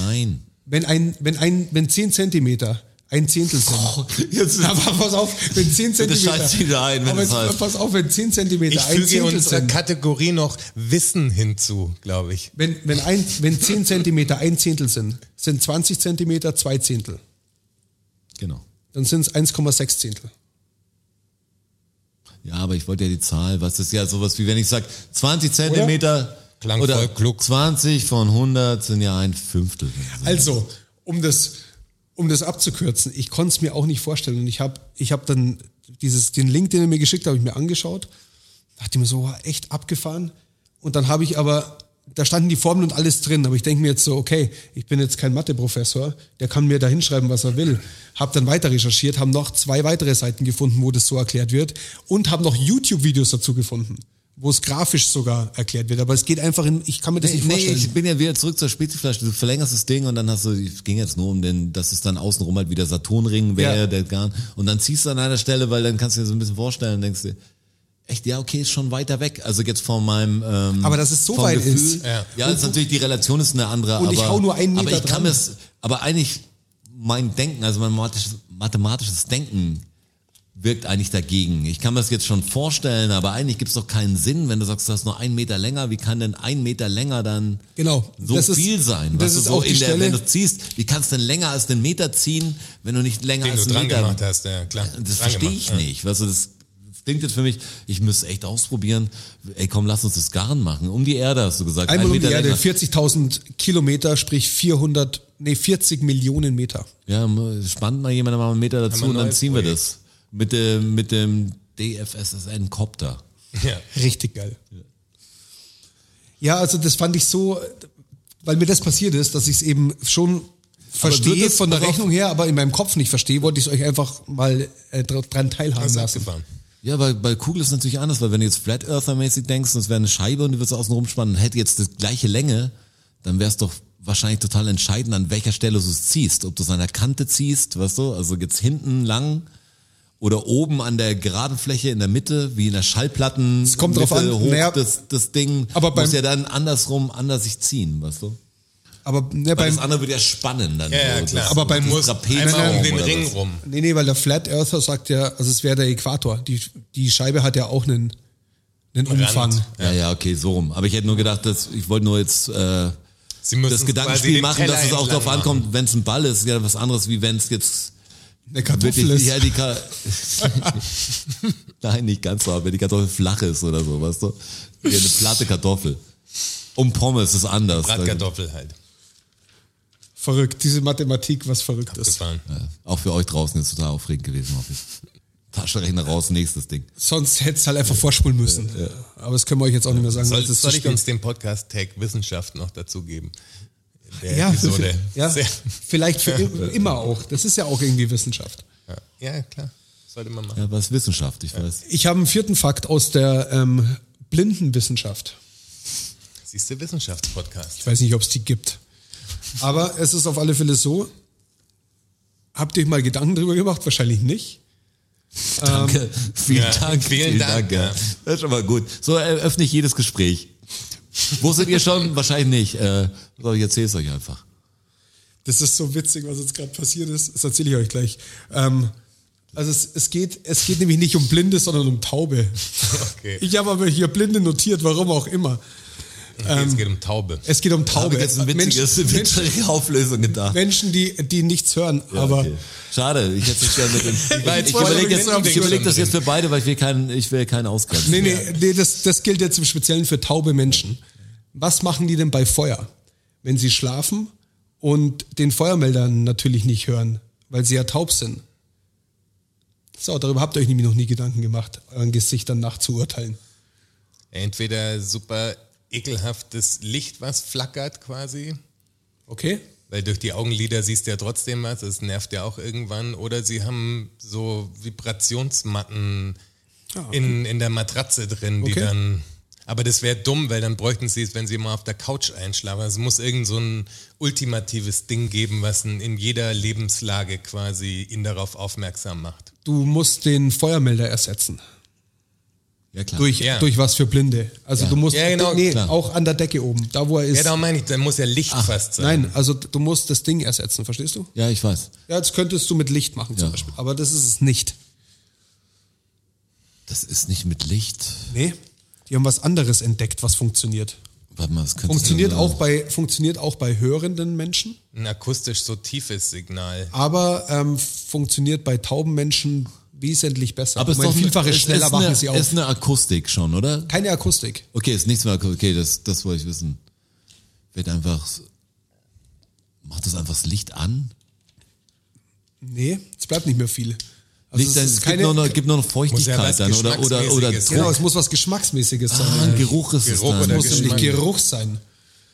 D: Nein.
C: Wenn ein, wenn ein, wenn 10 Zentimeter ein Zehntel sind. jetzt, aber pass auf, wenn 10
D: Bitte
C: Zentimeter.
D: schalt sie wieder ein, wenn
C: aber
D: es halt-
C: jetzt,
D: heißt.
C: pass auf, wenn 10 Zentimeter
B: Ich
C: ein
B: füge
C: Zehntel
B: unserer
C: sind.
B: Kategorie noch Wissen hinzu, glaube ich.
C: Wenn, wenn, ein, wenn 10 Zentimeter ein Zehntel sind, sind 20 Zentimeter zwei Zehntel.
D: Genau.
C: Dann sind es 1,6 Zehntel.
D: Ja, aber ich wollte ja die Zahl, was ist ja sowas wie wenn ich sage, 20 Zentimeter
B: Klang
D: oder
B: voll klug.
D: 20 von 100 sind ja ein Fünftel.
C: Also, um das, um das abzukürzen, ich konnte es mir auch nicht vorstellen. Und ich habe ich hab dann dieses, den Link, den er mir geschickt hat, habe ich mir angeschaut. Dachte mir so, wow, echt abgefahren. Und dann habe ich aber, da standen die Formeln und alles drin. Aber ich denke mir jetzt so, okay, ich bin jetzt kein Mathe-Professor, der kann mir da hinschreiben, was er will. Habe dann weiter recherchiert, habe noch zwei weitere Seiten gefunden, wo das so erklärt wird. Und habe noch YouTube-Videos dazu gefunden, wo es grafisch sogar erklärt wird. Aber es geht einfach in, ich kann mir das nicht
D: Nee,
C: vorstellen.
D: ich bin ja wieder zurück zur Speziflasche. Du verlängerst das Ding und dann hast du, es ging jetzt nur um den, dass es dann außenrum halt wieder Saturnring wäre,
C: Ja.
D: der Garn. Und dann ziehst du an einer Stelle, weil dann kannst du dir so ein bisschen vorstellen und denkst dir, echt, ja, okay, ist schon weiter weg. Also jetzt von meinem, ähm,
C: Aber dass es so
D: vom
C: weit
D: Gefühl,
C: ist.
D: Ja, ist natürlich, die Relation ist eine andere.
C: Und
D: aber,
C: ich hau nur einen
D: Aber
C: Meter
D: ich kann
C: dran.
D: mir es, aber eigentlich mein Denken, also mein mathematisches, mathematisches Denken wirkt eigentlich dagegen. Ich kann mir das jetzt schon vorstellen, aber eigentlich gibt es doch keinen Sinn, wenn du sagst, du hast nur einen Meter länger, wie kann denn ein Meter länger dann
C: Genau.
D: so
C: Das ist-
D: viel sein?
C: das
D: weißt du,
C: ist
D: so
C: auch die
D: in der,
C: Stelle-
D: wenn du ziehst, wie kannst du denn länger als den Meter ziehen, wenn du nicht länger
B: Den
D: als
B: du
D: den
B: dran
D: Meter
B: gemacht hast, ja klar.
D: das
B: Dran
D: verstehe ich
B: gemacht, ja.
D: nicht. Weißt du, das klingt jetzt für mich, ich müsste echt ausprobieren. Ey, komm, lass uns das Garn machen. Um die Erde hast du gesagt.
C: Einmal
D: Ein
C: um die
D: Meter
C: Erde,
D: länger.
C: 40.000 Kilometer, sprich 400, nee, 40 Millionen Meter.
D: Ja, m- spannt mal jemand mal einen Meter dazu
B: Haben wir
D: und dann
B: neues
D: ziehen wir
B: Projekt.
D: das. Mit dem, mit dem DFSSN-Copter.
B: Ja.
C: Richtig geil. Ja, also das fand ich so, weil mir das passiert ist, dass ich es eben schon
D: wird
C: verstehe
D: es-
C: von der
D: pass auf.
C: Rechnung her, aber in meinem Kopf nicht verstehe, wollte ich es euch einfach mal äh, dra- dran teilhaben
B: Hast du
C: lassen.
B: abgefahren.
D: Ja, bei, bei Kugel ist es natürlich anders, weil wenn du jetzt Flat Earther-mäßig denkst, das wäre eine Scheibe und die würdest du außen rumspannen und hätte jetzt die gleiche Länge, dann wäre es doch wahrscheinlich total entscheidend, an welcher Stelle du es ziehst. Ob du es an der Kante ziehst, weißt du, also jetzt hinten lang oder oben an der geraden Fläche in der Mitte, wie in der Schallplatten.
C: Es kommt drauf
D: Mitte
C: an,
D: Hoch,
C: naja,
D: das, das Ding
C: aber beim-
D: muss ja dann andersrum anders sich ziehen, weißt du?
C: Aber, ne,
D: Weil
C: beim,
D: das andere wird ja spannen dann.
B: Ja, ja,
D: so.
B: klar.
D: Das,
C: Aber beim-
D: das
B: Muss
D: Trapez
B: einmal um
D: rum
B: den
D: oder
B: Ring
D: was.
B: rum.
C: nee, nee, weil der Flat Earther sagt ja, also es wäre der Äquator. Die, die Scheibe hat ja auch einen, einen Umfang.
D: Ja, ja, okay, so rum. Aber ich hätte nur gedacht, dass ich wollte nur jetzt äh,
B: Sie müssen
D: das
B: quasi
D: Gedankenspiel
B: den
D: machen,
B: Teller
D: dass es auch
B: entlang
D: darauf ankommt, wenn es ein Ball ist, ist ja was anderes, wie wenn es jetzt
C: Eine Kartoffel
D: wirklich
C: ist.
D: ja, die Ka Nein, nicht ganz so, aber wenn die Kartoffel flach ist oder so, weißt du? Wie eine platte Kartoffel. Und Pommes ist anders.
B: Bratkartoffel halt.
C: Verrückt, diese Mathematik, was verrückt ist.
B: Gefahren.
D: Also, Ja, auch für euch draußen ist total aufregend gewesen, hoffe ich. Taschenrechner raus, nächstes Ding.
C: Sonst hättest halt einfach vorspulen müssen. Aber das können wir euch jetzt auch nicht mehr sagen.
B: Soll,
C: weil es
B: soll ich
C: zu
B: uns den Podcast-Tag Wissenschaft noch dazugeben? Der
C: ja,
B: Episode.
C: ja,
B: Sehr-
C: vielleicht für im- immer auch. Das ist ja auch irgendwie Wissenschaft.
B: ja, klar. Sollte man machen.
D: Ja, was Wissenschaft, ich weiß.
C: Ich habe einen vierten Fakt aus der ähm, Blindenwissenschaft.
B: Siehst du, Wissenschaftspodcast.
C: Ich weiß nicht, ob es die gibt. Aber es ist auf alle Fälle so. Habt ihr euch mal Gedanken drüber gemacht? Wahrscheinlich nicht. Ähm,
D: Danke. vielen
B: ja,
D: Dank.
B: vielen Dank,
D: ja.
B: ja.
D: Das ist schon mal gut. So eröffne ich jedes Gespräch. Wusstet ihr schon? Wahrscheinlich nicht. Äh, so, ich erzähle es euch einfach.
C: Das ist so witzig, was jetzt gerade passiert ist. Das erzähle ich euch gleich. Ähm, also es, es, geht, es geht nämlich nicht um Blinde, sondern um Taube.
B: Okay.
C: Ich habe aber hier Blinde notiert, warum auch immer.
D: Ähm,
B: Okay, es geht um Taube.
C: Es geht um
D: Habe
C: Taube.
D: ich jetzt eine witzige,
C: Menschen, Menschen,
D: witzige Auflösung gedacht.
C: Menschen die, die nichts hören,
D: Ja,
C: aber
D: okay. Schade, ich hätte es gerne mit dem.
B: war jetzt
D: Ich
B: voll
D: überlege
B: mit
D: jetzt,
B: dem
D: ich überleg das
B: Ding
D: jetzt für beide, weil ich will keinen, ich will keinen ausgrenzen.
C: nee, nee, nee das, das gilt jetzt im Speziellen für taube Menschen. Was machen die denn bei Feuer, wenn sie schlafen und den Feuermelder natürlich nicht hören, weil sie ja taub sind? So, darüber habt ihr euch nämlich noch nie Gedanken gemacht, euren Gesichtern nachzuurteilen.
B: Entweder super ekelhaftes Licht, was flackert quasi,
C: Okay?
B: weil durch die Augenlider siehst du ja trotzdem was, es nervt ja auch irgendwann. Oder sie haben so Vibrationsmatten in, in der Matratze drin, die
C: Ah, Okay.
B: dann. Aber das wäre dumm, weil dann bräuchten sie es, wenn sie mal auf der Couch einschlafen. Also Es muss irgend so ein ultimatives Ding geben, was in in jeder Lebenslage quasi ihn darauf aufmerksam macht.
C: Du musst den Feuermelder ersetzen.
D: Ja, klar.
C: Durch,
B: Ja.
C: durch was für Blinde. Also du musst
B: Ja, genau,
C: nee,
D: klar.
C: auch an der Decke oben, da wo er ist.
B: Ja, darum meine ich, da muss ja Licht fast sein.
C: Nein, also du musst das Ding ersetzen, verstehst du?
D: Ja, ich weiß.
C: Ja, das könntest du mit Licht machen zum
D: Ja.
C: Beispiel. Aber das ist es nicht.
D: Das ist nicht mit Licht.
C: Nee. Die haben was anderes entdeckt, was funktioniert.
D: Warte mal, das könnte
C: Funktioniert auch, bei, funktioniert auch bei hörenden Menschen,
B: Ein akustisch so tiefes Signal.
C: aber ähm, funktioniert bei tauben Menschen wesentlich besser.
D: Aber es
C: Um
D: ist
C: ein
D: doch
C: Vielfaches
D: es
C: schneller
D: ist
C: wachen
D: eine,
C: sie
D: Ist
C: auf.
D: eine Akustik schon, oder?
C: Keine Akustik.
D: Okay, ist nichts mehr. Akustik. Okay, das, das wollte ich wissen. Wird einfach. Macht das einfach das Licht an?
C: Nee, es bleibt nicht mehr viel. Also
D: Licht,
C: es
D: es,
C: ist
D: gibt,
C: keine,
D: noch, noch- gibt noch eine
B: Muss ja was
D: Feuchtigkeit dann oder, oder, oder
B: Geschmacksmäßiges.
C: genau,
D: Druck.
C: es muss was Geschmacksmäßiges
D: Ah,
C: sein.
D: ein Geruch ist
B: Geruch
D: es
B: oder
D: dann.
C: muss nämlich
B: Geschmack.
C: Geruch sein.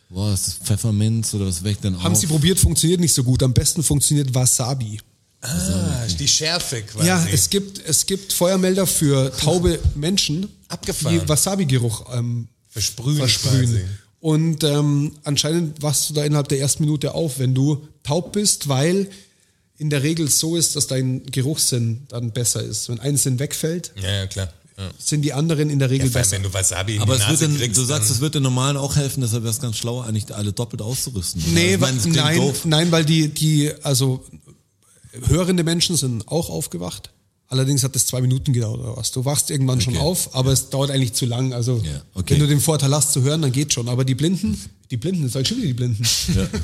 D: Boah, ist das Pfefferminz oder was wächst denn
C: Haben
D: auf?
C: sie probiert, funktioniert nicht so gut. Am besten funktioniert Wasabi.
B: Ah, die Schärfe quasi.
C: Ja, es gibt, es gibt Feuermelder für taube Menschen,
B: Abgefahren.
C: die Wasabi-Geruch ähm,
B: versprühen,
C: versprühen.
B: quasi.
C: Und ähm, anscheinend wachst du da innerhalb der ersten Minute auf, wenn du taub bist, weil in der Regel so ist, dass dein Geruchssinn dann besser ist. Wenn ein Sinn wegfällt,
B: Ja, ja, klar. Ja.
C: sind die anderen in der Regel
B: Ja, vor allem,
C: besser.
B: wenn du Wasabi in
D: Aber
B: die
D: es wird
B: Nase
D: den,
B: kriegst,
D: du sagst,
B: dann-
D: es wird den Normalen auch helfen, deshalb wäre es ganz schlau, eigentlich alle doppelt auszurüsten. Also,
C: Nee,
D: Ich meine, es
C: wa-
D: klingt
C: nein,
D: doof.
C: nein, weil die, die, also hörende Menschen sind auch aufgewacht. Allerdings hat es zwei Minuten gedauert oder was. Du wachst irgendwann schon
D: Okay.
C: auf, aber es dauert eigentlich zu lang. Also
D: Ja, okay.
C: wenn du den Vorteil hast zu hören, dann geht schon. Aber die Blinden, die Blinden, jetzt sag ich schon wieder die Blinden,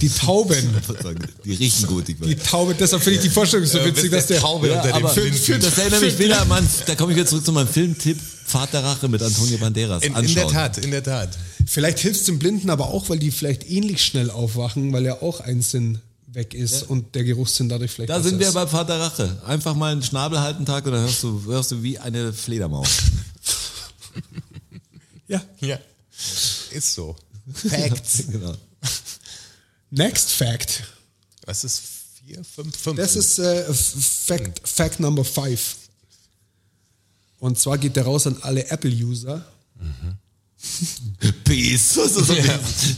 C: die Tauben.
D: Die riechen gut, ich weiß.
C: Die Taube, deshalb finde ich die Vorstellung so
B: Ja,
C: witzig,
B: bist
C: dass der
B: äh, der Taube unter dem
C: aber-
B: Film.
C: Film-
D: Das erinnert mich
C: Film-
D: wieder an meinen, da komme ich wieder zurück zu meinem Filmtipp, Vater Rache mit Antonio Banderas.
B: in, in
D: Anschauen.
B: der Tat, in der Tat.
C: Vielleicht hilft es dem Blinden aber auch, weil die vielleicht ähnlich schnell aufwachen, weil ja auch ein Sinn weg ist und der Geruchssinn dadurch vielleicht
D: Da
C: besser
D: sind wir
C: ist.
D: bei Vater Rache. Einfach mal einen Schnabel halten Tag und dann hörst du, hörst du wie eine Fledermaus.
C: Ja.
B: Ja. Ist so. Facts.
D: genau.
C: Next Fact.
B: Was ist 4, 5, 5?
C: Das ist äh, F- Fact, Fact Number 5. Und zwar geht der raus an alle Apple-User.
D: Peace. Das ist so ein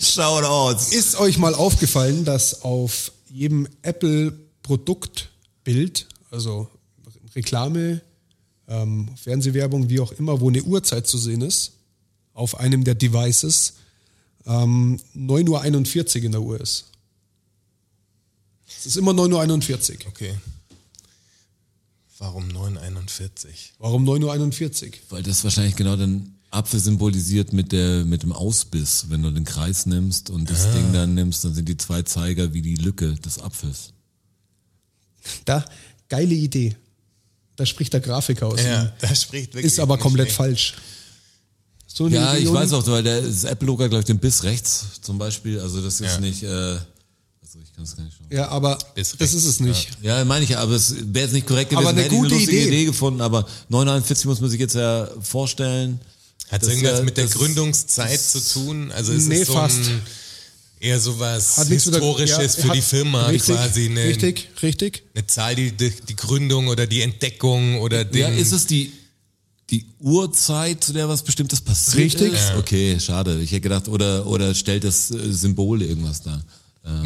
D: Shoutouts.
C: Ist euch mal aufgefallen, dass auf jedem Apple-Produktbild, also Reklame, ähm, Fernsehwerbung, wie auch immer, wo eine Uhrzeit zu sehen ist, auf einem der Devices, ähm, 9.41 Uhr in der Uhr ist. Es ist immer 9.41 Uhr.
B: Okay. Warum 9,41?
C: Warum 9.41 Uhr?
D: Weil das wahrscheinlich genau den Apfel symbolisiert mit, der, mit dem Ausbiss. Wenn du den Kreis nimmst und das Ding dann nimmst, dann sind die zwei Zeiger wie die Lücke des Apfels.
C: Da, geile Idee. Da spricht der Grafiker aus.
B: Ja, das spricht wirklich.
C: ist aber
B: nicht
C: komplett
B: schlecht.
C: falsch. So eine
D: Ja, ich
C: Million-
D: weiß auch, weil der, das Apple-Logo hat, glaube ich, den Biss rechts zum Beispiel. Also das ist
B: Ja.
D: nicht... Äh, also ich kann es gar nicht schauen.
C: Ja, aber
B: Ist
C: das ist es nicht.
D: Ja, meine ich ja, aber es wäre jetzt nicht korrekt gewesen,
C: Aber eine
D: hätte
C: gute
D: ich eine lustige
C: Idee.
D: Idee. gefunden, aber 941 muss man sich jetzt ja vorstellen.
B: Hat
D: Das
B: irgendwas
D: ja-
B: mit der
D: das-
B: Gründungszeit zu tun? Also es
C: Nee,
B: ist so
C: fast.
B: Ein, eher sowas
C: Hat nichts mit der-
B: Historisches
C: ja,
B: für
C: hat-
B: die Firma
C: richtig,
B: quasi. ne? Eine,
C: Richtig, richtig.
B: eine Zahl, die, die die Gründung oder die Entdeckung oder den...
D: Ja, ist es die, die Uhrzeit, zu der was Bestimmtes passiert
C: Richtig.
D: ist? Okay, schade. Ich hätte gedacht, oder, oder stellt das äh, Symbol irgendwas da?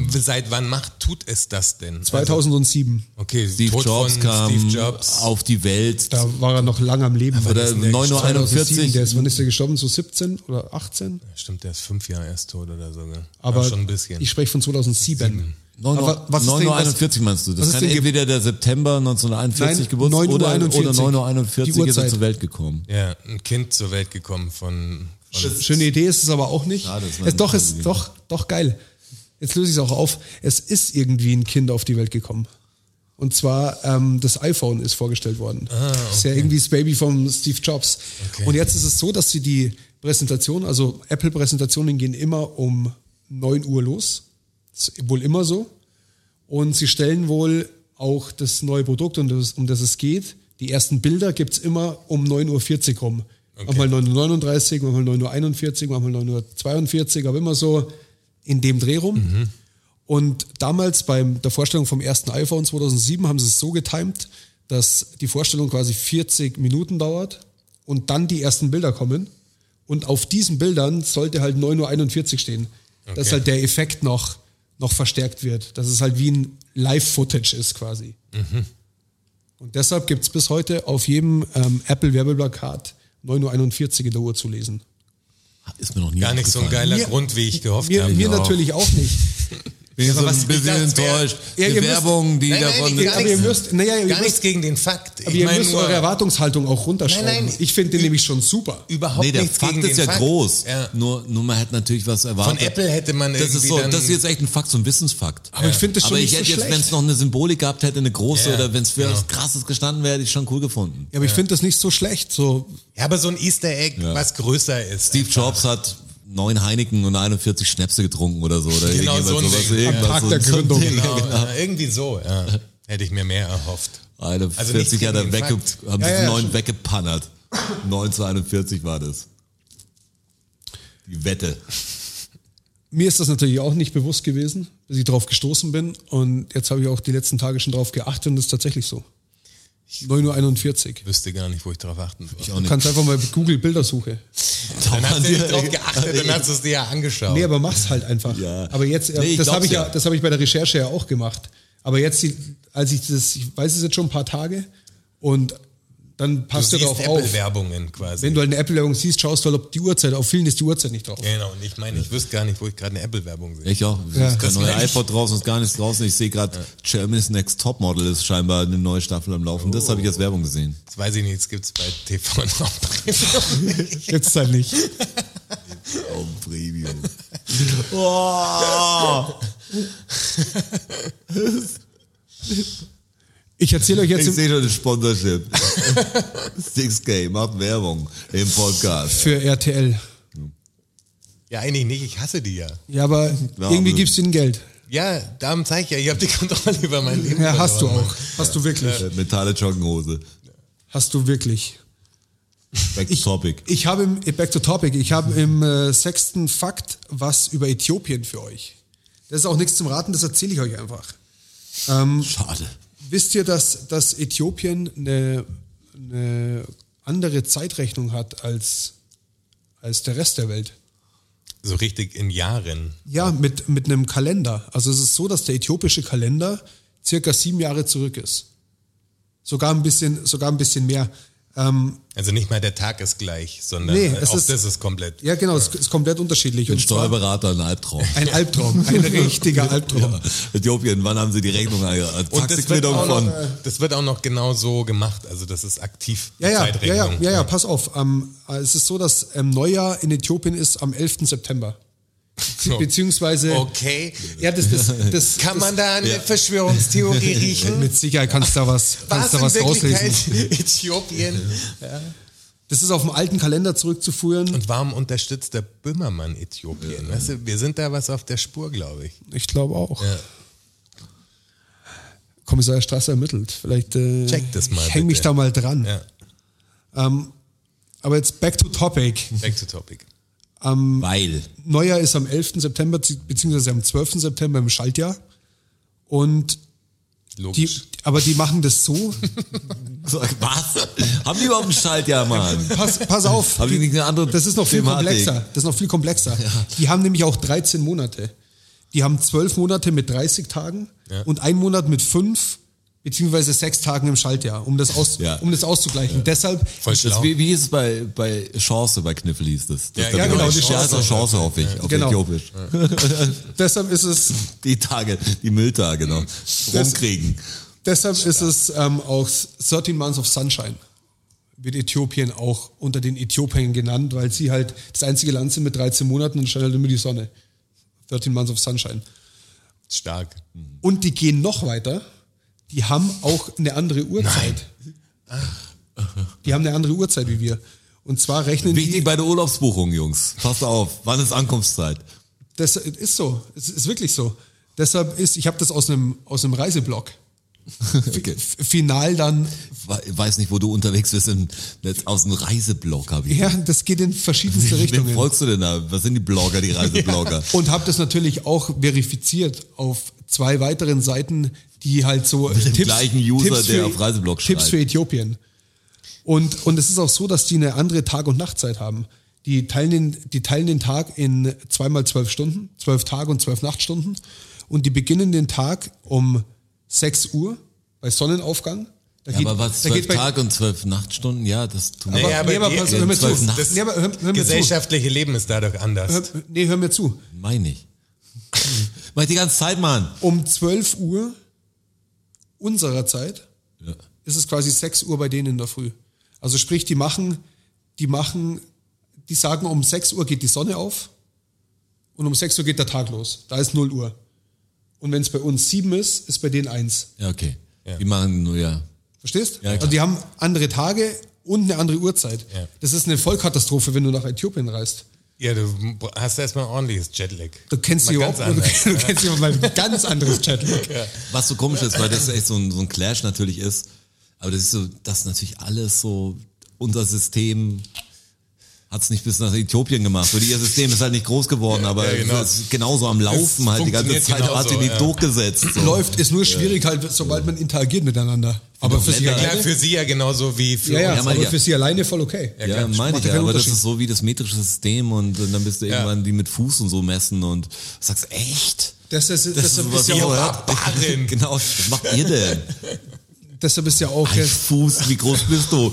B: Seit wann macht, tut es das denn?
C: 2007.
B: Also, okay,
D: Steve
B: Tod
D: Jobs
B: von
D: kam
B: Steve Jobs.
D: auf die Welt.
C: Da war er noch lang am Leben.
D: Oder
C: Wann ist denn der
D: 9.41
C: 2007, Der ist, wann ist der gestorben? So 17 oder 18?
B: Stimmt, der ist fünf Jahre erst tot oder so. gell?
C: Aber
B: ja, schon ein bisschen.
C: ich spreche von 2007.
D: 9 Uhr-
C: Aber was ist denn-
D: 9.41 meinst du?
C: was
D: Das
C: ist
D: kann
C: denn ge-
D: entweder der September 1941
C: Nein,
D: Geburtstag
C: 9 Uhr
D: oder, oder
C: 41.
D: 9.41
C: Die
D: ist er
C: Uhrzeit.
D: zur Welt gekommen.
B: ja, ein Kind zur Welt gekommen von... von
C: was, schöne Idee ist es aber auch nicht.
D: Schade, dass man
C: es doch,
D: nicht
C: ist
D: irgendwie-
C: doch, doch geil. Jetzt löse ich es auch auf. Es ist irgendwie ein Kind auf die Welt gekommen. Und zwar, ähm, das iPhone ist vorgestellt worden. Ist ja irgendwie das Baby von Steve Jobs.
B: Okay.
C: Und jetzt ist es so, dass sie die Präsentation, also Apple-Präsentationen gehen immer um 9 Uhr los. Ist wohl immer so. Und sie stellen wohl auch das neue Produkt, um das, um das es geht. Die ersten Bilder gibt's immer um 9.40 Uhr rum. Manchmal 9.39 Uhr, manchmal 9.41 Uhr, manchmal 9.42 Uhr, aber immer so in dem Dreh rum. Und damals bei der Vorstellung vom ersten iPhone 2007 haben sie es so getimt, dass die Vorstellung quasi 40 Minuten dauert und dann die ersten Bilder kommen. Und auf diesen Bildern sollte halt 9.41 Uhr stehen. Dass
B: Okay.
C: halt der Effekt noch, noch verstärkt wird. Dass es halt wie ein Live-Footage ist quasi.
B: Mhm.
C: Und deshalb gibt es bis heute auf jedem ähm, Apple-Werbeplakat 9.41 Uhr in der Uhr zu lesen.
D: Ist mir noch nie
B: Gar nicht so ein
D: aufgefallen.
B: geiler
C: Mir-
B: Grund, wie ich gehofft
C: Mir,
B: habe.
C: mir natürlich auch nicht.
D: Bin so
B: aber was-
D: ein
B: ich
D: bisschen
B: dachte, es wär-
D: enttäuscht.
C: Ja, ihr
D: die
C: müsst-
D: Werbung, die
B: Nein, nein,
D: davon
B: die
D: mit-
B: gar
C: Aber ihr
B: nichts.
C: müsst, naja, ihr
B: Gar
C: müsst,
B: nichts gegen den Fakt.
C: aber ihr
B: mein
C: müsst
B: nur-
C: eure Erwartungshaltung auch runterschrauben.
B: Nein, nein.
C: ich finde den nämlich schon super.
B: überhaupt
D: Nee, der
B: nichts
D: Fakt
B: gegen
D: ist
B: den
D: ja
B: Fakt.
D: groß.
B: Ja.
D: Nur, nur man hätte natürlich was erwartet.
B: Von Apple hätte man
D: Das ist
B: irgendwie
D: so,
B: dann,
D: das ist jetzt echt ein Fakt, so ein Wissensfakt.
C: Aber ich finde das schon
D: Aber
C: nicht
D: ich hätte
C: so
D: jetzt,
C: schlecht.
D: wenn es noch eine Symbolik gehabt hätte, eine große
B: Ja,
D: oder wenn es für
B: genau.
D: was Krasses gestanden wäre, hätte ich schon cool gefunden.
C: Ja, aber ich finde das nicht so schlecht. So,
B: ja, aber so ein Easter Egg,
D: Ja.
B: was größer ist.
D: Steve Jobs hat neun Heineken und 41 Schnäpse getrunken oder so. Oder
B: Genau, so ein Ding. Am
C: Tag
D: so,
C: der
D: so ein
C: Gründung.
D: Ding.
B: genau, ja, irgendwie so. Ja. Hätte ich mir mehr erhofft.
D: 41
B: nicht
D: hat er
B: Also gegen den
D: wegge
B: Fakt.
D: haben
C: Ja,
D: sie
C: ja,
D: neun
C: schon.
D: weggepannert. 9 zu 41 war das. Die Wette.
C: mir ist das natürlich auch nicht bewusst gewesen, dass ich drauf gestoßen bin. Und jetzt habe ich auch die letzten Tage schon drauf geachtet und das ist tatsächlich so. 9.41 Uhr.
B: Wüsste gar nicht, wo ich drauf achten soll.
D: auch
C: Du kannst einfach mal Google Bildersuche.
B: Dann hast du nicht drauf geachtet, dann hast du es dir ja angeschaut.
C: Nee, aber mach's halt einfach.
D: Ja.
C: Aber jetzt, äh,
D: Nee, ich
C: das
D: glaub's
C: habe ich ja,
D: ja.
C: das habe ich bei der Recherche ja auch gemacht. Aber jetzt, die- als ich das, ich weiß es jetzt schon ein paar Tage und dann
B: du
C: passt du
B: siehst
C: darauf auf.
B: Apple-Werbungen quasi.
C: Wenn du halt eine Apple-Werbung siehst, schaust du halt, ob die Uhrzeit, auf vielen ist die Uhrzeit nicht drauf.
B: genau, und ich meine, ich wüsste gar nicht, wo ich gerade eine Apple-Werbung sehe.
D: Ich auch. Es ist kein
B: Das
D: neuer
B: meine ich.
D: iPod draußen, ist gar nichts draußen. Ich sehe gerade, Germany's Next Topmodel ist scheinbar eine neue Staffel am Laufen. Das habe ich als Werbung gesehen.
B: Das weiß ich nicht, das gibt's bei TV noch
C: Jetzt halt nicht.
D: Oh, Premium. oh.
C: Ich erzähle euch jetzt
D: Ich
C: im,
D: sehe schon das Sponsorship. 6K macht Werbung im Podcast.
C: für RTL.
B: Ja, eigentlich nicht, ich hasse die ja.
C: Ja, aber irgendwie gibst du ihnen Geld.
B: Ja, darum zeige ich ja, ich habe die Kontrolle über mein Leben.
C: Ja, hast du
B: verloren,
C: auch. Hast du wirklich.
D: Äh, Metalle Joggenhose.
C: Hast du wirklich.
D: Back to topic.
C: Ich habe im, back to topic, ich habe im äh, sechsten Fakt was über Äthiopien für euch. Das ist auch nichts zum Raten, das erzähle ich euch einfach.
D: Schade.
C: Wisst ihr, dass, dass Äthiopien eine, eine andere Zeitrechnung hat als, als der Rest der Welt?
B: Mann. So richtig in Jahren.
C: Ja, mit, mit einem Kalender. Also es ist so, dass der äthiopische Kalender circa sieben Jahre zurück ist. Sogar ein bisschen, sogar ein bisschen mehr. Ähm,
B: Also nicht mal der Tag ist gleich, sondern
C: Nee,
B: äh,
C: es
B: auch
C: ist-
B: das ist komplett.
C: ja, genau, es ist komplett unterschiedlich.
D: Mit
C: Und zwar
D: Steuerberater ein Albtraum.
C: ein Albtraum, ein richtiger Albtraum.
D: Äthiopien, wann haben sie die Rechnung eingereicht?
B: Und das wird,
D: Taxiquittung
B: auch
D: von.
B: noch, das wird auch noch genau so gemacht. Also das ist aktiv
C: Ja, ja, ja, ja,
B: Zeitrechnung.
C: ja, ja, pass auf. Ähm, es ist so, dass ähm, Neujahr in Äthiopien ist am 11. September.
B: So.
C: Beziehungsweise,
B: Okay.
C: ja, das, das, das
B: Kann
C: das,
B: man da eine Verschwörungstheorie riechen?
C: Mit Sicherheit kannst du da was,
B: Was
C: kannst da
B: in
C: was
B: Wirklichkeit
C: rauslesen.
B: Äthiopien?
C: Das ist auf dem alten Kalender zurückzuführen.
B: Und warum unterstützt der Böhmermann Äthiopien? Weißt du, wir sind da was auf der Spur, glaube ich.
C: Ich glaube auch.
B: Ja.
C: Kommissar Strasser ermittelt. Vielleicht äh,
B: Check das mal,
C: Ich häng mich
B: bitte.
C: da mal dran.
B: Ja.
C: Aber jetzt back to topic.
B: Back to topic.
D: Weil.
C: Neujahr ist am 11. September beziehungsweise am 12. September im Schaltjahr. Und die,
B: Logisch.
C: aber die machen das so.
D: Sag, Was? Haben die überhaupt einen Schaltjahr, Mann?
C: Pass, pass auf.
D: Haben die nicht eine andere
C: das ist noch viel
D: Thematik?
C: komplexer. Das ist noch viel komplexer. Die haben nämlich auch 13 Monate. Die haben 12 Monate mit 30 Tagen
B: Ja.
C: und ein Monat mit 5 beziehungsweise 6 Tagen im Schaltjahr, um das, aus,
D: Ja.
C: um das auszugleichen. Deshalb
B: Voll schlau.
D: Das, wie, wie ist es bei, bei Chance, bei Kniffel hieß das? das
B: Ja,
D: der
B: ja,
D: Begriff.
B: genau, die
D: Ja, ist auch Chance, hoffe ich, auf
C: Genau.
D: Äthiopisch.
C: Deshalb ist es,
D: Die Tage, die Mülltage noch. Rumkriegen.
C: deshalb ist es ähm, auch 13 Months of Sunshine. Wird Äthiopien auch unter den Äthiopiern genannt, weil sie halt das einzige Land sind mit 13 Monaten und scheint halt immer die Sonne. 13 Months of Sunshine.
B: Stark.
C: Und die gehen noch weiter. Die haben auch eine andere Uhrzeit. Die haben eine andere Uhrzeit wie wir. Und zwar rechnen
D: Wichtig
C: die.
D: bei der Urlaubsbuchung, Jungs. Passt auf, wann ist Ankunftszeit?
C: Das ist so. Es ist wirklich so. Deshalb ist, ich habe das aus einem, aus einem Reiseblog.
D: Okay.
C: F- Final dann,
D: We- Weiß nicht, wo du unterwegs bist, im, jetzt aus dem Reiseblog habe ich.
C: ja, das geht in verschiedenste
D: Wem
C: Richtungen.
D: folgst du denn da? Was sind die Blogger, die Reiseblogger?
C: Und habe das natürlich auch verifiziert auf zwei weiteren Seiten, die halt so Mit
D: dem gleichen User, der auf Reiseblog
C: Tipps
D: schreibt.
C: für Äthiopien. Und, und es ist auch so, dass die eine andere Tag- und Nachtzeit haben. Die teilen den, die teilen den Tag in zweimal zwölf Stunden, zwölf Tage und zwölf Nachtstunden. Und die beginnen den Tag um 6 Uhr bei Sonnenaufgang. Da
D: Ja, aber was,
C: da
D: zwölf
C: bei-
D: Tag und zwölf Nachtstunden? Ja, das tut mir
C: Aber,
B: Ja, aber
C: nee, aber
B: die-
C: pass, hör mir zu.
D: zwölf Nacht-
C: Das, nee, aber hör, hör mir zu.
B: Gesellschaftliche Leben ist dadurch anders.
C: Hör, nee, hör mir zu.
D: meine ich. Mach ich die ganze Zeit, Mann.
C: Um 12 Uhr unserer Zeit
D: Ja.
C: ist es quasi 6 Uhr bei denen in der Früh. Also sprich, die machen, die machen, die sagen, um 6 Uhr geht die Sonne auf und um 6 Uhr geht der Tag los. Da ist 0 Uhr. Und wenn es bei uns 7 ist, ist bei denen 1.
D: Ja, okay. Die machen nur, ja.
C: Verstehst?
D: Ja, klar.
C: also die haben andere Tage und eine andere Uhrzeit.
B: Ja.
C: Das ist eine Vollkatastrophe, wenn du nach Äthiopien reist.
B: Ja, du hast erstmal ein ordentliches Jetlag.
C: Du kennst dich
B: Mal ganz
C: überhaupt du,
B: anders,
C: du kennst dich mal ein ganz anderes Chat.
D: Was so komisch ist, weil das echt so ein, so ein Clash natürlich ist. Aber das ist so, das ist natürlich alles so, unser System hat es nicht bis nach Äthiopien gemacht. So, ihr System ist halt nicht groß geworden, aber
B: ja, genau.
D: es ist genauso am Laufen
B: Es
D: halt die ganze
B: funktioniert
D: Zeit, aber hat sie
B: genauso,
D: nicht
B: ja.
D: durchgesetzt. So.
C: Läuft, ist nur schwierig halt, sobald man interagiert miteinander. Aber für sie
D: Länder-
B: Ja,
C: alleine,
B: für sie ja genauso wie für
C: ja, ja,
D: Ja,
C: aber
D: meine ich ja.
C: für sie alleine voll okay.
D: Ja, meine
C: macht
D: ich
C: ja
D: ja,
C: keinen
D: aber das
C: Unterschied.
D: ist so wie das metrische System und, dann bist du irgendwann die mit Fuß und so messen und sagst, echt?
C: Das ist, deshalb, ist ja
D: ihr
C: auch,
D: habt? Genau, was macht ihr denn?
C: deshalb ist ja auch
D: Ein
C: jetzt
D: Fuß, wie groß bist du?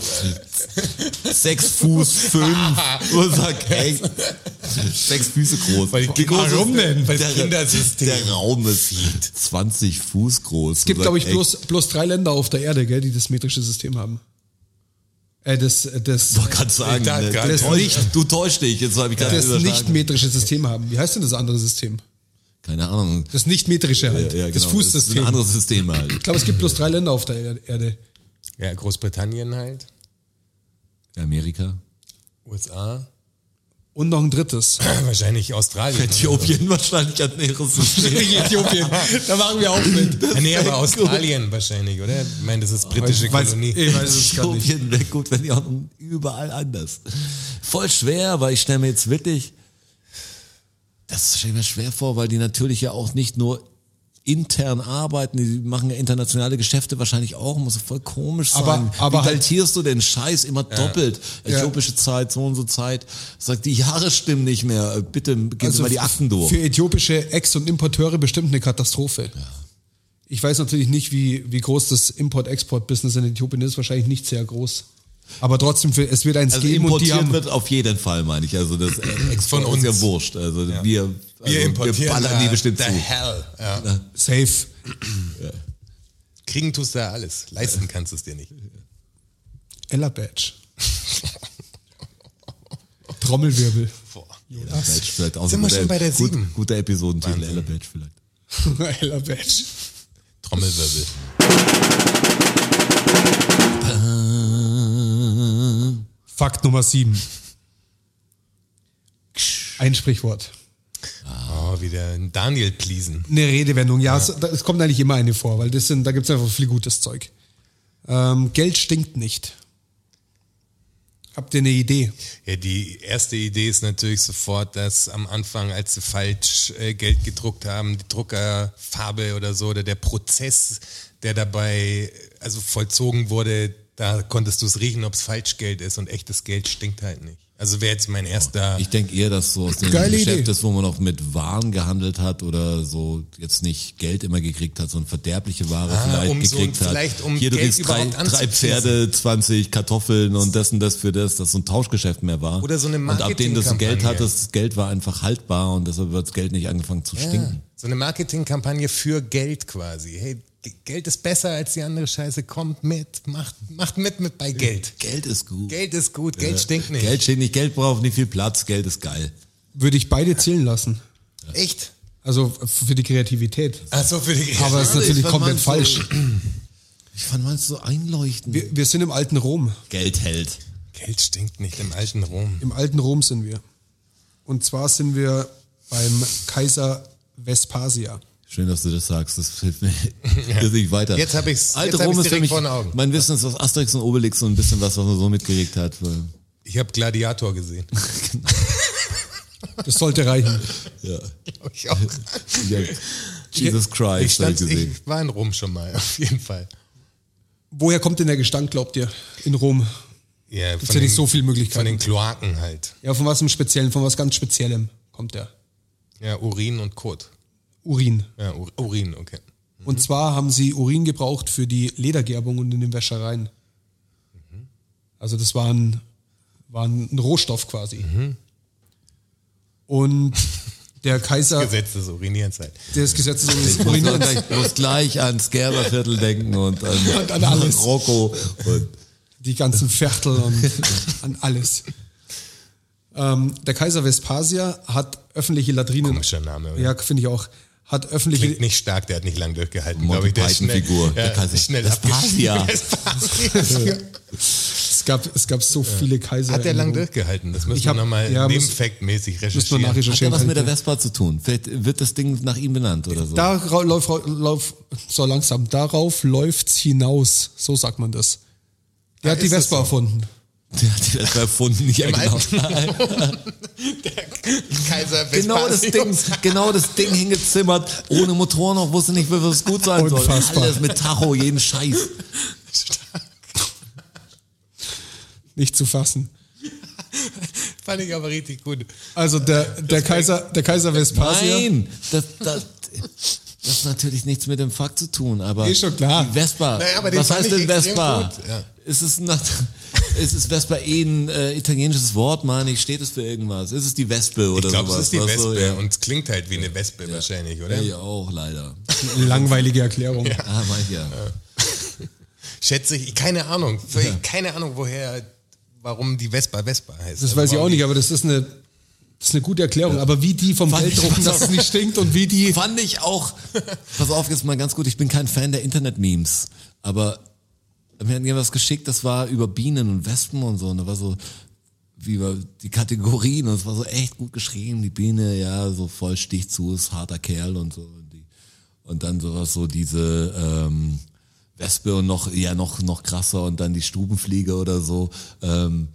D: Sechs Fuß, fünf. Und sag, ey, sechs Füße groß.
B: Weil die-
D: Wie groß
B: warum
D: ist-
B: denn? Weil
D: der,
B: Kindersystem.
D: Der Raum ist 20 Fuß groß.
C: Es gibt, glaube ich, bloß, bloß drei Länder auf der Erde, gell, die das metrische System haben. Äh, das das,
D: Ich kann sagen,
B: Ich dachte
D: ne,
B: gerade,
D: du,
B: ja.
D: täuscht, du täuscht dich. Jetzt habe ich gerade
C: das nicht
D: überschlagen.
C: metrische System haben. Wie heißt denn das andere System?
D: Keine Ahnung.
C: Das nicht metrische halt.
D: Ja, ja,
C: Das
D: genau. Das ist ein
C: Fußsystem.
D: anderes System halt.
C: ich glaube, es gibt bloß drei Länder auf der Er- Erde.
B: Ja, Großbritannien halt,
D: Amerika.
B: USA,
C: Und noch ein drittes.
B: wahrscheinlich Australien. oder so.
D: Äthiopien wahrscheinlich hat ein anderes System.
C: Äthiopien. Da machen wir auch mit.
B: Ja, nee, aber Australien wahrscheinlich, oder? Ich meine, das ist britische
C: Weiß-
D: äh,
B: Kolonie.
C: Ich weiß es gar nicht.
D: Äthiopien wäre gut, wenn die auch noch überall anders. Voll schwer, weil ich stelle mir jetzt wirklich, das stelle ich mir schwer vor, weil die natürlich ja auch nicht nur intern arbeiten, die machen ja internationale Geschäfte wahrscheinlich auch, muss voll komisch sein.
C: Aber- aber
D: Wie
C: halt-
D: datierst du den Scheiß immer doppelt? Äthiopische Zeit, so und so Zeit. Sagt, die Jahre stimmen nicht mehr. Äh, Bitte gehen Sie mal die Akten durch.
C: Also Für äthiopische Ex- und Importeure bestimmt eine Katastrophe. Ich weiß natürlich nicht, wie, wie groß das Import-Export-Business in Äthiopien ist. Wahrscheinlich nicht sehr groß. Aber trotzdem, für, es wird eins
D: Also
C: geben und die
D: importiert
C: haben,
D: wird auf jeden Fall, meine ich. Also das Export
B: Von uns.
D: ist ja wurscht. Also wir, also
B: Wir importieren
D: wir ballern
C: äh,
D: die
B: da
D: bestimmt
B: the
D: zu.
B: hell. Ja.
C: safe.
B: Kriegen tust du ja alles, leisten kannst du es dir nicht.
C: Ella Badge. Trommelwirbel.
D: Ella Badge vielleicht auch
B: Sind
D: ein
B: wir
D: guter-
B: schon bei der
D: gut,
B: sieben?
D: Guter Episodentitel,
B: Wahnsinn.
D: Ella Badge vielleicht.
C: Ella Badge.
B: Trommelwirbel.
C: Fakt Nummer 7. Ein Sprichwort.
B: Oh, wieder ein Daniel pleasen.
C: Eine Redewendung, ja, Es, da- es kommt eigentlich immer eine vor, weil das sind, da gibt es einfach viel gutes Zeug. Ähm, Geld stinkt nicht. Habt ihr eine Idee?
B: Ja, die erste Idee ist natürlich sofort, dass am Anfang, als sie falsch äh, Geld gedruckt haben, die Druckerfarbe oder so, oder der Prozess, der dabei also vollzogen wurde, da konntest du es riechen, ob es Falschgeld ist und echtes Geld stinkt halt nicht. Also wäre jetzt
C: Oh,
B: mein erster.
D: Ich denke eher, dass so aus dem
C: Geile
D: Geschäft
C: Idee.
D: ist, wo man noch mit Waren gehandelt hat oder so jetzt nicht Geld immer gekriegt hat, sondern verderbliche Ware
B: Ah,
D: vielleicht
B: um so ein-
D: gekriegt hat.
B: vielleicht um
D: Hier, du
B: Geld
D: kriegst drei,
B: überhaupt
D: drei Pferde, 20 Kartoffeln und das und das für das, dass so ein Tauschgeschäft mehr war.
B: Oder so eine
D: Und ab dem das
B: Marketingkampagne.
D: Geld hattest, das Geld war einfach haltbar und deshalb wird das Geld nicht angefangen zu stinken.
B: So eine Marketingkampagne für Geld quasi. Hey, G- Geld ist besser als die andere Scheiße. Kommt mit, macht, macht mit, mit bei Geld.
D: Geld ist gut.
B: Geld ist gut, Geld stinkt nicht.
D: Geld stinkt nicht, Geld braucht nicht viel Platz, Geld ist geil.
C: Würde ich beide zählen lassen.
B: Echt?
C: Also f- für die Kreativität.
B: Achso, für die
C: Aber es ist
D: Schade, ich
C: natürlich
D: fand
C: komplett
D: meins
C: falsch.
D: so- Ich fand meins so einleuchtend.
C: Wir, wir sind im alten Rom.
D: Geld hält.
B: Geld stinkt nicht im alten Rom.
C: Im alten Rom sind wir. Und zwar sind wir beim Kaiser Vespasia.
D: Schön, dass du das sagst. Das hilft mir irrsinnig weiter.
B: Jetzt hab ich's-
D: Alte
B: jetzt hab
D: Rom
B: ich's
D: ist für
B: direkt
D: mich
B: vor den Augen.
D: mein Wissen ist aus Asterix und Obelix so ein bisschen was, was man so mitgeregt hat. Weil,
B: Ich habe Gladiator gesehen.
C: Das sollte reichen.
D: ja,
B: ich auch.
D: ja, Jesus
B: Ich,
D: Christ, hab ich
B: stand,
D: gesehen.
B: ich war in Rom schon mal, auf jeden Fall.
C: Woher kommt denn der Gestank, glaubt ihr, in Rom?
B: Ja,
C: Gibt's
B: von
C: ja nicht
B: den-
C: so viele Möglichkeiten.
B: Von den Kloaken halt.
C: Ja, von was im Speziellen, von was ganz Speziellem kommt der?
B: Ja, Urin und Kot.
C: Urin.
B: Ja, Ur- Urin, okay.
C: Und zwar haben sie Urin gebraucht für die Ledergerbung und in den Wäschereien.
B: Mhm.
C: Also das war
B: Mhm.
C: ein, war ein Rohstoff quasi. Und Der Kaiser
B: Gesetze so Urinierens halt.
C: des Gesetzes
D: Ich muss, nur gleich, muss gleich an Skerberviertel denken und an,
C: Und an alles.
D: Rocco. Und
C: die ganzen Viertel und an alles. Ähm, der Kaiser Vespasier hat öffentliche Latrinen.
B: Komischer Name, oder?
C: Ja, finde ich auch. Hat
B: Klingt
C: öffentliche.
B: nicht stark, der hat nicht lang durchgehalten,
D: Monty
B: glaube ich. Der ist schnell,
D: Python-Figur,
B: Ja,
D: der Kaiser.
B: schnell
D: Das passt ja.
B: Vespasier.
C: Es gab, es gab so viele Kaiser.
B: Hat der lang
C: in-
B: durchgehalten? Das
C: Ich
B: müssen wir
C: hab-
B: nochmal
C: ja, muss-
B: nebenfaktmäßig
C: Müssen wir
B: recherchieren.
D: hat ja
C: nachrecherchieren.
D: was mit der
C: halt.
D: Vespa zu tun. Vielleicht wird das Ding nach ihm benannt oder so.
C: Da ra- läuft, läuft so langsam. Darauf läuft's hinaus. So sagt man das. Der hat die
B: Ah, ist das
C: Vespa
B: so?
C: erfunden.
D: Der hat die Vespa erfunden, nicht genau.
B: Kaiser
D: genau das
B: Vespasier.
D: Ding, genau das Ding hingezimmert, ohne Motor noch, wusste nicht, wie es gut sein soll.
C: Unfassbar.
D: Alles mit Tacho, jeden Scheiß.
C: Nicht zu fassen.
B: Fand ich aber richtig gut.
C: Also der, der Kaiser, der Kaiser Vespasier.
D: Nein, das, das, das hat natürlich nichts mit dem Fakt zu tun, aber
C: Ist schon klar.
D: die Vespa.
B: Naja, aber den
D: was
B: fand
D: heißt
B: ich
D: denn
B: extrem
D: Vespa?
B: gut, ja.
D: Ist es nach, ist es Vespa eh ein äh, italienisches Wort, meine ich? Steht es für irgendwas? Ist es die Vespe oder
B: Ich glaube, es
D: sowas?
B: ist die
D: Was
B: Wespe
D: so, ja.
B: und es klingt halt wie eine Wespe wahrscheinlich, oder?
D: Ich auch leider.
C: Langweilige Erklärung.
D: Ah, mein ich ja.
B: Schätze ich, keine Ahnung. Völlig Keine Ahnung, woher, warum die Vespa Vespa heißt. Also
C: Das weiß ich auch nicht, aber das ist eine, das ist eine gute Erklärung. Aber wie die vom
D: Fand
C: Geld
D: ich-
C: drucken, dass es nicht stinkt und wie die.
D: Fand ich auch. Pass auf, jetzt mal ganz gut. Ich bin kein Fan der Internet-Memes, aber mir hat mir was geschickt, das war über Bienen und Wespen und so. Und da war so, wie war die Kategorien und es war so echt gut geschrieben. Die Biene, ja, so voll Stich zu, ist harter Kerl und so. Und, die, und dann sowas, so diese ähm, Wespe und noch, ja, noch, noch krasser und dann die Stubenfliege oder so. Ähm,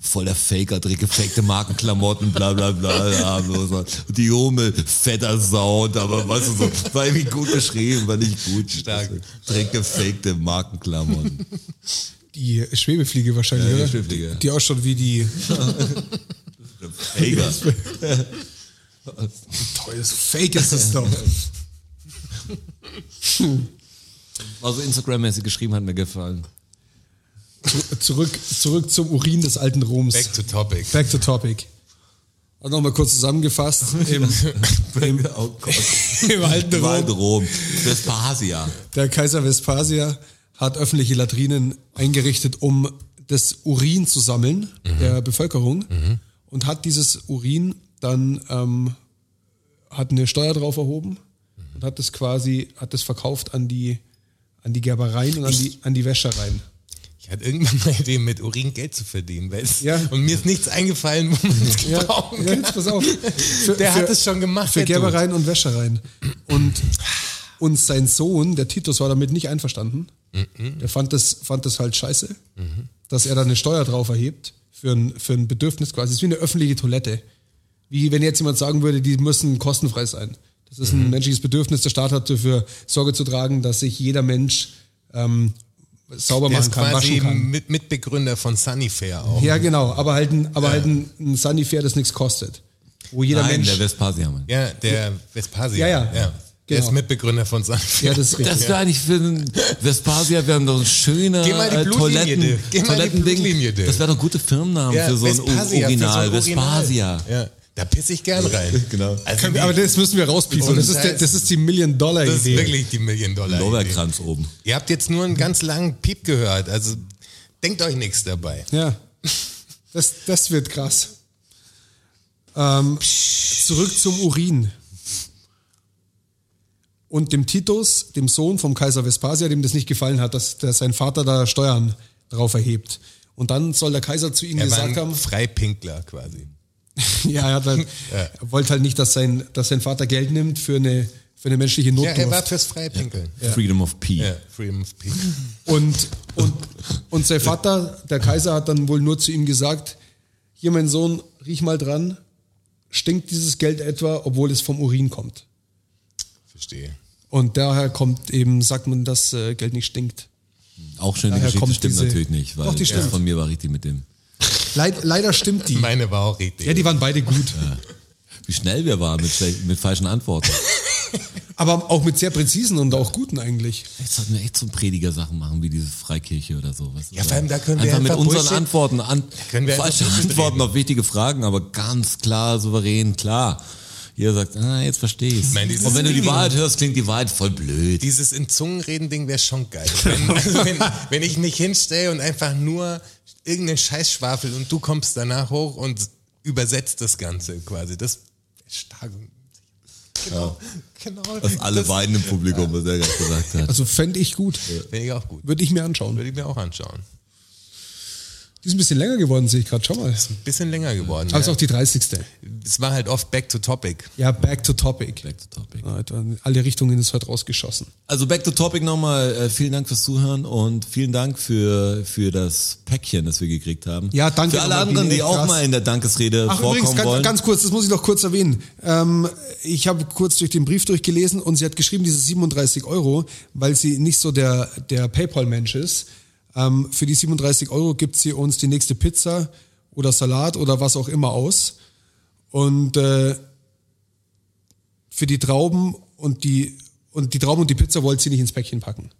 D: voll der Faker, trägt gefakte Markenklamotten, bla bla bla. bla so, so. Und die Hummel, fetter Sound, aber weißt du so, war irgendwie gut geschrieben, war nicht gut. Stark. Trägt gefakte Markenklamotten.
C: Die Schwebefliege wahrscheinlich,
D: Ja, die
C: oder?
D: Schwebefliege.
C: Die auch schon wie die.
D: Faker.
C: Toll, so fake ist das doch.
D: Also Instagram-mäßig geschrieben hat mir gefallen.
C: Zurück, zurück zum Urin des alten Roms.
B: Back to topic.
C: Back to topic. Also nochmal kurz zusammengefasst. Im, im,
D: Oh Gott.
C: Im alten Rom.
D: Wald Rom. Vespasia.
C: Der Kaiser Vespasier hat öffentliche Latrinen eingerichtet, um das Urin zu sammeln der Bevölkerung und hat dieses Urin dann ähm, hat eine Steuer drauf erhoben und hat das quasi hat das verkauft an die an die Gerbereien und an die an die Wäschereien.
B: Ich hatte irgendwann mal die mit Urin Geld zu verdienen. Weißt? du?
C: Ja.
B: Und mir ist nichts eingefallen, wo man es
C: Ja,
B: gebrauchen
C: ja,
B: kann.
C: jetzt pass auf. Für,
B: Der hat es schon gemacht,
C: Für
B: der
C: Gerbereien und Wäschereien. Und, und sein Sohn, der Titus, war damit nicht einverstanden.
B: Mhm.
C: Der fand das, fand das halt scheiße, dass er da eine Steuer drauf erhebt für ein, für ein Bedürfnis quasi. Es ist wie eine öffentliche Toilette. Wie wenn jetzt jemand sagen würde, die müssen kostenfrei sein. Das ist
B: Mhm.
C: ein menschliches Bedürfnis. Der Staat hat dafür Sorge zu tragen, dass sich jeder Mensch ähm, sauber
B: Der
C: machen
B: ist
C: kann, waschen
B: quasi
C: kann.
B: mit, Mitbegründer von Sunnyfair auch.
C: Ja, genau, aber halt ein, aber halt ein, ein Sunnyfair, das nichts kostet. Wo jeder
D: Nein,
C: Mensch.
D: der Vespasia. Mann.
B: Ja, der Vespasia.
C: Ja, ja.
B: Der
C: Genau.
B: ist Mitbegründer von Sunnyfair.
C: ja, das ist
D: Das
C: richtig.
D: wäre eigentlich für den Vespasia, wäre doch ein schöner
B: Geh mal die
D: äh,
B: Blutlinie
D: Toiletten,
B: durch. Geh mal die
D: Toilettending.
B: Blutlinie durch.
D: das wäre doch ein guter Firmennamen
B: Ja,
D: für so ein
B: Vespasia, für so ein
D: Original.
B: Original.
D: Vespasia.
B: Ja, da pisse ich gern rein.
D: Genau.
B: Also
C: Können
B: die,
C: wir- aber das müssen wir rauspieseln. Das ist, der, das ist die Million-Dollar-Idee.
B: das ist wirklich die Million Dollar.
D: Lorbeerkranz oben.
B: Ihr habt jetzt nur einen ganz langen Piep gehört. Also denkt euch nichts dabei.
C: Ja. Das, das wird krass. Ähm, zurück zum Urin. Und dem Titus, dem Sohn vom Kaiser Vespasier, dem das nicht gefallen hat, dass, dass sein Vater da Steuern drauf erhebt. Und dann soll der Kaiser zu ihm
B: Er war
C: gesagt
B: ein
C: haben,
B: Freipinkler quasi.
C: ja, er, hat halt, er wollte halt nicht, dass sein, dass sein Vater Geld nimmt für eine, für eine menschliche
B: Ja,
C: Notdurft.
B: er war fürs Freipinkeln.
D: Freedom of Pee.
B: Ja, Freedom of Peace.
C: Und, und, und sein Vater, der Kaiser, hat dann wohl nur zu ihm gesagt, hier mein Sohn, riech mal dran, stinkt dieses Geld etwa, obwohl es vom Urin kommt.
B: Verstehe.
C: Und daher kommt eben, sagt man, dass äh, Geld nicht stinkt.
D: Auch schön, die
C: Daher
D: Geschichte
C: kommt
D: stimmt
C: diese-
D: natürlich nicht, weil
C: Doch, die
D: das
C: stimmt.
D: von mir war richtig mit dem.
C: Leid, leider stimmt die.
B: Meine war auch richtig.
C: Ja, die waren beide gut.
D: Wie schnell wir waren mit, schle- mit falschen Antworten.
C: Aber auch mit sehr präzisen und auch guten eigentlich.
D: Jetzt sollten wir echt zum Prediger Sachen machen, wie diese Freikirche oder so. Weißt du?
B: Ja, vor allem, da können wir
D: einfach mit
B: einfach
D: unseren
B: Bullshit-
D: Antworten, an,
B: können wir einfach
D: falsche
B: Bullshit
D: Antworten auf wichtige Fragen, aber ganz klar, souverän, klar. Jeder sagt, ah, jetzt verstehe ich's.
B: Man, dieses
D: Und wenn du die
B: Ding-
D: Wahrheit hörst, klingt die Wahrheit voll blöd.
B: Dieses in Zungen reden Ding wäre schon geil. Wenn, also wenn, wenn ich mich hinstelle und einfach nur irgendeinen Scheiß schwafel und du kommst danach hoch und übersetzt das Ganze quasi. Das ist stark. Genau. genau
D: Dass alle
B: das
D: weinen im Publikum, was er gerade gesagt hat.
C: Also fände ich gut.
B: Finde ich auch gut.
C: Würde ich mir anschauen.
B: Würde ich mir auch anschauen.
C: Die ist ein bisschen länger geworden, sehe ich gerade. Schau mal.
B: Bisschen länger geworden.
C: Also
B: ja.
C: auch die 30.
B: Es war halt oft back to topic.
C: Ja, back to topic.
D: Back to topic.
C: Ja, etwa in alle Richtungen ist heute rausgeschossen.
D: Also back to topic nochmal. äh, Vielen Dank fürs Zuhören und vielen Dank für, für das Päckchen, das wir gekriegt haben.
C: Ja, danke
D: Für alle
C: nochmal,
D: anderen,
C: Bini,
D: die auch
C: krass.
D: mal in der Dankesrede
C: Ach
D: vorkommen
C: übrigens, ganz,
D: wollen.
C: ganz kurz, das muss ich noch kurz erwähnen. Ähm, ich habe kurz durch den Brief durchgelesen und sie hat geschrieben, diese 37 Euro, weil sie nicht so der, der Paypal-Mensch ist. Ähm, für die 37 Euro gibt sie uns die nächste Pizza oder Salat oder was auch immer aus. Und äh, für die Trauben und die, und die Trauben und die Pizza wollte sie nicht ins Päckchen packen.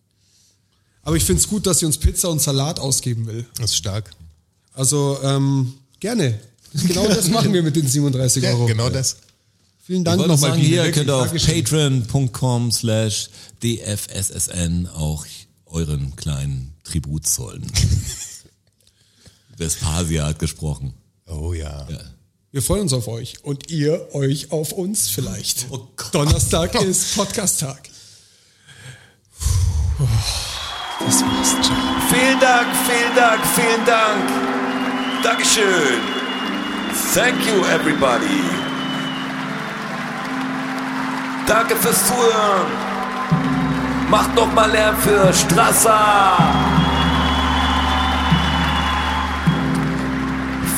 C: Aber ich finde es gut, dass sie uns Pizza und Salat ausgeben will.
B: Das ist stark.
C: Also ähm, gerne. Genau das machen wir mit den 37
B: Ja,
C: Euro.
B: genau das.
C: Vielen
D: Ich
C: Dank
D: wollte
C: nochmal.
D: sagen,
C: Biene,
D: hier
C: wirklich.
D: könnt ihr auf
C: Dankeschön.
D: patreon.com slash dfssn auch euren kleinen Tribut zollen. Vespasia hat gesprochen.
B: Oh ja.
C: Wir freuen uns auf euch und ihr euch auf uns vielleicht.
D: Oh Gott.
C: Donnerstag ist Podcast-Tag. Das war's. Ciao.
G: Vielen Dank, vielen Dank, vielen Dank. Dankeschön. Thank you, everybody. Danke fürs Zuhören. Macht noch mal Lärm für Strasser.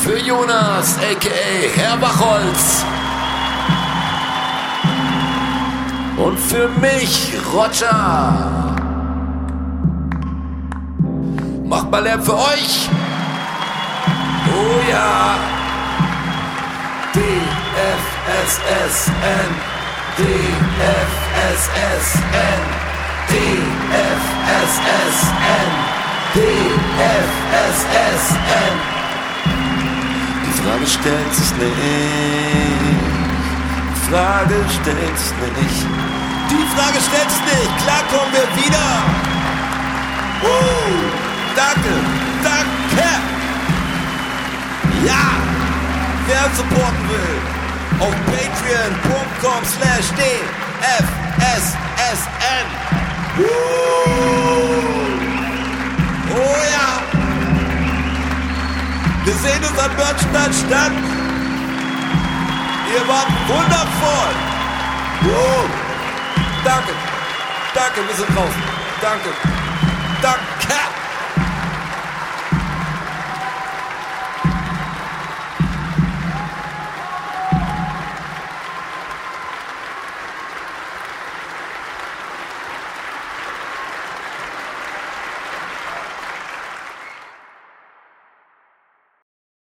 G: Für Jonas, a.k.a. Herr Bachholz. Und für mich, Roger. Macht mal Lärm für euch. Oh ja. DFSSN. DFSSN. DFSSN. DFSSN. Die Frage stellt sich nicht. Die Frage stellt sich nicht. Die Frage stellt sich nicht. Klar kommen wir wieder. Uh, danke, danke. Ja, wer uns supporten will, auf patreon.com slash dfssn. Uh, oh ja. Wir sehen uns an Börnstein statt. Ihr wart wundervoll. Uh, danke, danke, wir sind draußen. Danke. Danke.